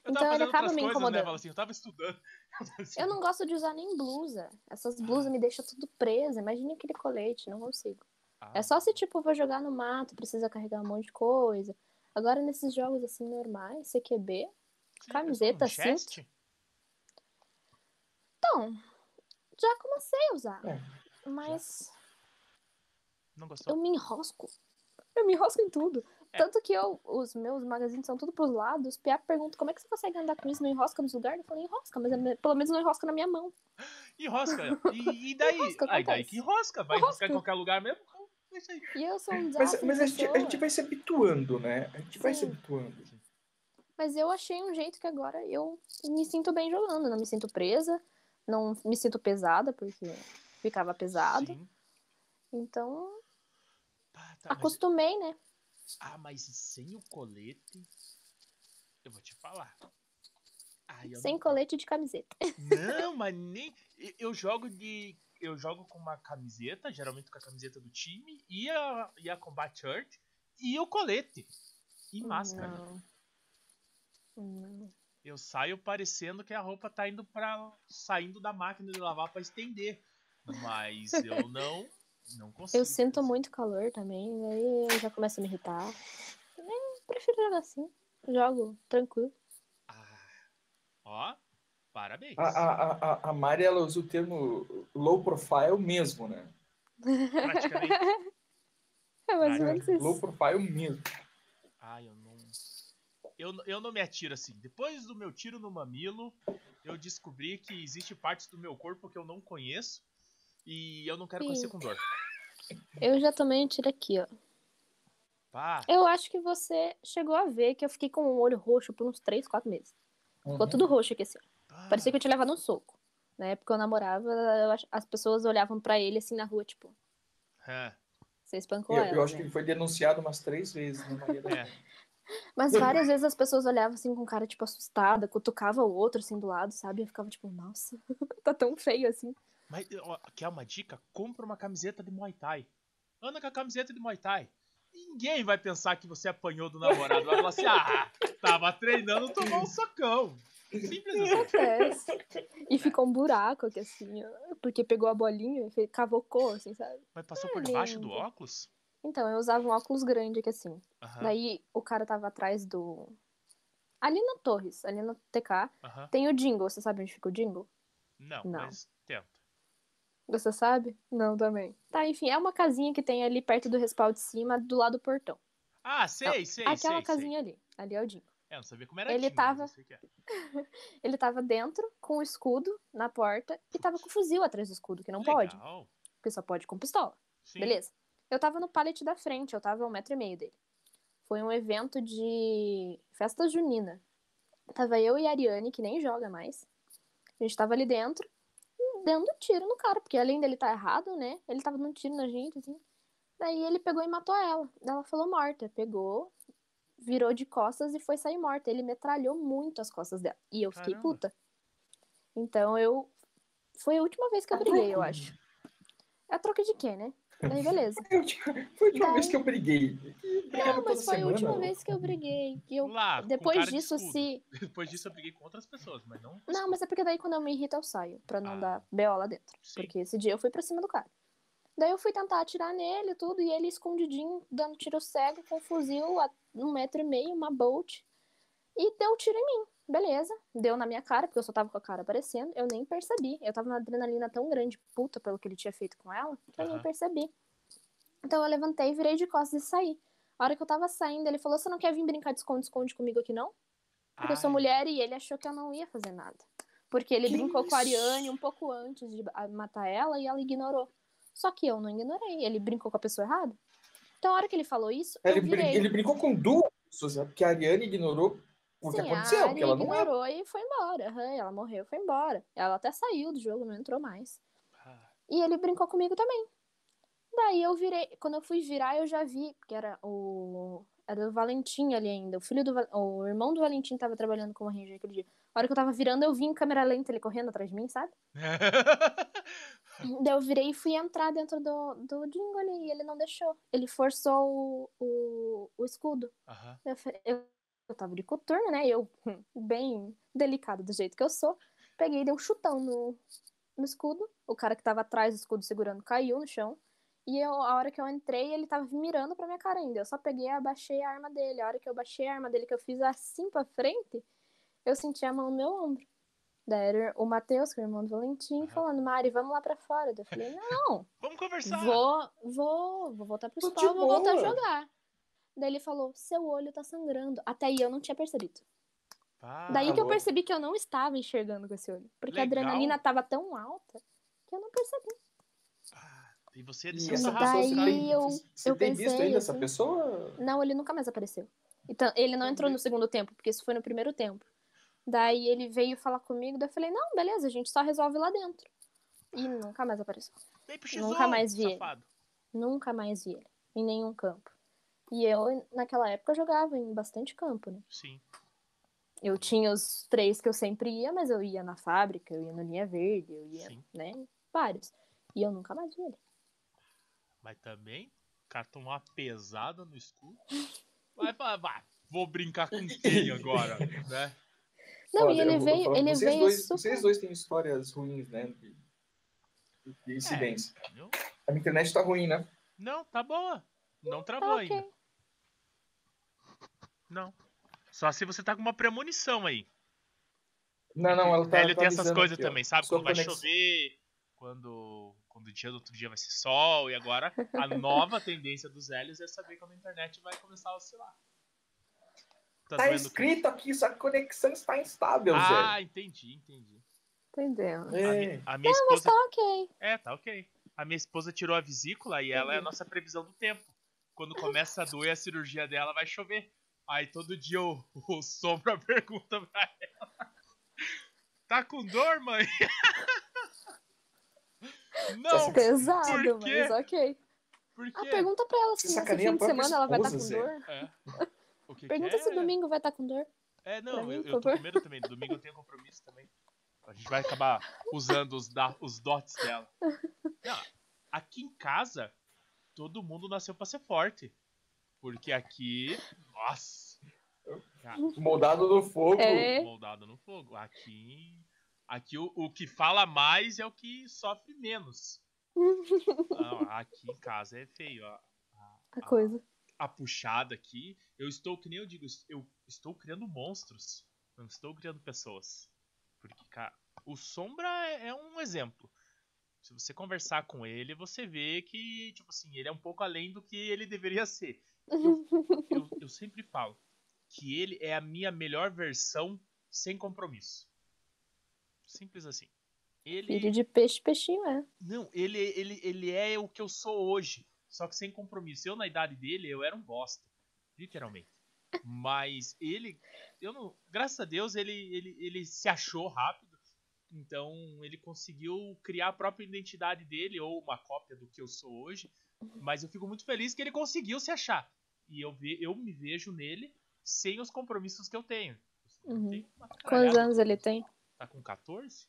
Speaker 2: Então, ele
Speaker 1: fazendo
Speaker 2: acaba
Speaker 1: outras
Speaker 2: me
Speaker 1: coisas, né?
Speaker 2: incomodando.
Speaker 1: Fala assim, eu tava estudando. Eu tava assim,
Speaker 2: Eu não gosto de usar nem blusa. Essas blusas me deixam tudo presa. Imagina aquele colete, não consigo.
Speaker 1: ah,
Speaker 2: É só se, tipo, vou jogar no mato, precisa carregar um monte de coisa. Agora, nesses jogos, assim, normais, CQB...
Speaker 1: sim,
Speaker 2: camiseta,
Speaker 1: mas com chest?
Speaker 2: Então, já comecei a usar.
Speaker 3: É,
Speaker 2: mas...
Speaker 1: Não gostou?
Speaker 2: Eu me enrosco. Eu me enrosco em tudo.
Speaker 1: É.
Speaker 2: Tanto que eu, os meus magazines são tudo pros lados. O PA pergunta como é que você consegue andar com isso? Não enrosca nos lugares? Eu falei, enrosca, mas é- pelo menos não enrosca na minha mão.
Speaker 1: E rosca. E, e daí?
Speaker 2: Enrosca,
Speaker 1: ah, e daí
Speaker 2: acontece.
Speaker 1: que rosca. Vai
Speaker 2: Enrosca.
Speaker 1: roscar em qualquer lugar mesmo? então é Isso aí.
Speaker 2: E eu sou um
Speaker 3: Mas, é,
Speaker 2: desastre.
Speaker 3: tipo, mas
Speaker 2: de
Speaker 3: a, gente, a
Speaker 2: pessoa.
Speaker 3: gente vai se habituando, né? A gente vai se
Speaker 2: Sim.
Speaker 3: habituando.
Speaker 2: Mas eu achei um jeito que agora eu me sinto bem jogando. Não me sinto presa, não me sinto pesada, porque ficava pesado.
Speaker 1: Sim.
Speaker 2: Então,
Speaker 1: Pá, tá, mas-
Speaker 2: acostumei, né?
Speaker 1: Ah, mas sem o colete. Eu vou te falar. Ah, eu
Speaker 2: Sem
Speaker 1: não-
Speaker 2: colete de camiseta.
Speaker 1: Não, mas nem. eu- Eu jogo de. Eu jogo com uma camiseta, geralmente com a camiseta do time, e a, e a Combat Shirt, e o colete.
Speaker 2: Uhum.
Speaker 1: E máscara.
Speaker 2: Não. Não.
Speaker 1: Eu saio parecendo que a roupa tá indo para saindo da máquina de lavar pra estender, mas eu não não consigo.
Speaker 2: Eu sinto muito calor também, aí eu já começo a me irritar. Eu prefiro jogar assim. Jogo tranquilo.
Speaker 1: Ah, ó, parabéns.
Speaker 3: A, a, a- a, a Mari, ela usa o termo low profile mesmo, né?
Speaker 1: Praticamente.
Speaker 2: É mais ou
Speaker 1: Ah,
Speaker 2: menos
Speaker 3: Low
Speaker 2: isso.
Speaker 3: profile mesmo.
Speaker 1: Ah, eu não. Eu, n- eu não me atiro assim. Depois do meu tiro no mamilo, eu descobri que existe partes do meu corpo que eu não conheço e eu não quero
Speaker 2: Sim.
Speaker 1: conhecer com dor.
Speaker 2: Eu já tomei um tiro aqui, ó.
Speaker 1: Pá,
Speaker 2: Eu acho que você chegou a ver que eu fiquei com o olho roxo por uns 3, 4 meses.
Speaker 3: Uhum.
Speaker 2: Ficou
Speaker 1: Uhum.
Speaker 2: tudo roxo aqui, assim. ó.
Speaker 1: pá.
Speaker 2: Parecia que eu tinha levado um soco. Na época que eu namorava, eu ach- as pessoas olhavam pra ele assim na rua, tipo,
Speaker 1: Ah,
Speaker 2: você espancou
Speaker 3: Eu, eu
Speaker 2: ela.
Speaker 3: acho que
Speaker 2: né?
Speaker 3: ele foi denunciado umas três vezes, né, Maria?
Speaker 1: é.
Speaker 2: Mas várias vezes as pessoas olhavam assim com cara, tipo, assustada, cutucava o outro assim do lado, sabe? Eu ficava tipo, nossa, tá tão feio assim.
Speaker 1: Mas ó, quer uma dica? Compra uma camiseta de Muay Thai. Anda com a camiseta de Muay Thai. Ninguém vai pensar que você apanhou do namorado. Vai falar assim: ah, tava treinando, tomou um socão. Simples assim.
Speaker 2: Acontece. é E ficou um buraco aqui, assim, ó, porque pegou a bolinha e fe- cavocou, assim, sabe?
Speaker 1: Mas passou por debaixo do
Speaker 2: lindo.
Speaker 1: óculos?
Speaker 2: Então, eu usava um óculos grande aqui, assim.
Speaker 3: Ah.
Speaker 1: Aham,
Speaker 2: Daí, o cara tava atrás do... Ali na Torres, ali no TK,
Speaker 1: aham.
Speaker 2: tem o jingle. Você sabe onde fica o jingle?
Speaker 1: Não,
Speaker 2: Não.
Speaker 1: mas tenta.
Speaker 2: Você sabe? Não, também. Tá, enfim, é uma casinha que tem ali perto do respaldo de cima, do lado do portão.
Speaker 1: Ah, sei, sei,
Speaker 2: Aquela
Speaker 1: sei, sei.
Speaker 2: casinha ali. Ali é o jingle.
Speaker 1: É, não sabia como era
Speaker 2: Ele
Speaker 1: Dingo,
Speaker 2: tava-
Speaker 1: mas eu sei que é.
Speaker 2: Ele tava dentro, com o escudo na porta, e tava com o fuzil atrás do escudo, que não pode.
Speaker 1: Legal.
Speaker 2: Porque só pode com pistola.
Speaker 1: Sim.
Speaker 2: Beleza. Eu tava no pallet da frente, eu tava a um metro e meio dele. Foi um evento de festa junina. Tava eu e a Ariane, que nem joga mais. A gente tava ali dentro, dando tiro no cara, porque além dele tá errado, né? Ele tava dando tiro na gente, assim. Daí ele pegou e matou ela. Ela falou morta. Pegou, virou de costas e foi sair morta. Ele metralhou muito as costas dela. E eu fiquei
Speaker 1: Caramba.
Speaker 2: puta. Então eu. Foi a última vez que eu briguei, eu acho. É a troca de quê, né? Daí beleza.
Speaker 3: Foi a última- Foi a última
Speaker 2: Daí-
Speaker 3: vez que eu briguei. E brigava
Speaker 2: Não,
Speaker 3: toda
Speaker 2: mas foi a
Speaker 3: semana. né?
Speaker 2: última vez que eu briguei. Que eu...
Speaker 1: Lá, com
Speaker 2: Depois
Speaker 1: cara de
Speaker 2: disso,
Speaker 1: escudo.
Speaker 2: se.
Speaker 1: Depois disso eu briguei com outras pessoas, mas não.
Speaker 2: Não, mas é porque daí quando eu me irrito eu saio, pra não
Speaker 1: Ah.
Speaker 2: dar BO lá dentro.
Speaker 1: Sim.
Speaker 2: Porque esse dia eu fui pra cima do cara. Daí eu fui tentar atirar nele e tudo, e ele escondidinho, dando tiro cego, com um fuzil a um metro e meio, uma bolt. E deu tiro em mim. Beleza, deu na minha cara, porque eu só tava com a cara aparecendo, eu nem percebi. Eu tava numa adrenalina tão grande, puta, pelo que ele tinha feito com ela, que eu nem
Speaker 1: Aham.
Speaker 2: percebi. Então eu levantei, virei de costas e saí. A hora que eu tava saindo, ele falou: Você não quer vir brincar de esconde-esconde comigo aqui, não? Porque eu sou
Speaker 1: Ai,
Speaker 2: mulher e ele achou que eu não ia fazer nada. Porque ele
Speaker 3: Que
Speaker 2: brincou com a
Speaker 3: isso?
Speaker 2: Ariane um pouco antes de a- matar ela e ela ignorou. Só que eu não ignorei, ele brincou com a pessoa errada. Então, a hora que ele falou isso,
Speaker 3: Ele,
Speaker 2: eu
Speaker 3: brin-
Speaker 2: virei.
Speaker 3: ele brincou com duas pessoas, né? porque a Ariane ignorou o que
Speaker 2: Sim,
Speaker 3: aconteceu,
Speaker 2: a Ari
Speaker 3: porque ela não era.
Speaker 2: ignorou e foi embora. Aham, ela morreu e foi embora. Ela até saiu do jogo, não entrou mais.
Speaker 1: pá.
Speaker 2: E ele brincou comigo também. Daí eu virei. Quando eu fui virar, eu já vi que era o. Era o Valentim ali ainda. O filho do. Val- O irmão do Valentim tava trabalhando como ranger aquele dia. A hora que eu tava virando, eu vi em câmera lenta ele correndo atrás de mim, sabe? Daí eu virei e fui entrar dentro do, do Dingo ali. E ele não deixou. Ele forçou o, o, o escudo.
Speaker 1: Aham.
Speaker 2: Eu, fe- eu eu tava de coturno, né? Eu, bem delicado do jeito que eu sou, peguei e dei um chutão no, no escudo. O cara que tava atrás do escudo segurando caiu no chão. E eu, a hora que eu entrei, ele tava mirando pra minha cara ainda. Eu só peguei e abaixei a arma dele. A hora que eu baixei a arma dele, que eu fiz assim pra frente, eu senti a mão no meu ombro. Daí era o Matheus, que é o irmão do Valentim, falando, Mari, vamos lá pra fora. Daí eu falei, não,
Speaker 1: Vamos conversar.
Speaker 2: vou, vou, vou voltar pra
Speaker 3: Tô
Speaker 2: escola,
Speaker 3: de
Speaker 2: vou voltar a
Speaker 3: boa.
Speaker 2: jogar. Daí ele falou, seu olho tá sangrando. Até aí eu não tinha percebido.
Speaker 1: Pá,
Speaker 2: Daí que eu
Speaker 3: louco.
Speaker 2: percebi que eu não estava enxergando com esse olho. Porque
Speaker 1: Legal.
Speaker 2: a adrenalina tava tão alta que eu não percebi.
Speaker 1: pá. E você é de
Speaker 3: E
Speaker 1: São
Speaker 3: essa
Speaker 2: Daí
Speaker 1: Sarrafo,
Speaker 3: pessoa, você
Speaker 1: cara.
Speaker 3: tem,
Speaker 2: eu-
Speaker 3: você
Speaker 2: eu
Speaker 3: tem
Speaker 2: pensei,
Speaker 3: visto ainda essa
Speaker 2: assim.
Speaker 3: pessoa?
Speaker 2: Não, ele nunca mais apareceu. Então, ele não entrou no segundo tempo, porque isso foi no primeiro tempo. Daí ele veio falar comigo, daí eu falei, não, beleza, a gente só resolve lá dentro. E nunca mais apareceu.
Speaker 1: Vem pro
Speaker 2: Nunca
Speaker 1: X1,
Speaker 2: mais vi ele.
Speaker 1: safado.
Speaker 2: Nunca mais vi ele, em nenhum campo. E eu, naquela época, jogava em bastante campo, né?
Speaker 1: Sim.
Speaker 2: Eu tinha os três que eu sempre ia, mas eu ia na fábrica, eu ia no Linha Verde, eu ia,
Speaker 1: Sim.
Speaker 2: né? Vários. E eu nunca mais vi ele.
Speaker 1: Mas também, cartão uma pesada no escudo. Vai, vai, vai. Vou brincar com quem agora, né?
Speaker 2: Não, e
Speaker 3: Olha,
Speaker 2: ele
Speaker 3: eu vou
Speaker 2: veio,
Speaker 3: falar,
Speaker 2: ele
Speaker 3: vocês
Speaker 2: veio
Speaker 3: dois,
Speaker 2: super...
Speaker 3: Vocês dois têm histórias ruins, né? De,
Speaker 2: É.
Speaker 3: de incidentes.
Speaker 1: É, Entendeu?
Speaker 3: A minha internet tá ruim, né?
Speaker 1: Não, tá boa. Não travou
Speaker 2: Ah, ok.
Speaker 1: ainda. Não. Só se você tá com uma premonição aí.
Speaker 3: Não, não, ela tá.
Speaker 1: Velho É,
Speaker 3: tá
Speaker 1: tem essas
Speaker 3: avisando
Speaker 1: coisas
Speaker 3: aqui, ó.
Speaker 1: também, sabe?
Speaker 3: Sua
Speaker 1: Quando vai
Speaker 3: conexão-
Speaker 1: chover, quando, quando o dia do outro dia vai ser sol, e agora a nova tendência dos velhos é saber quando a internet vai começar a oscilar. Tá
Speaker 3: Tá
Speaker 1: doendo o quê?
Speaker 3: escrito aqui, sua conexão está instável,
Speaker 1: Ah, entendi, entendi.
Speaker 2: Entendeu?
Speaker 1: A,
Speaker 3: Zé. É.
Speaker 1: mi- a minha
Speaker 2: Mas
Speaker 1: esposa.
Speaker 2: tá ok.
Speaker 1: É, tá ok. A minha esposa tirou a vesícula e ela é a nossa previsão do tempo. Quando começa a doer a cirurgia dela, vai chover. Aí todo dia o, o sombra pergunta pra ela: Tá com dor, mãe? Não,
Speaker 2: Pesado,
Speaker 1: tá por quê?
Speaker 2: mas ok.
Speaker 1: por
Speaker 2: Ah,
Speaker 1: quê?
Speaker 2: pergunta pra ela se
Speaker 3: Você
Speaker 2: nesse
Speaker 3: sacaneia a
Speaker 2: fim de
Speaker 3: própria
Speaker 2: semana ela vai estar com
Speaker 3: esposa,
Speaker 2: dor.
Speaker 1: É. O que que
Speaker 2: Pergunta
Speaker 1: é?
Speaker 2: se domingo vai estar com dor.
Speaker 1: É,
Speaker 2: pra
Speaker 1: não,
Speaker 2: mim,
Speaker 1: eu,
Speaker 2: por
Speaker 1: eu tô
Speaker 2: favor.
Speaker 1: primeiro também. Domingo eu tenho compromisso também. A gente vai acabar usando os, da, os dots dela. Não, aqui em casa, todo mundo nasceu pra ser forte. Porque aqui. Nossa!
Speaker 3: Moldado no fogo.
Speaker 2: É.
Speaker 1: Moldado no fogo. Aqui. Aqui o, o que fala mais é o que sofre menos. Não, aqui em casa é feio. ó.
Speaker 2: A coisa.
Speaker 1: a puxada aqui, eu estou, que nem eu digo, eu estou criando monstros. Não estou criando pessoas. Porque, cara, o Sombra é é um exemplo. Se você conversar com ele, você vê que, tipo assim, ele é um pouco além do que ele deveria ser. Eu, eu- eu sempre falo que ele é a minha melhor versão sem compromisso. Simples assim. Ele...
Speaker 2: Filho de peixe, peixinho é.
Speaker 1: Não, ele, ele, ele é o que eu sou hoje. Só que sem compromisso. Eu, na idade dele, eu era um bosta. Literalmente. Mas ele. Eu não, graças a Deus, ele, ele, ele se achou rápido. Então, ele conseguiu criar a própria identidade dele, ou uma cópia do que eu sou hoje. Mas eu fico muito feliz que ele conseguiu se achar. E eu, ve, eu me vejo nele sem os compromissos que eu tenho. Eu um
Speaker 2: Uhum.
Speaker 1: tenho uma
Speaker 2: Quantos
Speaker 1: caralhada.
Speaker 2: anos ele tem?
Speaker 1: Tá com 14?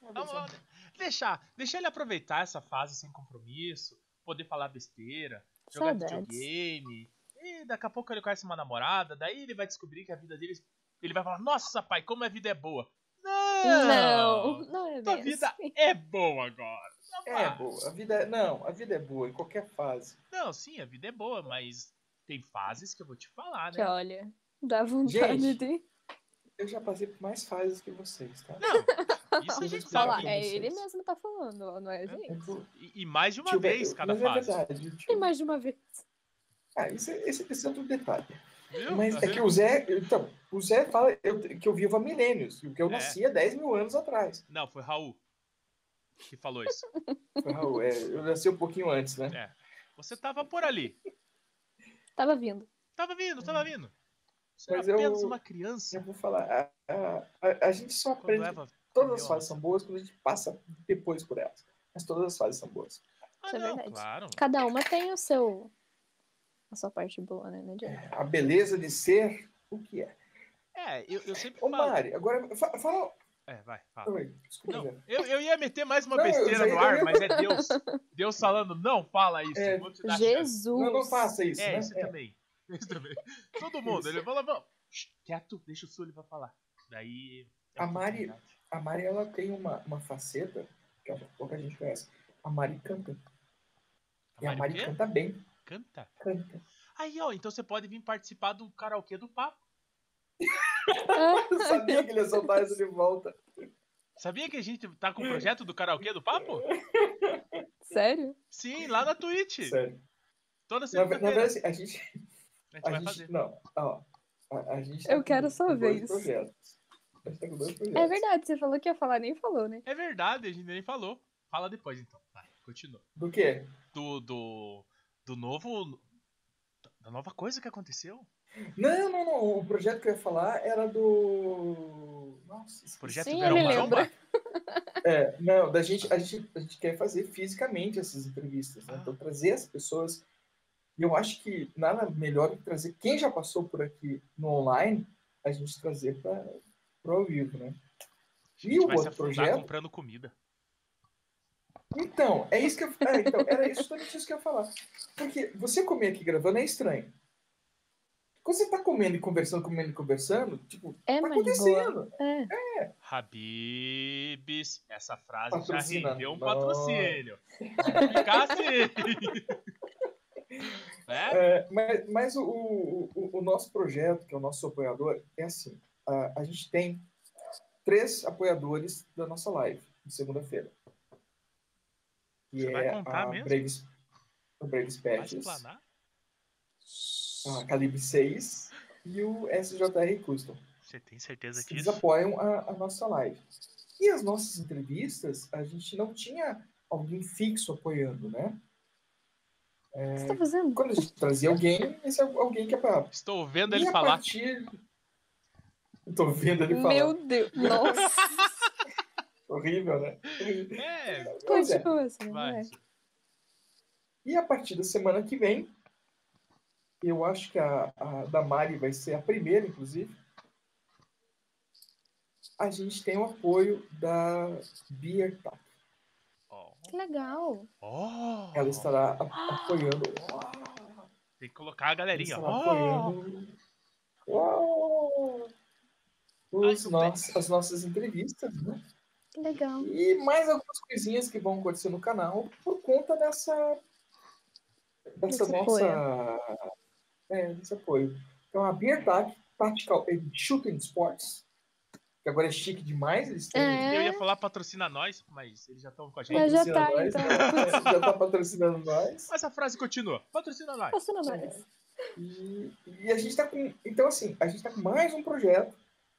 Speaker 1: Vamos, vamos
Speaker 2: né?
Speaker 1: deixar, deixar ele aproveitar essa fase sem compromisso, poder falar besteira, jogar
Speaker 2: Saudades.
Speaker 1: videogame. E daqui a pouco ele conhece uma namorada, daí ele vai descobrir que a vida dele. Ele vai falar, nossa pai, como a vida é boa!
Speaker 2: Não,
Speaker 1: Não!
Speaker 2: não é
Speaker 1: Tua
Speaker 2: bem
Speaker 1: vida
Speaker 2: assim.
Speaker 1: é boa agora!
Speaker 3: É, boa. A vida é... Não, a vida é boa em qualquer fase.
Speaker 1: Não, sim, a vida é boa, mas tem fases que eu vou te falar,
Speaker 2: Que
Speaker 1: né?
Speaker 2: olha, dá vontade
Speaker 3: Gente,
Speaker 2: de
Speaker 3: Eu já passei por mais fases que vocês, tá?
Speaker 1: Não, isso a
Speaker 3: Vamos
Speaker 1: gente
Speaker 3: falar,
Speaker 1: sabe.
Speaker 2: falar.
Speaker 3: com
Speaker 2: É
Speaker 3: vocês.
Speaker 2: ele mesmo que tá falando, ó, não é, gente?
Speaker 3: Eu vou-
Speaker 1: E, e mais de uma
Speaker 3: Tio,
Speaker 1: vez
Speaker 3: mas
Speaker 1: cada
Speaker 3: é
Speaker 1: fase.
Speaker 3: verdade, tio.
Speaker 2: Tem mais de uma vez.
Speaker 3: Ah, esse, esse, esse é outro detalhe.
Speaker 1: Viu?
Speaker 3: Mas
Speaker 1: Tá
Speaker 3: é
Speaker 1: vendo?
Speaker 3: que o Zé, então, o Zé fala eu- que eu vivo há milênios, que eu
Speaker 1: É.
Speaker 3: nasci há 10 mil anos atrás.
Speaker 1: Não, foi Raul que falou isso.
Speaker 3: Foi, Raul, é, eu nasci um pouquinho antes, né?
Speaker 1: Você tava por ali.
Speaker 2: Tava vindo.
Speaker 1: Tava vindo, tava vindo. Você
Speaker 3: É. Mas
Speaker 1: era
Speaker 3: eu-
Speaker 1: apenas uma criança.
Speaker 3: Eu vou falar, a, a- a- a gente só
Speaker 1: É. Quando
Speaker 3: aprende
Speaker 1: Eva
Speaker 3: todas as
Speaker 1: comeu a
Speaker 3: fases são boas quando a gente passa depois por elas. Mas todas as fases são boas.
Speaker 1: maçã. Ah,
Speaker 2: Isso é
Speaker 1: não,
Speaker 2: verdade.
Speaker 1: claro.
Speaker 2: Cada uma tem o seu. A sua parte boa, né? Não adianta.
Speaker 3: A beleza de ser o que é.
Speaker 1: É, eu, eu sempre
Speaker 3: Ô
Speaker 1: falo.
Speaker 3: Mari, agora fa- fala,
Speaker 1: É, vai, fala.
Speaker 3: Oi, desculpa.
Speaker 1: Não,
Speaker 3: velho.
Speaker 1: eu, eu ia meter mais uma
Speaker 3: Não, eu
Speaker 1: besteira
Speaker 3: sei,
Speaker 1: no
Speaker 3: eu
Speaker 1: ar,
Speaker 3: ia-
Speaker 1: mas é Deus. Deus falando, não fala isso.
Speaker 3: É,
Speaker 1: vou te dar chance.
Speaker 2: Jesus.
Speaker 3: Não, não faça isso,
Speaker 1: É,
Speaker 3: né?
Speaker 1: esse também. Esse também. Todo mundo, ele fala, vamos. shh, Quieto, deixa o Sully pra falar. Daí. é
Speaker 3: A
Speaker 1: uma
Speaker 3: Mari-
Speaker 1: oportunidade.
Speaker 3: A Mari, ela tem uma, uma faceta que é pouca gente conhece. A Mari canta.
Speaker 1: A
Speaker 3: E a
Speaker 1: Mari o
Speaker 3: Mari
Speaker 1: quê?
Speaker 3: canta bem.
Speaker 1: Canta?
Speaker 3: Canta.
Speaker 1: Aí, ó, então você pode vir participar do karaokê do papo.
Speaker 2: Ah,
Speaker 3: Eu sabia que ele ia soltar isso de volta.
Speaker 1: Sabia que a gente tá com o projeto do karaokê do papo?
Speaker 3: É.
Speaker 2: Sério?
Speaker 1: Sim, lá na Twitch.
Speaker 3: Sério.
Speaker 1: Toda
Speaker 3: Na, ve- na
Speaker 1: segunda-feira.
Speaker 3: verdade,
Speaker 1: é A gente
Speaker 3: assim, a gente,
Speaker 1: vai
Speaker 3: a gente
Speaker 1: fazer.
Speaker 3: não, ó, a, a gente tá
Speaker 2: Eu quero só ver
Speaker 3: dois
Speaker 2: isso.
Speaker 3: projetos. A gente tá com dois projetos.
Speaker 2: É verdade, você falou que ia falar, nem falou, né?
Speaker 1: É verdade, a gente nem falou. Fala depois então. Vai, continua.
Speaker 3: Do quê?
Speaker 1: Do, do, do novo. Da nova coisa que aconteceu?
Speaker 3: Não, não, não. O projeto que eu ia falar era do. Nossa, esqueci.
Speaker 1: Projeto
Speaker 2: Sim,
Speaker 1: Verão
Speaker 2: ele
Speaker 1: Maromba?
Speaker 3: É, não, da gente, a gente, a gente quer fazer fisicamente essas entrevistas, né?
Speaker 1: Ah.
Speaker 3: Então trazer as pessoas. E eu acho que nada melhor que trazer quem já passou por aqui no online, a gente trazer para pro ao vivo, né?
Speaker 1: A gente
Speaker 3: o
Speaker 1: vai se
Speaker 3: outro
Speaker 1: afundar
Speaker 3: projeto?
Speaker 1: comprando comida.
Speaker 3: Então, é isso que eu, é, então, era isso, justamente isso que eu ia falar. Porque você comer aqui gravando é estranho. Quando você tá comendo e conversando, comendo e conversando, tipo,
Speaker 2: É,
Speaker 3: tá
Speaker 2: mas boa.
Speaker 3: acontecendo.
Speaker 2: É.
Speaker 1: Habibs, essa frase
Speaker 3: Patrocina
Speaker 1: já rendeu um
Speaker 3: nós.
Speaker 1: patrocínio. assim. Se ficasse. né?
Speaker 3: É, mas mas o, o, o- o nosso projeto, que é o nosso apoiador, é assim: a, a gente tem três apoiadores da nossa live de segunda-feira. Que
Speaker 1: Você vai
Speaker 3: é
Speaker 1: contar
Speaker 3: a
Speaker 1: mesmo?
Speaker 3: Braves, a Braves
Speaker 1: Vai
Speaker 3: Patches,
Speaker 1: explanar?
Speaker 3: a Calibre 6 e o SJR Custom.
Speaker 1: Você tem certeza
Speaker 3: Eles
Speaker 1: disso?
Speaker 3: apoiam a, a nossa live. E as nossas entrevistas, a gente não tinha alguém fixo apoiando, né?
Speaker 2: O que você tá fazendo?
Speaker 3: Quando a gente trazia alguém, esse é alguém que apoiava.
Speaker 1: Estou vendo
Speaker 3: E
Speaker 1: ele
Speaker 3: a
Speaker 1: falar.
Speaker 3: partir- Eu tô vendo ele falar.
Speaker 2: Meu Deus. Nossa.
Speaker 3: Horrível, né?
Speaker 1: É,
Speaker 3: Pois é.
Speaker 2: Continua assim,
Speaker 1: vai.
Speaker 2: vai.
Speaker 3: E a partir da semana que vem, eu acho que a, a da Mari vai ser a primeira, inclusive. A gente tem o apoio da Beer Tap.
Speaker 1: Ó.
Speaker 2: Que legal.
Speaker 1: Ó.
Speaker 3: Ela estará a- apoiando.
Speaker 1: Tem que colocar a
Speaker 3: Ela
Speaker 1: galerinha.
Speaker 3: estará
Speaker 1: ó.
Speaker 3: apoiando. Uau! Os
Speaker 1: Oh! Ai,
Speaker 3: nossos- as nossas entrevistas, né?
Speaker 2: Que legal.
Speaker 3: E mais algumas coisinhas que vão acontecer no canal por conta dessa. dessa
Speaker 2: Desse
Speaker 3: nossa. É, desse apoio. Então a Beer Tac, Tactical and Shooting Sports, que agora é chique demais, eles têm.
Speaker 2: É.
Speaker 1: Eu ia falar patrocina nós, mas eles já estão com a gente.
Speaker 2: Mas já tá,
Speaker 3: patrocinando
Speaker 2: então.
Speaker 3: nós, já tá patrocinando nós.
Speaker 1: Mas a frase continua. Patrocina nós.
Speaker 2: Passando mais.
Speaker 3: E, e a gente tá com. Então, assim, a gente tá com mais um projeto,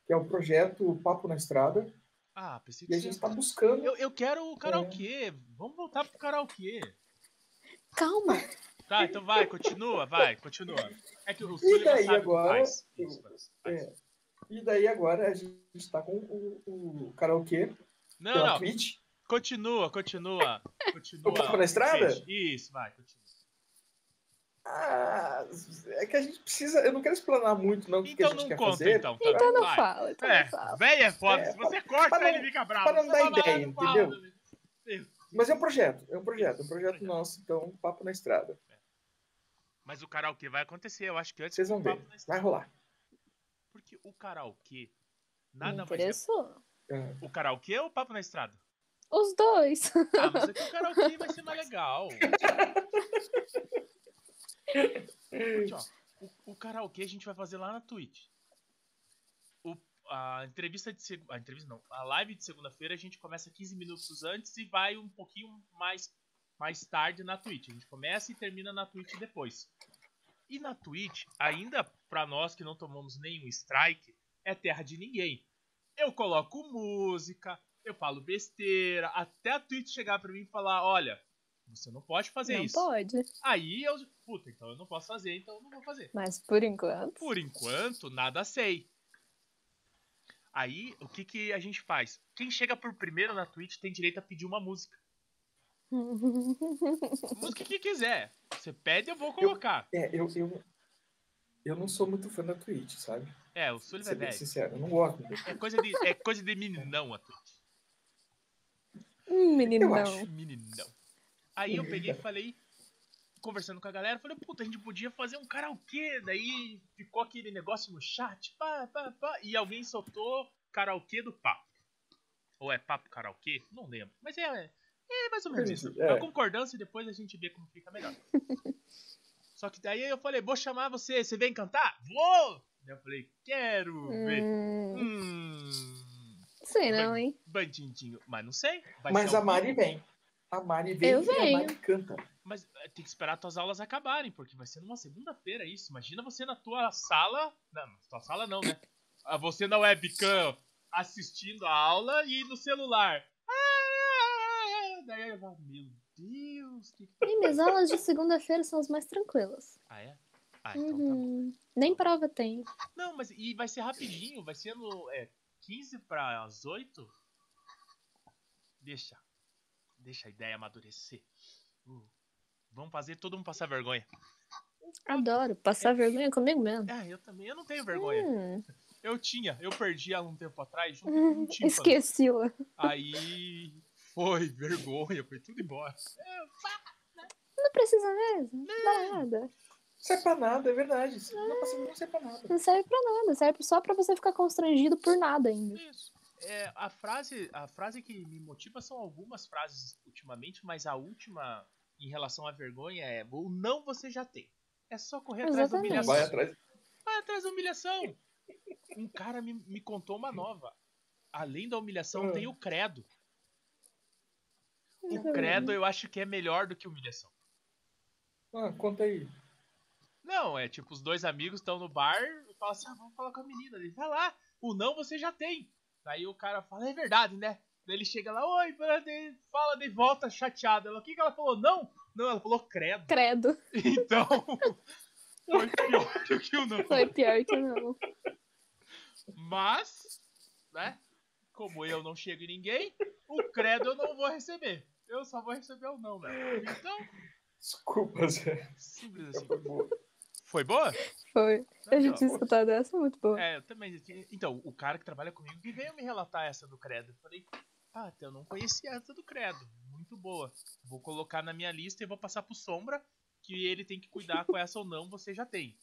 Speaker 3: que é o projeto Papo na Estrada,
Speaker 1: Ah, pensei
Speaker 3: e a
Speaker 1: que
Speaker 3: gente
Speaker 1: você...
Speaker 3: tá buscando.
Speaker 1: eu, eu quero o karaokê. Vamos voltar pro karaokê.
Speaker 2: Calma.
Speaker 1: Tá, então vai, continua, vai, continua. É que o
Speaker 3: E
Speaker 1: Sully não
Speaker 3: daí
Speaker 1: sabe o que
Speaker 3: agora.
Speaker 1: faz. Isso, faz, faz.
Speaker 3: É. E daí agora a gente tá com o, o karaokê
Speaker 1: Não,
Speaker 3: pela
Speaker 1: não.
Speaker 3: Twitch.
Speaker 1: Continua, continua. Continua.
Speaker 3: O papo na estrada?
Speaker 1: Gente, Isso, vai, continua.
Speaker 3: Ah, é que a gente precisa. Eu não quero explanar muito, não, o que que a
Speaker 1: Então não
Speaker 3: gente quer
Speaker 1: conta,
Speaker 3: fazer.
Speaker 1: então. Tá,
Speaker 2: Então não
Speaker 1: vai.
Speaker 2: fala. Então não
Speaker 1: É,
Speaker 2: fala.
Speaker 1: velho é foda.
Speaker 3: É,
Speaker 1: Se você corta,
Speaker 3: pra não-
Speaker 1: ele fica bravo.
Speaker 3: pra não
Speaker 1: Você
Speaker 3: dar
Speaker 1: fala, "Ah,
Speaker 3: ideia,
Speaker 1: não fala".
Speaker 3: Mas é um projeto, é um projeto, é um projeto
Speaker 1: Projeto.
Speaker 3: nosso, então, papo na estrada.
Speaker 1: Mas o karaokê vai acontecer, eu acho que antes
Speaker 3: Vocês
Speaker 1: do
Speaker 3: vão ver.
Speaker 1: papo na estrada.
Speaker 3: Vai rolar.
Speaker 1: Porque o karaokê,
Speaker 2: Me
Speaker 1: nada mais é.
Speaker 2: interessou.
Speaker 3: É.
Speaker 1: O karaokê ou o papo na estrada?
Speaker 2: Os dois.
Speaker 1: Ah, mas aqui o karaokê vai ser mais legal. Gente, ó, o, o karaokê a gente vai fazer lá na Twitch. O- a entrevista de segunda. A entrevista não. A live de segunda-feira a gente começa 15 minutos antes e vai um pouquinho mais, mais tarde na Twitch. A gente começa e termina na Twitch depois. E na Twitch, ainda pra nós que não tomamos nenhum strike, é terra de ninguém. Eu coloco música, eu falo besteira, até a Twitch chegar pra mim e falar, olha, você não pode fazer
Speaker 2: não
Speaker 1: isso.
Speaker 2: pode.
Speaker 1: Aí eu, puta, então eu não posso fazer, então eu não vou fazer.
Speaker 2: Mas por enquanto.
Speaker 1: Por enquanto, nada sei. Aí, o que que a gente faz? Quem chega por primeiro na Twitch tem direito a pedir uma música.
Speaker 2: Hum,
Speaker 1: A música que quiser. Você pede, eu vou colocar.
Speaker 3: É, eu, eu, eu não sou muito fã da Twitch, sabe?
Speaker 1: É, o Sullivan
Speaker 3: Ser
Speaker 1: é
Speaker 3: bem
Speaker 1: velho.
Speaker 3: sincero, eu não gosto.
Speaker 1: É coisa de, é coisa de meninão, Atlético.
Speaker 2: Hum, meninão.
Speaker 3: Eu acho.
Speaker 1: Meninão. Aí eu peguei e falei, conversando com a galera, falei, puta, a gente podia fazer um karaokê. Daí ficou aquele negócio no chat, pá, pá, pá. E alguém soltou karaokê do papo. Ou é papo karaokê? Não lembro. Mas é, é mais ou menos isso.
Speaker 3: É.
Speaker 1: É uma concordância e depois a gente vê como fica melhor. Só que daí eu falei, vou chamar você, você vem cantar? Vou! Daí eu falei, quero ver.
Speaker 2: Hum,
Speaker 1: Hum,
Speaker 2: sei não, hein?
Speaker 1: bandidinho. Mas não sei. vai
Speaker 3: Mas
Speaker 1: ser
Speaker 3: a
Speaker 1: ao
Speaker 3: Mari
Speaker 1: vivo.
Speaker 3: vem. A Mari vem
Speaker 2: Eu
Speaker 3: e a
Speaker 2: venho.
Speaker 3: Mari canta.
Speaker 1: Mas eh, tem que esperar tuas aulas acabarem, porque vai ser numa segunda-feira isso. Imagina você na tua sala. Não, na tua sala não, né? Ah, Você na webcam assistindo a aula e no celular. Ah, Daí eu falo, meu Deus, que. tá
Speaker 2: E minhas aulas de segunda-feira são as mais tranquilas.
Speaker 1: Ah, é? Ah, então tá bom.
Speaker 2: Uhum. Nem prova tem.
Speaker 1: Não, mas e vai ser rapidinho, vai ser no. É, 15 para as 8? Deixa. Deixa a ideia amadurecer. Uh, vamos fazer todo mundo passar vergonha.
Speaker 2: Adoro. Passar vergonha comigo mesmo.
Speaker 1: Ah, eu também. Eu não tenho vergonha.
Speaker 2: Hum,
Speaker 1: Eu tinha, eu perdi há um tempo atrás, junto com um tímpano.
Speaker 2: Esqueci-la.
Speaker 1: Aí foi, vergonha, foi tudo embora.
Speaker 2: Não precisa mesmo. Não dá nada.
Speaker 3: Sai pra nada, é verdade. Não, passa- não sai pra nada.
Speaker 2: Não serve pra nada. Serve só pra você ficar constrangido por nada ainda.
Speaker 1: Isso. É, a, frase, a frase que me motiva são algumas frases ultimamente, mas a última em relação à vergonha é: ou não você já tem. É só correr atrás da
Speaker 2: Exatamente.
Speaker 1: humilhação.
Speaker 3: Vai
Speaker 1: Vai,
Speaker 3: atrás.
Speaker 1: atrás da humilhação. Um cara me, me contou uma nova. Além da humilhação,
Speaker 3: Hum.
Speaker 1: tem o credo. O credo eu acho que é melhor do que humilhação.
Speaker 3: Ah, conta aí.
Speaker 1: Não, é tipo, os dois amigos estão no bar e falam assim, ah, vamos falar com a menina. Ele vai lá, o não você já tem. Daí o cara fala, é verdade, né? Daí ele chega lá, oi, brother", fala de volta chateado. Ela, o que, que ela falou? Não? Não, ela falou credo.
Speaker 2: Credo.
Speaker 1: Então, foi pior do que o não.
Speaker 2: Foi pior que não.
Speaker 1: Mas, né? Como eu não chego em ninguém, o credo eu não vou receber. Eu só vou receber o não, né? Então,
Speaker 3: Desculpa, Zé.
Speaker 1: simples assim.
Speaker 3: Foi boa.
Speaker 1: Foi boa?
Speaker 2: Foi. Eu já tinha
Speaker 3: Não.
Speaker 2: escutado essa, muito boa.
Speaker 1: É, eu também. já tinha- Então, o cara que trabalha comigo que veio me relatar essa do Credo. Eu falei, ah, eu não conhecia essa do Credo. Muito boa. Vou colocar na minha lista e vou passar pro Sombra, que ele tem que cuidar com essa ou não, você já tem.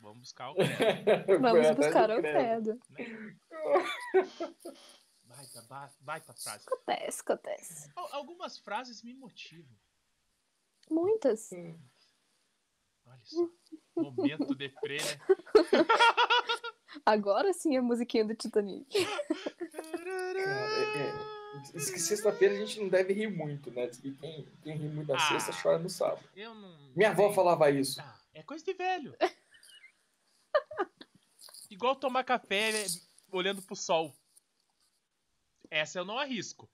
Speaker 1: Vamos buscar o Credo.
Speaker 3: Foi
Speaker 2: Vamos
Speaker 3: atrás
Speaker 2: buscar
Speaker 3: do
Speaker 2: o
Speaker 3: credo.
Speaker 2: credo.
Speaker 1: Baita, ba- baita frase.
Speaker 2: Acontece, acontece.
Speaker 1: Al- algumas frases me motivam.
Speaker 2: Muitas.
Speaker 1: Olha só. Momento de pré, né?
Speaker 2: Agora sim é a musiquinha do Titanic.
Speaker 3: Cara, é- é. Diz que sexta-feira a gente não deve rir muito, né? Diz que quem, quem ri muito na
Speaker 1: Ah. Hum,
Speaker 3: sexta chora no sábado.
Speaker 1: Eu não.
Speaker 3: Minha avó falava isso.
Speaker 1: Ah, é coisa de velho. Igual tomar café né, olhando pro sol. Essa eu não arrisco.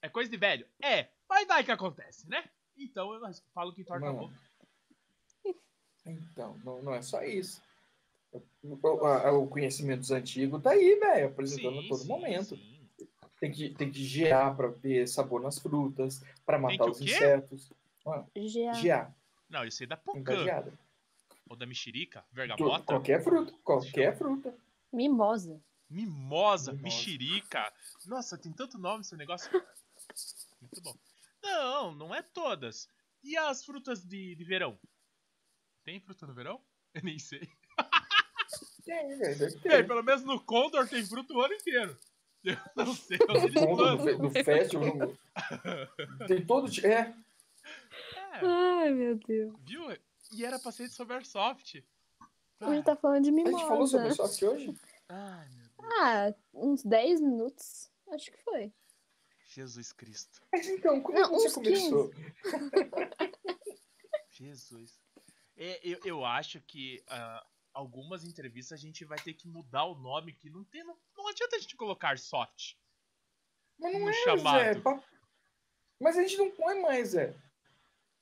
Speaker 1: É coisa de velho? É, mas daí que acontece, né? Então eu arrisco, falo que torta a
Speaker 3: Não.
Speaker 1: boca.
Speaker 3: Então, não, não é só isso. O, a- a- o conhecimento dos antigos tá aí, velho, apresentando a todo momento.
Speaker 1: sim.
Speaker 3: Tem que, tem que gear pra ter sabor nas frutas, pra matar
Speaker 1: que o
Speaker 3: os
Speaker 1: quê?
Speaker 3: insetos.
Speaker 2: Já.
Speaker 3: Gear,
Speaker 1: Não, eu sei da
Speaker 3: não tá
Speaker 1: pucã.
Speaker 3: geada.
Speaker 1: Ou da mexerica,
Speaker 3: Tu-
Speaker 1: vergamota.
Speaker 3: Qualquer fruta, qualquer fruta.
Speaker 2: Mimosa.
Speaker 1: Mimosa,
Speaker 3: Mimosa.
Speaker 1: mexerica. Nossa, tem tanto nome esse negócio. Muito bom. Não, não é todas. E as frutas de, de verão? Tem fruta no verão? Eu nem sei.
Speaker 3: Tem, velho, É, deve
Speaker 1: Tem,
Speaker 3: ter.
Speaker 1: pelo menos no Condor tem fruta o ano inteiro. Eu não sei onde
Speaker 3: No
Speaker 1: eles
Speaker 3: ponto do,
Speaker 1: plantam.
Speaker 3: fe- do festival. no- Tem todo tipo. É,
Speaker 1: É,
Speaker 2: Ai, meu Deus.
Speaker 1: viu? E era pra ser de Sobersoft.
Speaker 2: Hoje tá falando de
Speaker 3: a gente falou sobre
Speaker 2: mimosa.
Speaker 3: isso aqui hoje?
Speaker 1: Ai, meu Deus.
Speaker 2: Ah, uns 10 minutos. Acho que foi.
Speaker 1: Jesus Cristo.
Speaker 3: Mas então, como
Speaker 2: Não,
Speaker 3: você
Speaker 2: uns
Speaker 3: começou?
Speaker 1: Jesus. É, eu, eu acho que ah, algumas entrevistas a gente vai ter que mudar o nome, que não tem. Não, não adianta a gente colocar soft.
Speaker 3: Mas não
Speaker 1: No
Speaker 3: é,
Speaker 1: chamado.
Speaker 3: Zé. pa- Mas a gente não põe mais, é. Zé.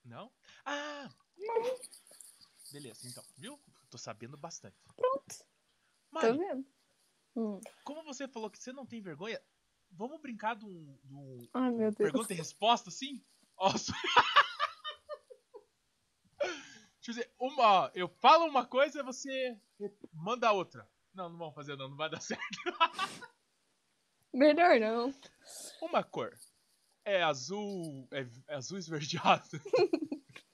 Speaker 1: Não? Ah! Beleza, então, viu? Tô sabendo bastante.
Speaker 2: Pronto. Tô
Speaker 3: Então-
Speaker 1: Mari,
Speaker 2: vendo. Hum.
Speaker 1: como você falou que você não tem vergonha, vamos brincar de um- de um,
Speaker 2: Ai, meu Deus.
Speaker 1: Pergunta e resposta, sim? Ó, só- Deixa eu dizer, uma, eu falo uma coisa e você re- manda a outra. Não, não vão fazer não, não vai dar certo.
Speaker 2: Melhor não.
Speaker 1: Uma cor. É azul. É, é azul esverdeado.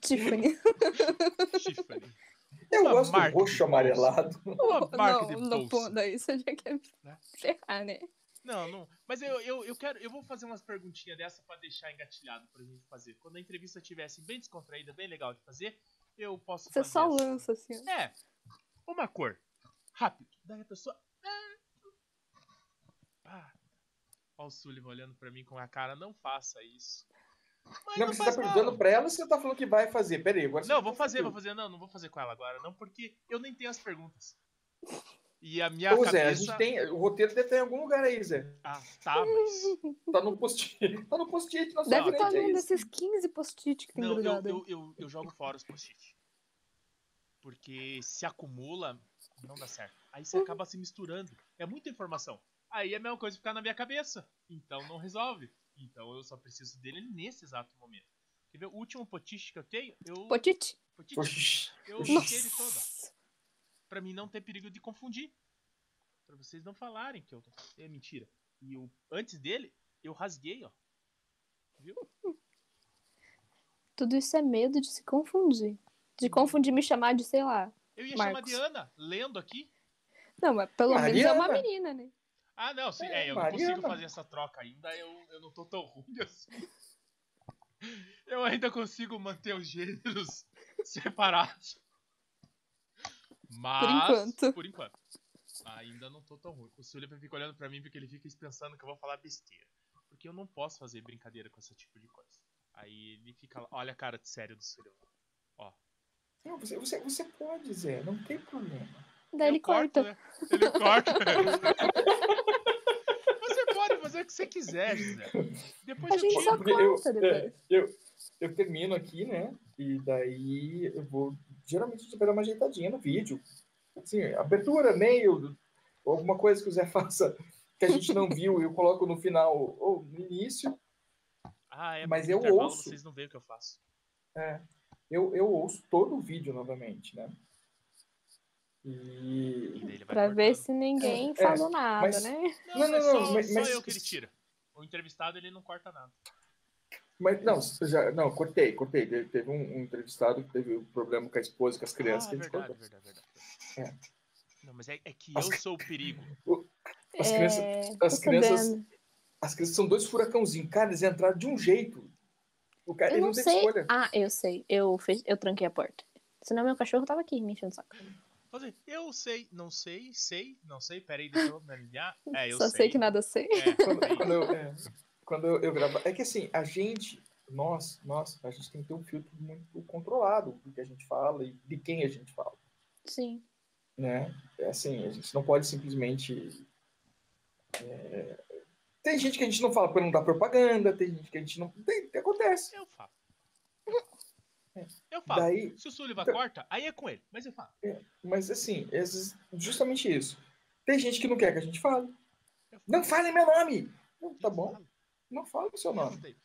Speaker 2: Tiffany.
Speaker 1: Tiffany.
Speaker 3: Eu
Speaker 1: Uma
Speaker 3: gosto do
Speaker 1: marca
Speaker 3: roxo
Speaker 1: de
Speaker 3: amarelado.
Speaker 1: Uma marca de
Speaker 2: não, não
Speaker 1: bolsa.
Speaker 2: pondo aí, você já quer me
Speaker 1: Né?
Speaker 2: ferrar, né?
Speaker 1: Não, não. Mas eu, eu, eu quero. Eu vou fazer umas perguntinhas dessa pra deixar engatilhado pra gente fazer. Quando a entrevista estivesse bem descontraída, bem legal de fazer, eu posso
Speaker 2: Você
Speaker 1: fazer
Speaker 2: só
Speaker 1: essa.
Speaker 2: lança assim. ó.
Speaker 1: É. Uma cor. Rápido. Daí a pessoa. Ah. Olha o Sullivan olhando pra mim com a cara, não faça isso. Mas
Speaker 3: Não, porque você tá
Speaker 1: faz mal.
Speaker 3: perguntando pra ela, você tá falando que vai fazer. Pera aí, agora você
Speaker 1: Não,
Speaker 3: tá
Speaker 1: vou fazer, vou
Speaker 3: confundindo.
Speaker 1: fazer. Não, não vou fazer com ela agora, não, porque eu nem tenho as perguntas. E a minha
Speaker 3: Ô, Zé, a
Speaker 1: cabeça.
Speaker 3: gente tem. O roteiro deve estar em algum lugar aí, Zé.
Speaker 1: Ah, tá, mas.
Speaker 3: Tá no post-it. Tá no post-it na sua
Speaker 2: Deve
Speaker 3: frente.
Speaker 2: estar
Speaker 3: é
Speaker 2: num
Speaker 3: isso.
Speaker 2: desses 15 post-it que tem
Speaker 1: Não, eu,
Speaker 2: grudado. aí.
Speaker 1: eu, eu, eu jogo fora os post-it. Porque se acumula, não dá certo. Aí você acaba se misturando. É muita informação. Aí é a mesma coisa ficar na minha cabeça. Então não resolve. Então eu só preciso dele nesse exato momento. Quer ver? O último post-it que eu tenho, eu.
Speaker 2: Post-it?
Speaker 1: post-it,
Speaker 3: Poxa,
Speaker 1: eu joguei ele todo.
Speaker 2: Nossa.
Speaker 1: Pra mim não ter perigo de confundir. Pra vocês não falarem que eu tô. É mentira. E o antes dele, eu rasguei, ó.
Speaker 2: Tudo isso é medo de se confundir. De confundir me chamar de, sei lá.
Speaker 1: Eu ia
Speaker 2: Marcos.
Speaker 1: chamar de Ana, lendo aqui.
Speaker 2: Não, mas pelo menos é uma
Speaker 3: Mariana.
Speaker 2: menina, né?
Speaker 1: Ah, não, sim. É,
Speaker 3: É,
Speaker 1: eu não
Speaker 3: Mariana.
Speaker 1: consigo fazer essa troca ainda. Eu, eu não tô tão ruim assim. Eu ainda consigo manter os gêneros separados. Mas,
Speaker 2: enquanto.
Speaker 1: Por enquanto. Ainda não tô tão ruim. O Sullivan fica olhando pra mim porque ele fica pensando que eu vou falar besteira. Porque eu não posso fazer brincadeira com esse tipo de coisa. Aí ele fica lá. Olha a cara de sério do Sullivan.
Speaker 3: Não, você, você, você pode, Zé, não tem problema.
Speaker 2: Daí ele
Speaker 1: Eu corto,
Speaker 2: corta.
Speaker 1: né? Ele corta. você pode fazer o que você quiser, José. Depois
Speaker 2: A
Speaker 1: eu
Speaker 2: gente
Speaker 1: tiro.
Speaker 2: só
Speaker 3: Porque eu-
Speaker 2: corta
Speaker 3: é,
Speaker 2: depois.
Speaker 3: eu, eu termino aqui, né? E daí eu vou. Geralmente eu vou dar uma ajeitadinha no vídeo. Assim, abertura, meio, ou alguma coisa que o Zé faça que a gente não viu, eu coloco no final ou no início.
Speaker 1: Ah, é,
Speaker 3: Mas
Speaker 1: porque
Speaker 3: eu
Speaker 1: no intervalo
Speaker 3: ouço.
Speaker 1: vocês não veem o que eu faço.
Speaker 3: Eu, eu ouço todo o vídeo novamente, né? E.
Speaker 1: E daí ele vai
Speaker 2: Pra ver
Speaker 1: cortando.
Speaker 2: se ninguém
Speaker 3: É,
Speaker 2: falou nada,
Speaker 3: mas-
Speaker 2: né?
Speaker 1: Não,
Speaker 3: Não,
Speaker 1: é
Speaker 3: não, não,
Speaker 1: só,
Speaker 3: mas-
Speaker 1: só
Speaker 3: mas-
Speaker 1: eu que ele tira. O entrevistado ele não corta nada.
Speaker 3: Mas não, já, não, cortei, cortei. Teve, teve um, um entrevistado que teve um problema com a esposa, com as crianças,
Speaker 1: ah,
Speaker 3: que a gente
Speaker 1: verdade,
Speaker 3: cortou.
Speaker 1: verdade, verdade. Não, mas é, é que eu sou o perigo.
Speaker 3: As crianças,
Speaker 2: É,
Speaker 3: as
Speaker 2: tô
Speaker 3: crianças-
Speaker 2: sabendo.
Speaker 3: As crianças são dois furacãozinhos. Cara, eles entraram de um jeito. O cara,
Speaker 2: Eu
Speaker 3: ele
Speaker 2: não,
Speaker 3: não, teve
Speaker 2: sei.
Speaker 3: escolha.
Speaker 2: Ah, eu sei. Eu, fez... eu tranquei a porta. Senão meu cachorro tava aqui me enchendo o saco.
Speaker 1: Fazer, eu sei, não sei, sei, não sei, peraí, deixa eu me alinhar. É, eu
Speaker 2: só sei. que nada sei.
Speaker 1: É,
Speaker 3: Quando,
Speaker 1: aí.
Speaker 3: quando eu, é, quando eu, eu gravava. É que assim, a gente, nós, nós, a gente tem que ter um filtro muito controlado do que a gente fala e de quem a gente fala.
Speaker 2: Sim.
Speaker 3: Né? É assim, a gente não pode simplesmente. é, Tem gente que a gente não fala porque não dá propaganda, tem gente que a gente não. Tem, acontece.
Speaker 1: eu falo. Eu falo.
Speaker 3: Daí,
Speaker 1: Se o Sullivan
Speaker 3: Então-
Speaker 1: corta, aí é com ele. Mas eu falo.
Speaker 3: Mas assim, esses- justamente isso. Tem gente que não quer que a gente fale.
Speaker 1: Eu falo.
Speaker 3: Não fale meu nome! Não, tá
Speaker 1: Eu
Speaker 3: bom, tá
Speaker 1: falo.
Speaker 3: não fale o seu
Speaker 1: Eu
Speaker 3: nome.
Speaker 1: não tenho,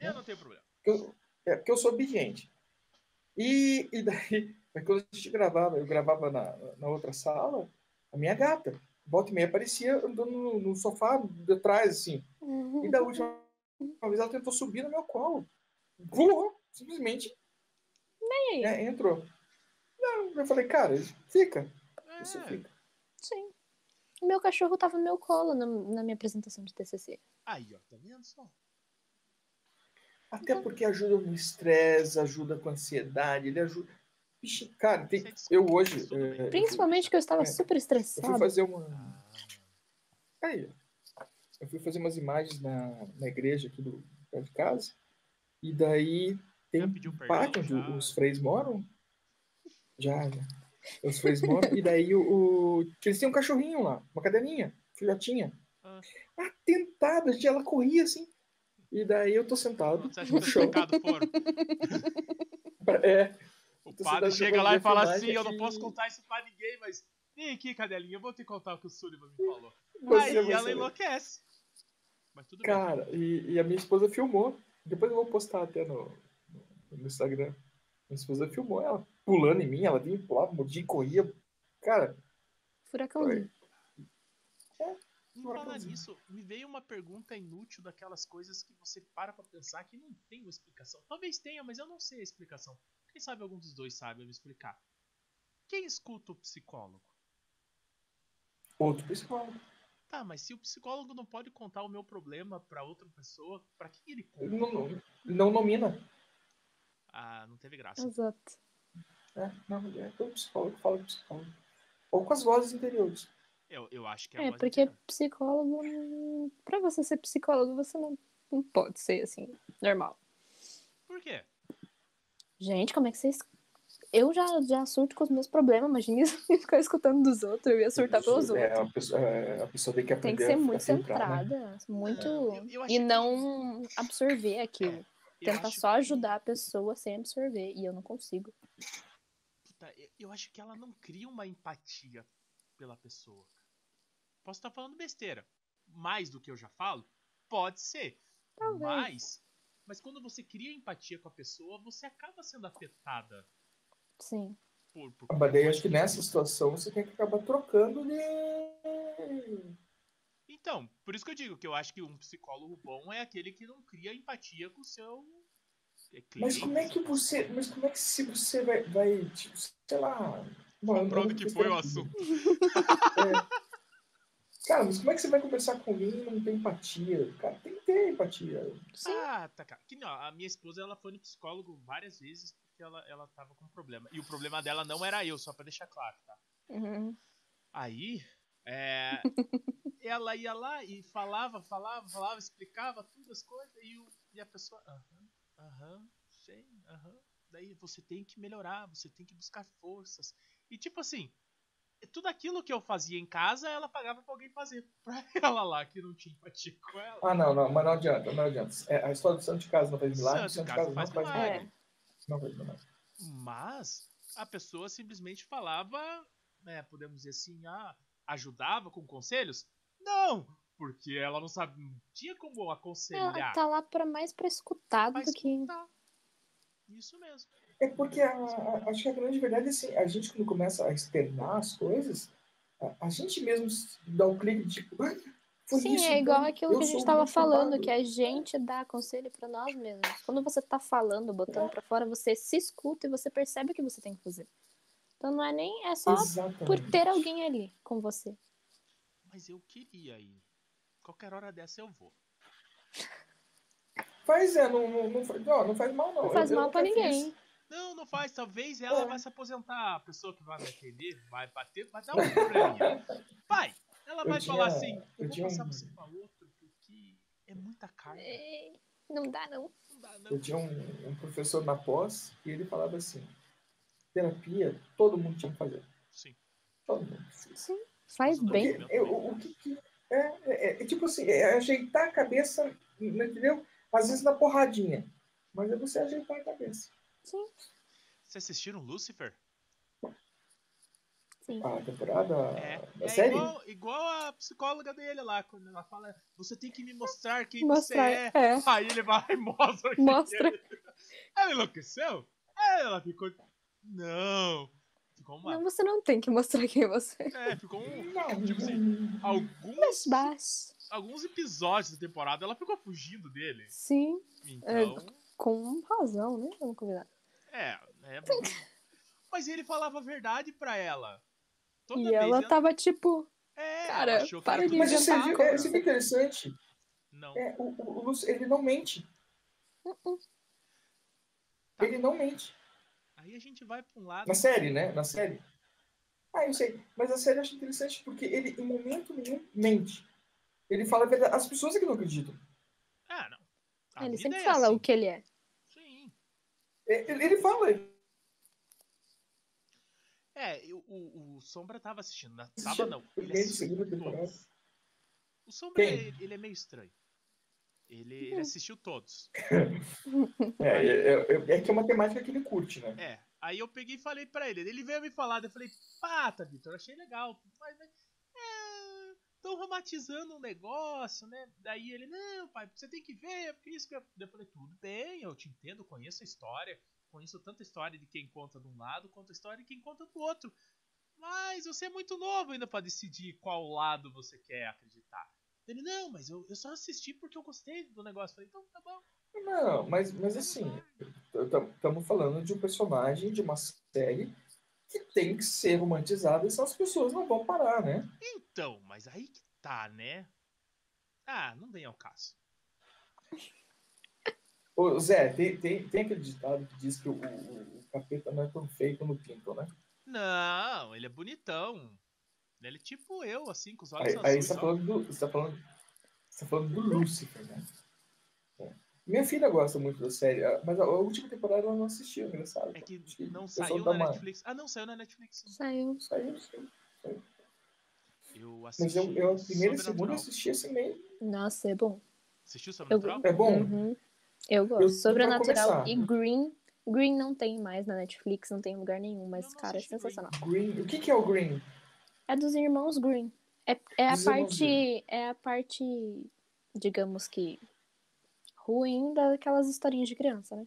Speaker 1: eu não tenho problema.
Speaker 3: Porque eu, é porque eu sou obediente. E, e daí, mas quando a gente gravava, eu gravava na, na outra sala, a minha gata, volta e meia, aparecia andando no, no sofá de trás, assim.
Speaker 2: Uhum.
Speaker 3: E da última vez ela tentou subir no meu colo. Voou, simplesmente.
Speaker 2: aí?
Speaker 3: né, entrou. Não, eu falei, cara, fica. Você
Speaker 1: É,
Speaker 3: fica.
Speaker 2: Sim. Meu cachorro tava no meu colo na- na minha apresentação de TCC.
Speaker 1: aí, ó, tá vendo só?
Speaker 3: Até porque ajuda no estresse, ajuda com ansiedade, ele ajuda. Vixe, cara, tem-
Speaker 1: Você desculpa,
Speaker 3: eu hoje.
Speaker 1: tudo bem.
Speaker 3: eh, eu
Speaker 2: Principalmente que eu estava
Speaker 3: É.
Speaker 2: super
Speaker 3: fui- Eu fui
Speaker 2: estressada.
Speaker 3: fazer uma.
Speaker 1: Ah,
Speaker 3: Aí, ó. eu fui fazer umas imagens na, na igreja aqui do perto de casa. E daí tem
Speaker 1: Já
Speaker 3: um
Speaker 1: pediu perdão,
Speaker 3: pátio onde
Speaker 1: já?
Speaker 3: os freis moram. Já, já. Os freis moram. e daí o, o- Eles têm um cachorrinho lá, uma cadelinha, filhotinha.
Speaker 1: Ah.
Speaker 3: Atentada, gente, ela corria assim. E daí eu tô sentado
Speaker 1: você acha que tá
Speaker 3: no
Speaker 1: os
Speaker 3: chão.
Speaker 1: pecados foram?
Speaker 3: É,
Speaker 1: O
Speaker 3: Então,
Speaker 1: padre
Speaker 3: você dá-
Speaker 1: chega
Speaker 3: você
Speaker 1: lá e
Speaker 3: vai
Speaker 1: fala
Speaker 3: filmar
Speaker 1: assim:
Speaker 3: e
Speaker 1: Eu não
Speaker 3: aqui-
Speaker 1: posso contar isso pra ninguém, mas. Vem aqui, cadelinha, eu vou te contar o que o Sullivan me falou.
Speaker 3: Você
Speaker 1: Aí
Speaker 3: vai
Speaker 1: ela
Speaker 3: saber.
Speaker 1: enlouquece. Mas tudo bem.
Speaker 3: Cara, e, e a minha esposa filmou. Depois eu vou postar até no, no Instagram. Minha esposa filmou ela pulando em mim, ela vinha e pulava, mordia, corria. Cara,
Speaker 2: Furacãozinho.
Speaker 1: Em
Speaker 3: Agora
Speaker 1: falar
Speaker 3: que eu-
Speaker 1: nisso, me veio uma pergunta inútil daquelas coisas que você para pra pensar que não tem uma explicação. Talvez tenha, mas eu não sei a explicação. Quem sabe algum dos dois sabe me explicar. Quem escuta o psicólogo?
Speaker 3: Outro psicólogo.
Speaker 1: Tá, mas se o psicólogo não pode contar o meu problema pra outra pessoa, pra quem ele conta?
Speaker 3: Ele não, não nomina.
Speaker 1: Ah, não teve graça.
Speaker 2: Exato.
Speaker 3: né? Não, é todo psicólogo que fala com psicólogo. Ou com as vozes interiores.
Speaker 1: Eu, eu acho que a
Speaker 2: É,
Speaker 1: voz
Speaker 2: porque
Speaker 1: interior.
Speaker 2: psicólogo. não- Pra você ser psicólogo, você não, não pode ser assim, normal.
Speaker 1: Por quê?
Speaker 2: Gente, como é que vocês. Eu já, já surto com os meus problemas, imagina isso ficar escutando dos outros, eu ia surtar pelos
Speaker 3: É,
Speaker 2: outros.
Speaker 3: a, pessoa, é, a pessoa tem que aprender
Speaker 2: Tem que ser
Speaker 3: a- a
Speaker 2: muito
Speaker 3: filtrar,
Speaker 2: centrada,
Speaker 3: né?
Speaker 2: muito.
Speaker 1: É. Eu- eu achei
Speaker 2: e
Speaker 1: que- é
Speaker 2: não absorver aquilo.
Speaker 1: Eu
Speaker 2: Tenta
Speaker 1: acho
Speaker 2: só
Speaker 1: que-
Speaker 2: ajudar a pessoa sem absorver, e eu não consigo.
Speaker 1: Puta, eu- tá, eu acho que ela não cria uma empatia pela pessoa. Posso estar falando besteira. Mais do que eu já falo? Pode ser.
Speaker 2: Talvez.
Speaker 1: Mas, mas quando você cria empatia com a pessoa, você acaba sendo afetada
Speaker 2: Sim.
Speaker 1: por. por
Speaker 3: Ah, Mas daí acho que nessa situação você tem que acabar trocando de.
Speaker 1: Então, por isso que eu digo que eu acho que um psicólogo bom é aquele que não cria empatia com o seu. é,
Speaker 3: Mas
Speaker 1: cliente.
Speaker 3: como é que você. Mas como é que se você vai. vai tipo, sei lá. Mano,
Speaker 1: Comprando que foi o assunto.
Speaker 3: É. Cara, mas como é que você vai conversar com alguém e não tem empatia? Cara, tem que ter empatia.
Speaker 2: Sim.
Speaker 1: Ah, tá, cara. Que não, a minha esposa ela foi no psicólogo várias vezes porque ela, ela tava com um problema. E o problema dela não era eu, só pra deixar claro, tá?
Speaker 2: Uhum.
Speaker 1: Aí, é, ela ia lá e falava, falava, falava, explicava tudo as coisas e, o- e a pessoa, aham, aham, sei, aham. Daí você tem que melhorar, você tem que buscar forças. E tipo assim, tudo aquilo que eu fazia em casa, ela pagava pra alguém fazer. Pra ela lá, que não tinha empatia com ela.
Speaker 3: Ah, não, não, mas não adianta, não adianta. É, a história do santo de casa não faz milagre, o santo de casa não faz
Speaker 2: milagre.
Speaker 3: milagre. Não faz milagre.
Speaker 1: Mas a pessoa simplesmente falava, né, podemos dizer assim, ah, ajudava com conselhos? Não, porque ela não sabia, não tinha como
Speaker 2: Ela
Speaker 1: aconselhar.
Speaker 2: tá um lá pra mais pra escutar
Speaker 1: Mas
Speaker 2: do que.
Speaker 1: tá. Isso mesmo.
Speaker 3: É porque a- a- acho que a grande verdade é assim, a gente quando começa a externar as coisas, a, a gente mesmo s- dá um clique de tipo, "Ah, foi
Speaker 2: Sim,
Speaker 3: isso,
Speaker 2: é
Speaker 3: então
Speaker 2: igual aquilo
Speaker 3: eu
Speaker 2: que a gente
Speaker 3: sou
Speaker 2: tava
Speaker 3: muito
Speaker 2: falando,
Speaker 3: amado."
Speaker 2: que a gente dá conselho pra nós mesmos. Quando você tá falando, botando pra fora, você se escuta e você percebe o que você tem que fazer. Então não é nem. É só
Speaker 3: Exatamente.
Speaker 2: por ter alguém ali com você.
Speaker 1: Mas eu queria ir. Qualquer hora dessa eu vou.
Speaker 3: Faz, é, não, não, não, faz, não, não faz mal, não.
Speaker 2: Não faz
Speaker 3: Eu- eu
Speaker 2: mal pra
Speaker 3: nunca fiz.
Speaker 2: ninguém.
Speaker 1: Não, não faz. Talvez ela
Speaker 3: É.
Speaker 1: vai se aposentar. A pessoa que vai me atender vai bater, vai dar um probleminha. Vai! Ela
Speaker 3: Eu
Speaker 1: vai
Speaker 3: tinha-
Speaker 1: falar assim:
Speaker 3: eu
Speaker 1: eu
Speaker 3: tinha
Speaker 1: vou passar
Speaker 3: um-
Speaker 1: você pra outro, porque é muita carga.
Speaker 2: É, Não dá, não.
Speaker 1: Não dá, não.
Speaker 3: Eu tinha um, um professor na pós e ele falava assim, terapia todo mundo tinha que fazer.
Speaker 1: Sim.
Speaker 3: Todo mundo.
Speaker 2: Sim. Faz
Speaker 1: Tudo
Speaker 2: bem.
Speaker 1: bem.
Speaker 3: Porque, é, o, o que que- é, é, é tipo assim, é ajeitar a cabeça, não entendeu? Às vezes na porradinha. Mas é você ajeitar a cabeça.
Speaker 1: Vocês assistiram Lucifer?
Speaker 2: Sim.
Speaker 3: A temporada
Speaker 1: É,
Speaker 3: da
Speaker 1: é
Speaker 3: série?
Speaker 1: igual, igual a psicóloga dele lá, quando ela fala, você tem que me mostrar quem
Speaker 2: Mostrar.
Speaker 1: você é.
Speaker 2: É.
Speaker 1: Aí ele vai e mostra. quem
Speaker 2: Mostra.
Speaker 1: ele- Ela enlouqueceu? É, Ela ficou. Não! Ficou uma.
Speaker 2: Não, você não tem que mostrar quem você é.
Speaker 1: É, ficou um.
Speaker 3: Não,
Speaker 1: Tipo assim,
Speaker 3: não.
Speaker 1: Alguns,
Speaker 2: Baixo.
Speaker 1: alguns episódios da temporada ela ficou fugindo dele.
Speaker 2: Sim.
Speaker 1: Então.
Speaker 2: Com razão, né? Vamos combinar.
Speaker 1: É, é. Mas ele falava a verdade pra ela. Toda
Speaker 2: E
Speaker 1: vez né?
Speaker 2: ela tava tipo.
Speaker 1: É,
Speaker 2: Cara,
Speaker 1: ela achou que
Speaker 2: para
Speaker 1: era
Speaker 2: de
Speaker 1: tudo
Speaker 3: Mas isso é,
Speaker 2: inventar
Speaker 1: isso.
Speaker 3: é, isso é interessante.
Speaker 1: Não.
Speaker 3: É, o, o, o Lúcio, ele não mente.
Speaker 2: Uh-uh.
Speaker 3: Ele não mente.
Speaker 1: Aí a gente vai pra um lado.
Speaker 3: Na série, né? Na série. Ah, eu sei. Mas a série eu acho interessante porque ele, em momento nenhum, mente. Ele fala a verdade. As pessoas é que não acreditam.
Speaker 1: Ah, não. A
Speaker 2: ele
Speaker 1: vida
Speaker 2: sempre
Speaker 1: é
Speaker 2: fala
Speaker 1: assim.
Speaker 2: o que ele é.
Speaker 1: Sim.
Speaker 3: É, Ele, ele fala. ele
Speaker 1: É, eu- o, o Sombra tava assistindo. Né?
Speaker 3: assiste
Speaker 1: Tava
Speaker 3: a
Speaker 1: não. Ele
Speaker 3: Primeira e
Speaker 1: assistiu
Speaker 3: segunda temporada.
Speaker 1: todos. O Sombra,
Speaker 3: Quem?
Speaker 1: ele, ele é meio estranho. Ele, ele assistiu todos.
Speaker 3: É, é, é, é que é uma temática que ele curte, né?
Speaker 1: É. Aí eu peguei e falei pra ele. Ele veio me falar, daí eu falei, pata, Vitor, achei legal. Mas, mas é, tão romantizando um negócio, né? Daí ele, não, pai, você tem que ver, é porque isso que eu. Daí eu falei, tudo bem, eu te entendo, eu conheço a história, conheço tanta história de quem conta de um lado, quanto a história de quem conta do outro. Mas você é muito novo ainda para decidir qual lado você quer acreditar. Ele, não, mas eu, eu só assisti porque eu gostei do negócio. Eu falei, então tá bom.
Speaker 3: Não, mas, mas assim, estamos falando de um personagem, de uma série que tem que ser romantizada e essas pessoas não vão parar, né?
Speaker 1: Então, mas aí que tá, né? Ah, não vem ao caso.
Speaker 3: Ô, Zé, tem, tem, tem aquele ditado que diz que o, o, o capeta não é tão feio quando pintam, né?
Speaker 1: Não, ele é bonitão. Ele é tipo eu, assim, com os olhos
Speaker 3: Aí,
Speaker 1: azuis.
Speaker 3: aí você, tá
Speaker 1: ó.
Speaker 3: falando do, você, tá falando, você tá falando do Lúcifer, né? É. Minha filha gosta muito da série, ah, mas a, a última temporada ela não assistiu, engraçado.
Speaker 1: É
Speaker 3: Acho
Speaker 1: que
Speaker 3: que
Speaker 1: não
Speaker 3: o pessoal
Speaker 1: saiu
Speaker 3: dá
Speaker 1: na
Speaker 3: uma-
Speaker 1: Netflix. Ah, não, saiu na Netflix.
Speaker 2: Saiu.
Speaker 3: Saiu, saiu.
Speaker 1: Eu
Speaker 3: Mas
Speaker 1: assisti.
Speaker 3: eu, eu a primeira e a segunda eu
Speaker 1: Sobrenatural.
Speaker 3: assisti assim meio.
Speaker 2: Nossa, é bom.
Speaker 1: Assistiu Sobrenatural?
Speaker 3: É bom?
Speaker 2: Uhum. Eu gosto.
Speaker 3: Eu- pra
Speaker 2: Sobrenatural
Speaker 3: começar.
Speaker 2: e Green. Green não tem mais na Netflix, não tem em lugar nenhum,
Speaker 1: Eu
Speaker 2: mas,
Speaker 1: não
Speaker 2: cara, é
Speaker 1: assisti Green.
Speaker 2: sensacional.
Speaker 3: Green. O que, que é o Green?
Speaker 2: É dos irmãos Green. É, é a
Speaker 3: Dos irmãos
Speaker 2: parte. É a parte, digamos que. ruim daquelas historinhas de criança, né?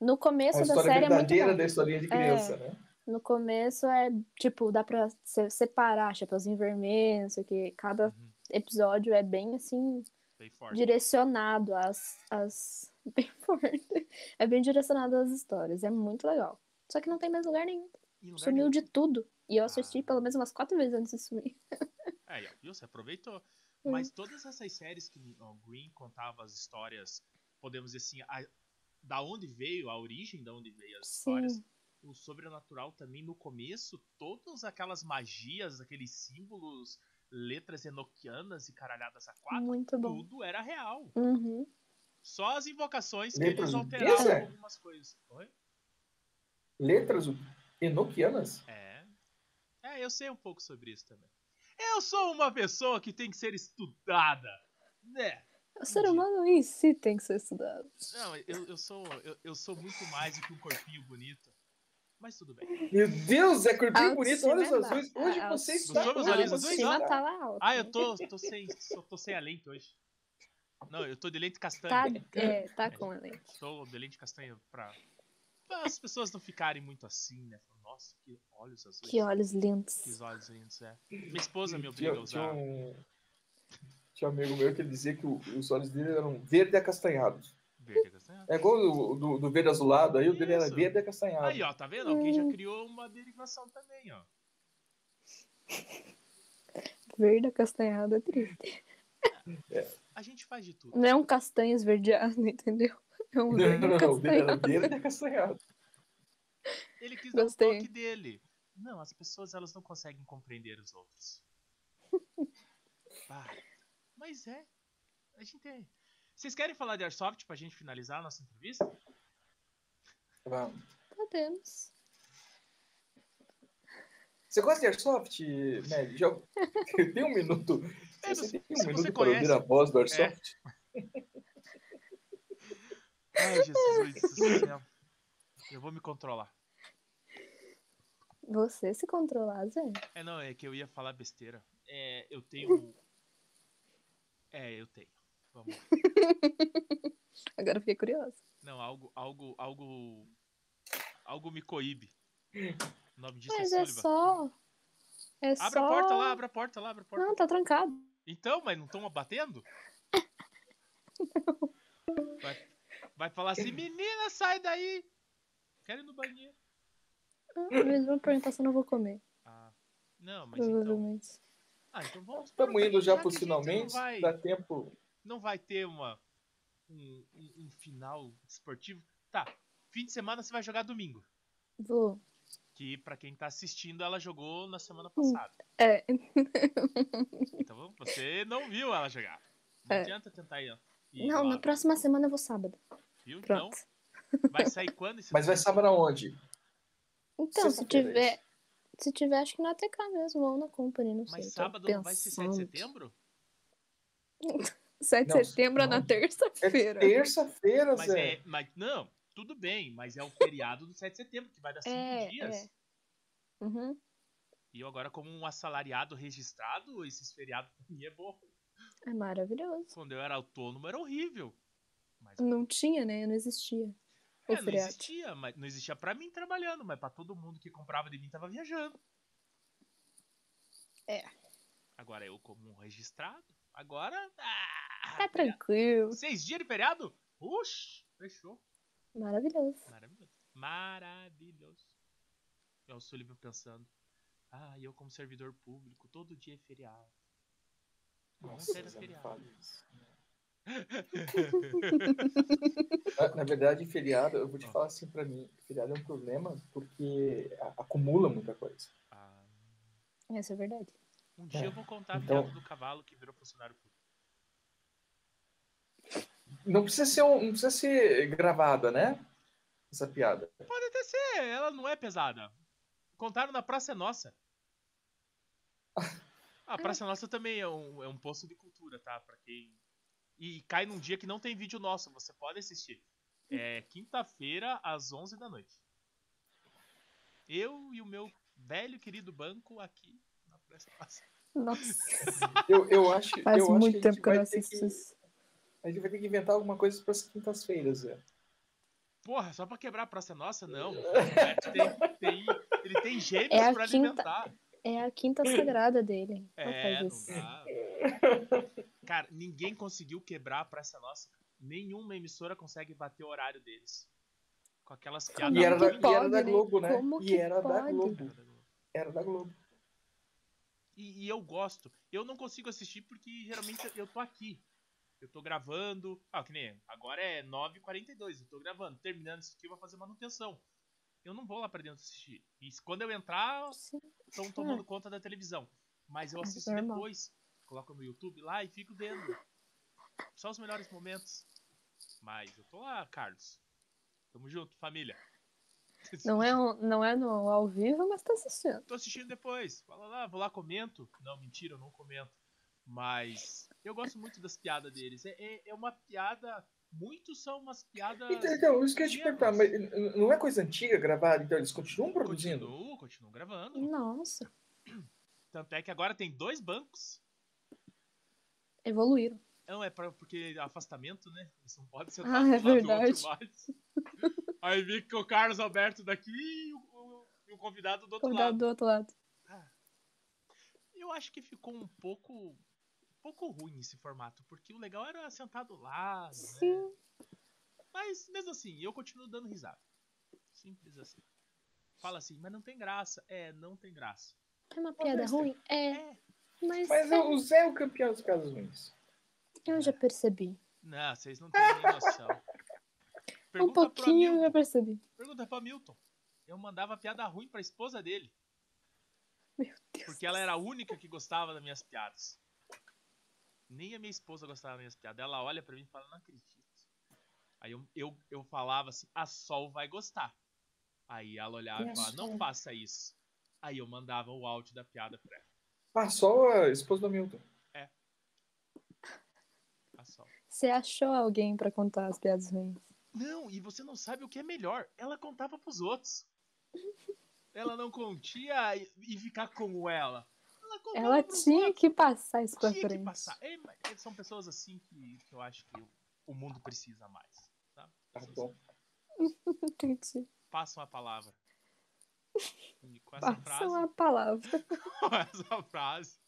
Speaker 2: No começo
Speaker 3: a
Speaker 2: da
Speaker 3: história
Speaker 2: série é muito.
Speaker 3: verdadeira
Speaker 2: bom.
Speaker 3: da historinha de criança, né?
Speaker 2: No começo é, tipo, dá pra se- separar, Chapeuzinho Vermelho, não sei o quê. Cada
Speaker 1: Uhum,
Speaker 2: episódio é bem, assim,
Speaker 1: bem forte.
Speaker 2: direcionado às. às... Bem forte. É bem direcionado às histórias. É muito legal. Só que não tem mais lugar nenhum.
Speaker 1: Em lugar
Speaker 2: Sumiu
Speaker 1: nenhum.
Speaker 2: de tudo. E eu assisti
Speaker 1: Ah.
Speaker 2: pelo menos umas quatro vezes antes de sumir.
Speaker 1: Aí, ó, viu? Você aproveitou. Mas todas essas séries que o Green contava as histórias, podemos dizer assim, a- da onde veio, a origem da onde veio as histórias.
Speaker 2: Sim.
Speaker 1: O sobrenatural também, no começo, todas aquelas magias, aqueles símbolos, letras enoquianas e caralhadas a quatro,
Speaker 2: Muito bom.
Speaker 1: tudo era real.
Speaker 2: Uhum.
Speaker 1: Só as invocações que eles
Speaker 3: Letras do
Speaker 1: alteraram
Speaker 3: Deus, é?
Speaker 1: algumas coisas. Oi?
Speaker 3: Letras enoquianas?
Speaker 1: É. É, eu sei um pouco sobre isso também. Eu sou uma pessoa que tem que ser estudada. Né?
Speaker 2: O ser humano em si tem que ser estudado.
Speaker 1: Não, eu, eu sou eu, eu sou muito mais do que um corpinho bonito. Mas tudo bem.
Speaker 3: Meu Deus, é corpinho bonito,
Speaker 2: Autoestima
Speaker 3: olhos
Speaker 2: é ba-
Speaker 3: azuis. Hoje
Speaker 2: a-
Speaker 3: você
Speaker 2: a
Speaker 3: está.
Speaker 1: autoestima- olhos
Speaker 3: hoje
Speaker 2: a
Speaker 1: azuis,
Speaker 3: você
Speaker 2: autoestima
Speaker 1: ó.
Speaker 3: está.
Speaker 2: tá lá alta.
Speaker 1: Ah, eu tô, tô sem só tô sem a lente hoje. Não, eu tô de lente
Speaker 2: Tá,
Speaker 1: castanha.
Speaker 2: é, tá com a lente.
Speaker 1: Tô de lente castanha pra, pra as pessoas não ficarem muito assim, né? Falam, Nossa, que olhos azuis.
Speaker 2: Que olhos lindos.
Speaker 1: Que olhos lindos, é. Minha esposa me obriga a
Speaker 3: Tinha, tinha
Speaker 1: usar.
Speaker 3: um, tinha um amigo meu que ele dizia que o- os olhos dele eram verde acastanhados.
Speaker 1: Verde castanha.
Speaker 3: É igual o do, do verde azulado, aí o dele era
Speaker 1: Isso.
Speaker 3: verde acastanhado.
Speaker 1: Aí, ó, tá vendo? Alguém
Speaker 2: Hum.
Speaker 1: já criou uma derivação também, ó.
Speaker 2: Verde acastanhado é triste.
Speaker 1: A gente faz de tudo.
Speaker 2: Não é um castanho esverdeado, entendeu? É um
Speaker 3: Não, não,
Speaker 2: verde
Speaker 3: não, o dele era
Speaker 2: castanhado.
Speaker 3: verde acastanhado.
Speaker 1: Ele quis dar o
Speaker 2: Gostei.
Speaker 1: toque dele. Não, as pessoas elas não conseguem compreender os outros. Ah, mas é. A gente é. Vocês querem falar de Airsoft pra gente finalizar a nossa entrevista?
Speaker 3: Vamos.
Speaker 2: Tá Podemos.
Speaker 3: Você gosta de Airsoft, Mary? Já... Tem um minuto.
Speaker 1: É, mas
Speaker 3: Você tem
Speaker 1: se você
Speaker 3: um minuto para
Speaker 1: conhece- É.
Speaker 3: ouvir a voz do Airsoft?
Speaker 1: Ai, Jesus do céu. Eu vou me controlar.
Speaker 2: Você se controlar, Zé.
Speaker 1: É, não, é que eu ia falar besteira. É, eu tenho. É, eu tenho. Vamos. lá.
Speaker 2: Agora eu fiquei curiosa.
Speaker 1: Não, algo, algo, algo. Algo me coíbe. O nome disso
Speaker 2: Mas
Speaker 1: é
Speaker 2: é
Speaker 1: Sullivan.
Speaker 2: só. É só.
Speaker 1: Abre a porta lá, abre a porta lá, abre a porta.
Speaker 2: Não, tá trancado.
Speaker 1: Então, mas não estão batendo? Vai, vai falar assim, menina, sai daí! Quero ir no banheiro.
Speaker 2: Ah, Eles vão perguntar se eu não vou comer,
Speaker 1: Ah, não, Uhum. mas então...
Speaker 2: provavelmente.
Speaker 1: Ah, então vamos...
Speaker 3: Estamos indo já
Speaker 1: por
Speaker 3: para finalmente.
Speaker 1: Não vai,
Speaker 3: Dá tempo.
Speaker 1: não vai ter uma, um, um- um final esportivo. Tá, fim de semana você vai jogar domingo.
Speaker 2: Vou.
Speaker 1: Que, pra quem tá assistindo, ela jogou na semana passada.
Speaker 2: É,
Speaker 1: Então, você não viu ela jogar. Não
Speaker 2: É.
Speaker 1: adianta tentar ir... ir
Speaker 2: não,
Speaker 1: lá,
Speaker 2: na próxima semana eu vou sábado.
Speaker 1: Viu? Então,
Speaker 2: Pronto.
Speaker 1: vai sair quando esse
Speaker 3: Mas vai sábado aonde?
Speaker 2: Então, se
Speaker 3: Sexta-feira, é
Speaker 2: tiver. Se tiver, acho que na ATK mesmo, ou na Company, não sei.
Speaker 1: Mas
Speaker 2: tô
Speaker 1: sábado não vai ser 7 de
Speaker 2: pensando.
Speaker 1: setembro?
Speaker 2: 7
Speaker 3: Não,
Speaker 2: de setembro é na
Speaker 3: não. É
Speaker 2: terça-feira.
Speaker 3: terça-feira,
Speaker 1: Mas
Speaker 3: Zé.
Speaker 1: é. Mas, não, tudo bem, mas é o feriado do 7 de setembro, que vai dar 5
Speaker 2: É,
Speaker 1: dias.
Speaker 2: é. Uhum.
Speaker 1: E eu agora, como um assalariado registrado, esses feriados pra mim é bom.
Speaker 2: É maravilhoso.
Speaker 1: Quando eu era autônomo era horrível. Mas
Speaker 2: Não tinha, né? Não existia.
Speaker 1: é,
Speaker 2: O
Speaker 1: não
Speaker 2: feriado.
Speaker 1: existia, mas não existia pra mim trabalhando, mas pra todo mundo que comprava de mim tava viajando.
Speaker 2: É.
Speaker 1: Agora eu, como um registrado, agora. Ah,
Speaker 2: Tá tranquilo.
Speaker 1: Seis dias de feriado? Puxa, fechou.
Speaker 2: Maravilhoso.
Speaker 1: Maravilhoso. Maravilhoso. É o Sullivan pensando. Ah, eu como servidor público, todo dia é feriado.
Speaker 3: Nossa,
Speaker 1: Não
Speaker 3: Zé,
Speaker 1: feriado.
Speaker 3: não fale isso. Na- Na verdade, feriado, eu vou te falar assim pra mim, feriado é um problema porque a- acumula muita coisa.
Speaker 1: Ah,
Speaker 2: Isso é verdade.
Speaker 1: um dia eu vou contar a
Speaker 3: Então-
Speaker 1: piada do cavalo que virou funcionário público.
Speaker 3: Não precisa ser, um- não precisa ser gravada, né? Essa piada.
Speaker 1: Pode até ser, ela não é pesada. Contaram na Praça é Nossa. A Praça é Nossa também é um, é um posto de cultura, tá? Pra quem. E cai num dia que não tem vídeo nosso, você pode assistir. É quinta-feira, às 11 da noite. Eu e o meu velho querido banco aqui na Praça é Nossa.
Speaker 2: Nossa,
Speaker 3: Eu, eu acho,
Speaker 2: faz
Speaker 3: eu acho
Speaker 2: muito
Speaker 3: que a gente
Speaker 2: tempo que eu
Speaker 3: vai
Speaker 2: não
Speaker 3: ter
Speaker 2: assisto isso.
Speaker 3: A gente vai ter que inventar alguma coisa para as quintas-feiras, né? Zé.
Speaker 1: Porra, só pra quebrar a Praça é Nossa, não. O Roberto tem- tem- ele tem gêmeos
Speaker 2: É a
Speaker 1: pra
Speaker 2: quinta-
Speaker 1: alimentar.
Speaker 2: É a quinta sagrada dele. Não
Speaker 1: É,
Speaker 2: faz
Speaker 1: não
Speaker 2: isso.
Speaker 1: dá. Cara, ninguém conseguiu quebrar a Praça Nossa. Nenhuma emissora consegue bater o horário deles. Com aquelas piadas.
Speaker 2: Como
Speaker 3: E era,
Speaker 2: que
Speaker 3: da,
Speaker 1: muito- né?
Speaker 3: e era
Speaker 2: pode,
Speaker 3: da
Speaker 2: né?
Speaker 3: Globo, né?
Speaker 2: Como
Speaker 3: e
Speaker 2: que
Speaker 3: era da
Speaker 2: pode?
Speaker 3: Globo. Era da Globo.
Speaker 1: E, e eu gosto. Eu não consigo assistir porque geralmente eu tô aqui. Eu tô gravando. Ah, que nem. Agora é 9h42. Eu tô gravando. Terminando isso aqui, eu vou fazer manutenção. Eu não vou lá pra dentro assistir. E se- quando eu entrar,
Speaker 2: Sim.
Speaker 1: estão tomando conta da televisão. Mas eu
Speaker 2: Mas
Speaker 1: assisto
Speaker 2: é normal.
Speaker 1: depois. Coloco no YouTube lá e fico vendo. Só os melhores momentos. Mas eu tô lá, Carlos. Tamo junto, família.
Speaker 2: Não é, um- não é no ao vivo, mas tá assistindo.
Speaker 1: Tô assistindo depois. Fala lá, vou lá, comento. Não, mentira, eu não comento. Mas eu gosto muito das piadas deles. É, é, é uma piada. Muitos são umas piadas.
Speaker 3: Então, então, isso que eu ia te perguntar, mas n- não é coisa antiga gravada, então eles continuam produzindo?
Speaker 1: Continuo, continuo gravando.
Speaker 2: Nossa,
Speaker 1: Tanto é que agora tem dois bancos.
Speaker 2: evoluíram.
Speaker 1: Não, é pra, porque afastamento, né? Você não pode sentar
Speaker 2: Ah,
Speaker 1: do
Speaker 2: é
Speaker 1: lado do outro
Speaker 2: verdade.
Speaker 1: mais. Aí vem que o Carlos Alberto daqui e o, o- e o convidado do outro
Speaker 2: Convidado
Speaker 1: lado.
Speaker 2: do outro lado.
Speaker 1: Eu acho que ficou um pouco um pouco ruim esse formato, porque o legal era sentar do lado, né?
Speaker 2: Sim.
Speaker 1: Mas mesmo assim, eu continuo dando risada. Simples assim. Fala assim, mas não tem graça. É, não tem graça.
Speaker 2: É uma piada
Speaker 3: besta.
Speaker 2: ruim? É,
Speaker 1: É.
Speaker 2: mas,
Speaker 3: Mas
Speaker 2: é,
Speaker 3: o o Zé é o campeão dos casos ruins.
Speaker 2: eu já percebi.
Speaker 1: Não, vocês não têm nem noção.
Speaker 2: Um
Speaker 1: Pergunta pro
Speaker 2: pouquinho eu
Speaker 1: Hamilton.
Speaker 2: já percebi.
Speaker 1: Pergunta pra Milton. Eu mandava piada ruim pra esposa dele.
Speaker 2: Meu Deus.
Speaker 1: Porque ela era a única que gostava das minhas piadas. Nem a minha esposa gostava das minhas piadas. Ela olha pra mim e fala, não acredito. Aí eu, eu, eu falava assim, a Sol vai gostar. Aí ela olhava e
Speaker 2: Nossa.
Speaker 1: falava, não faça isso. Aí eu mandava o áudio da piada pra ela,
Speaker 3: Ah, só a esposa do Milton.
Speaker 1: a Sol.
Speaker 2: Você achou alguém pra contar as piadas ruins?
Speaker 1: Não, e você não sabe o que é melhor. Ela contava pros outros. Ela não contia e, e ficar como ela. Ela, contava
Speaker 2: Ela
Speaker 1: pros
Speaker 2: tinha que passar isso pra
Speaker 1: Tinha que
Speaker 2: frente.
Speaker 1: passar. É, mas são pessoas assim que, que eu acho que o, o mundo precisa mais. Tá?
Speaker 3: Tá
Speaker 1: Pessoas
Speaker 3: bom.
Speaker 2: Entendi.
Speaker 1: que Passam a palavra. E com essa
Speaker 2: Passa
Speaker 1: frase,
Speaker 2: uma palavra.
Speaker 1: com essa frase,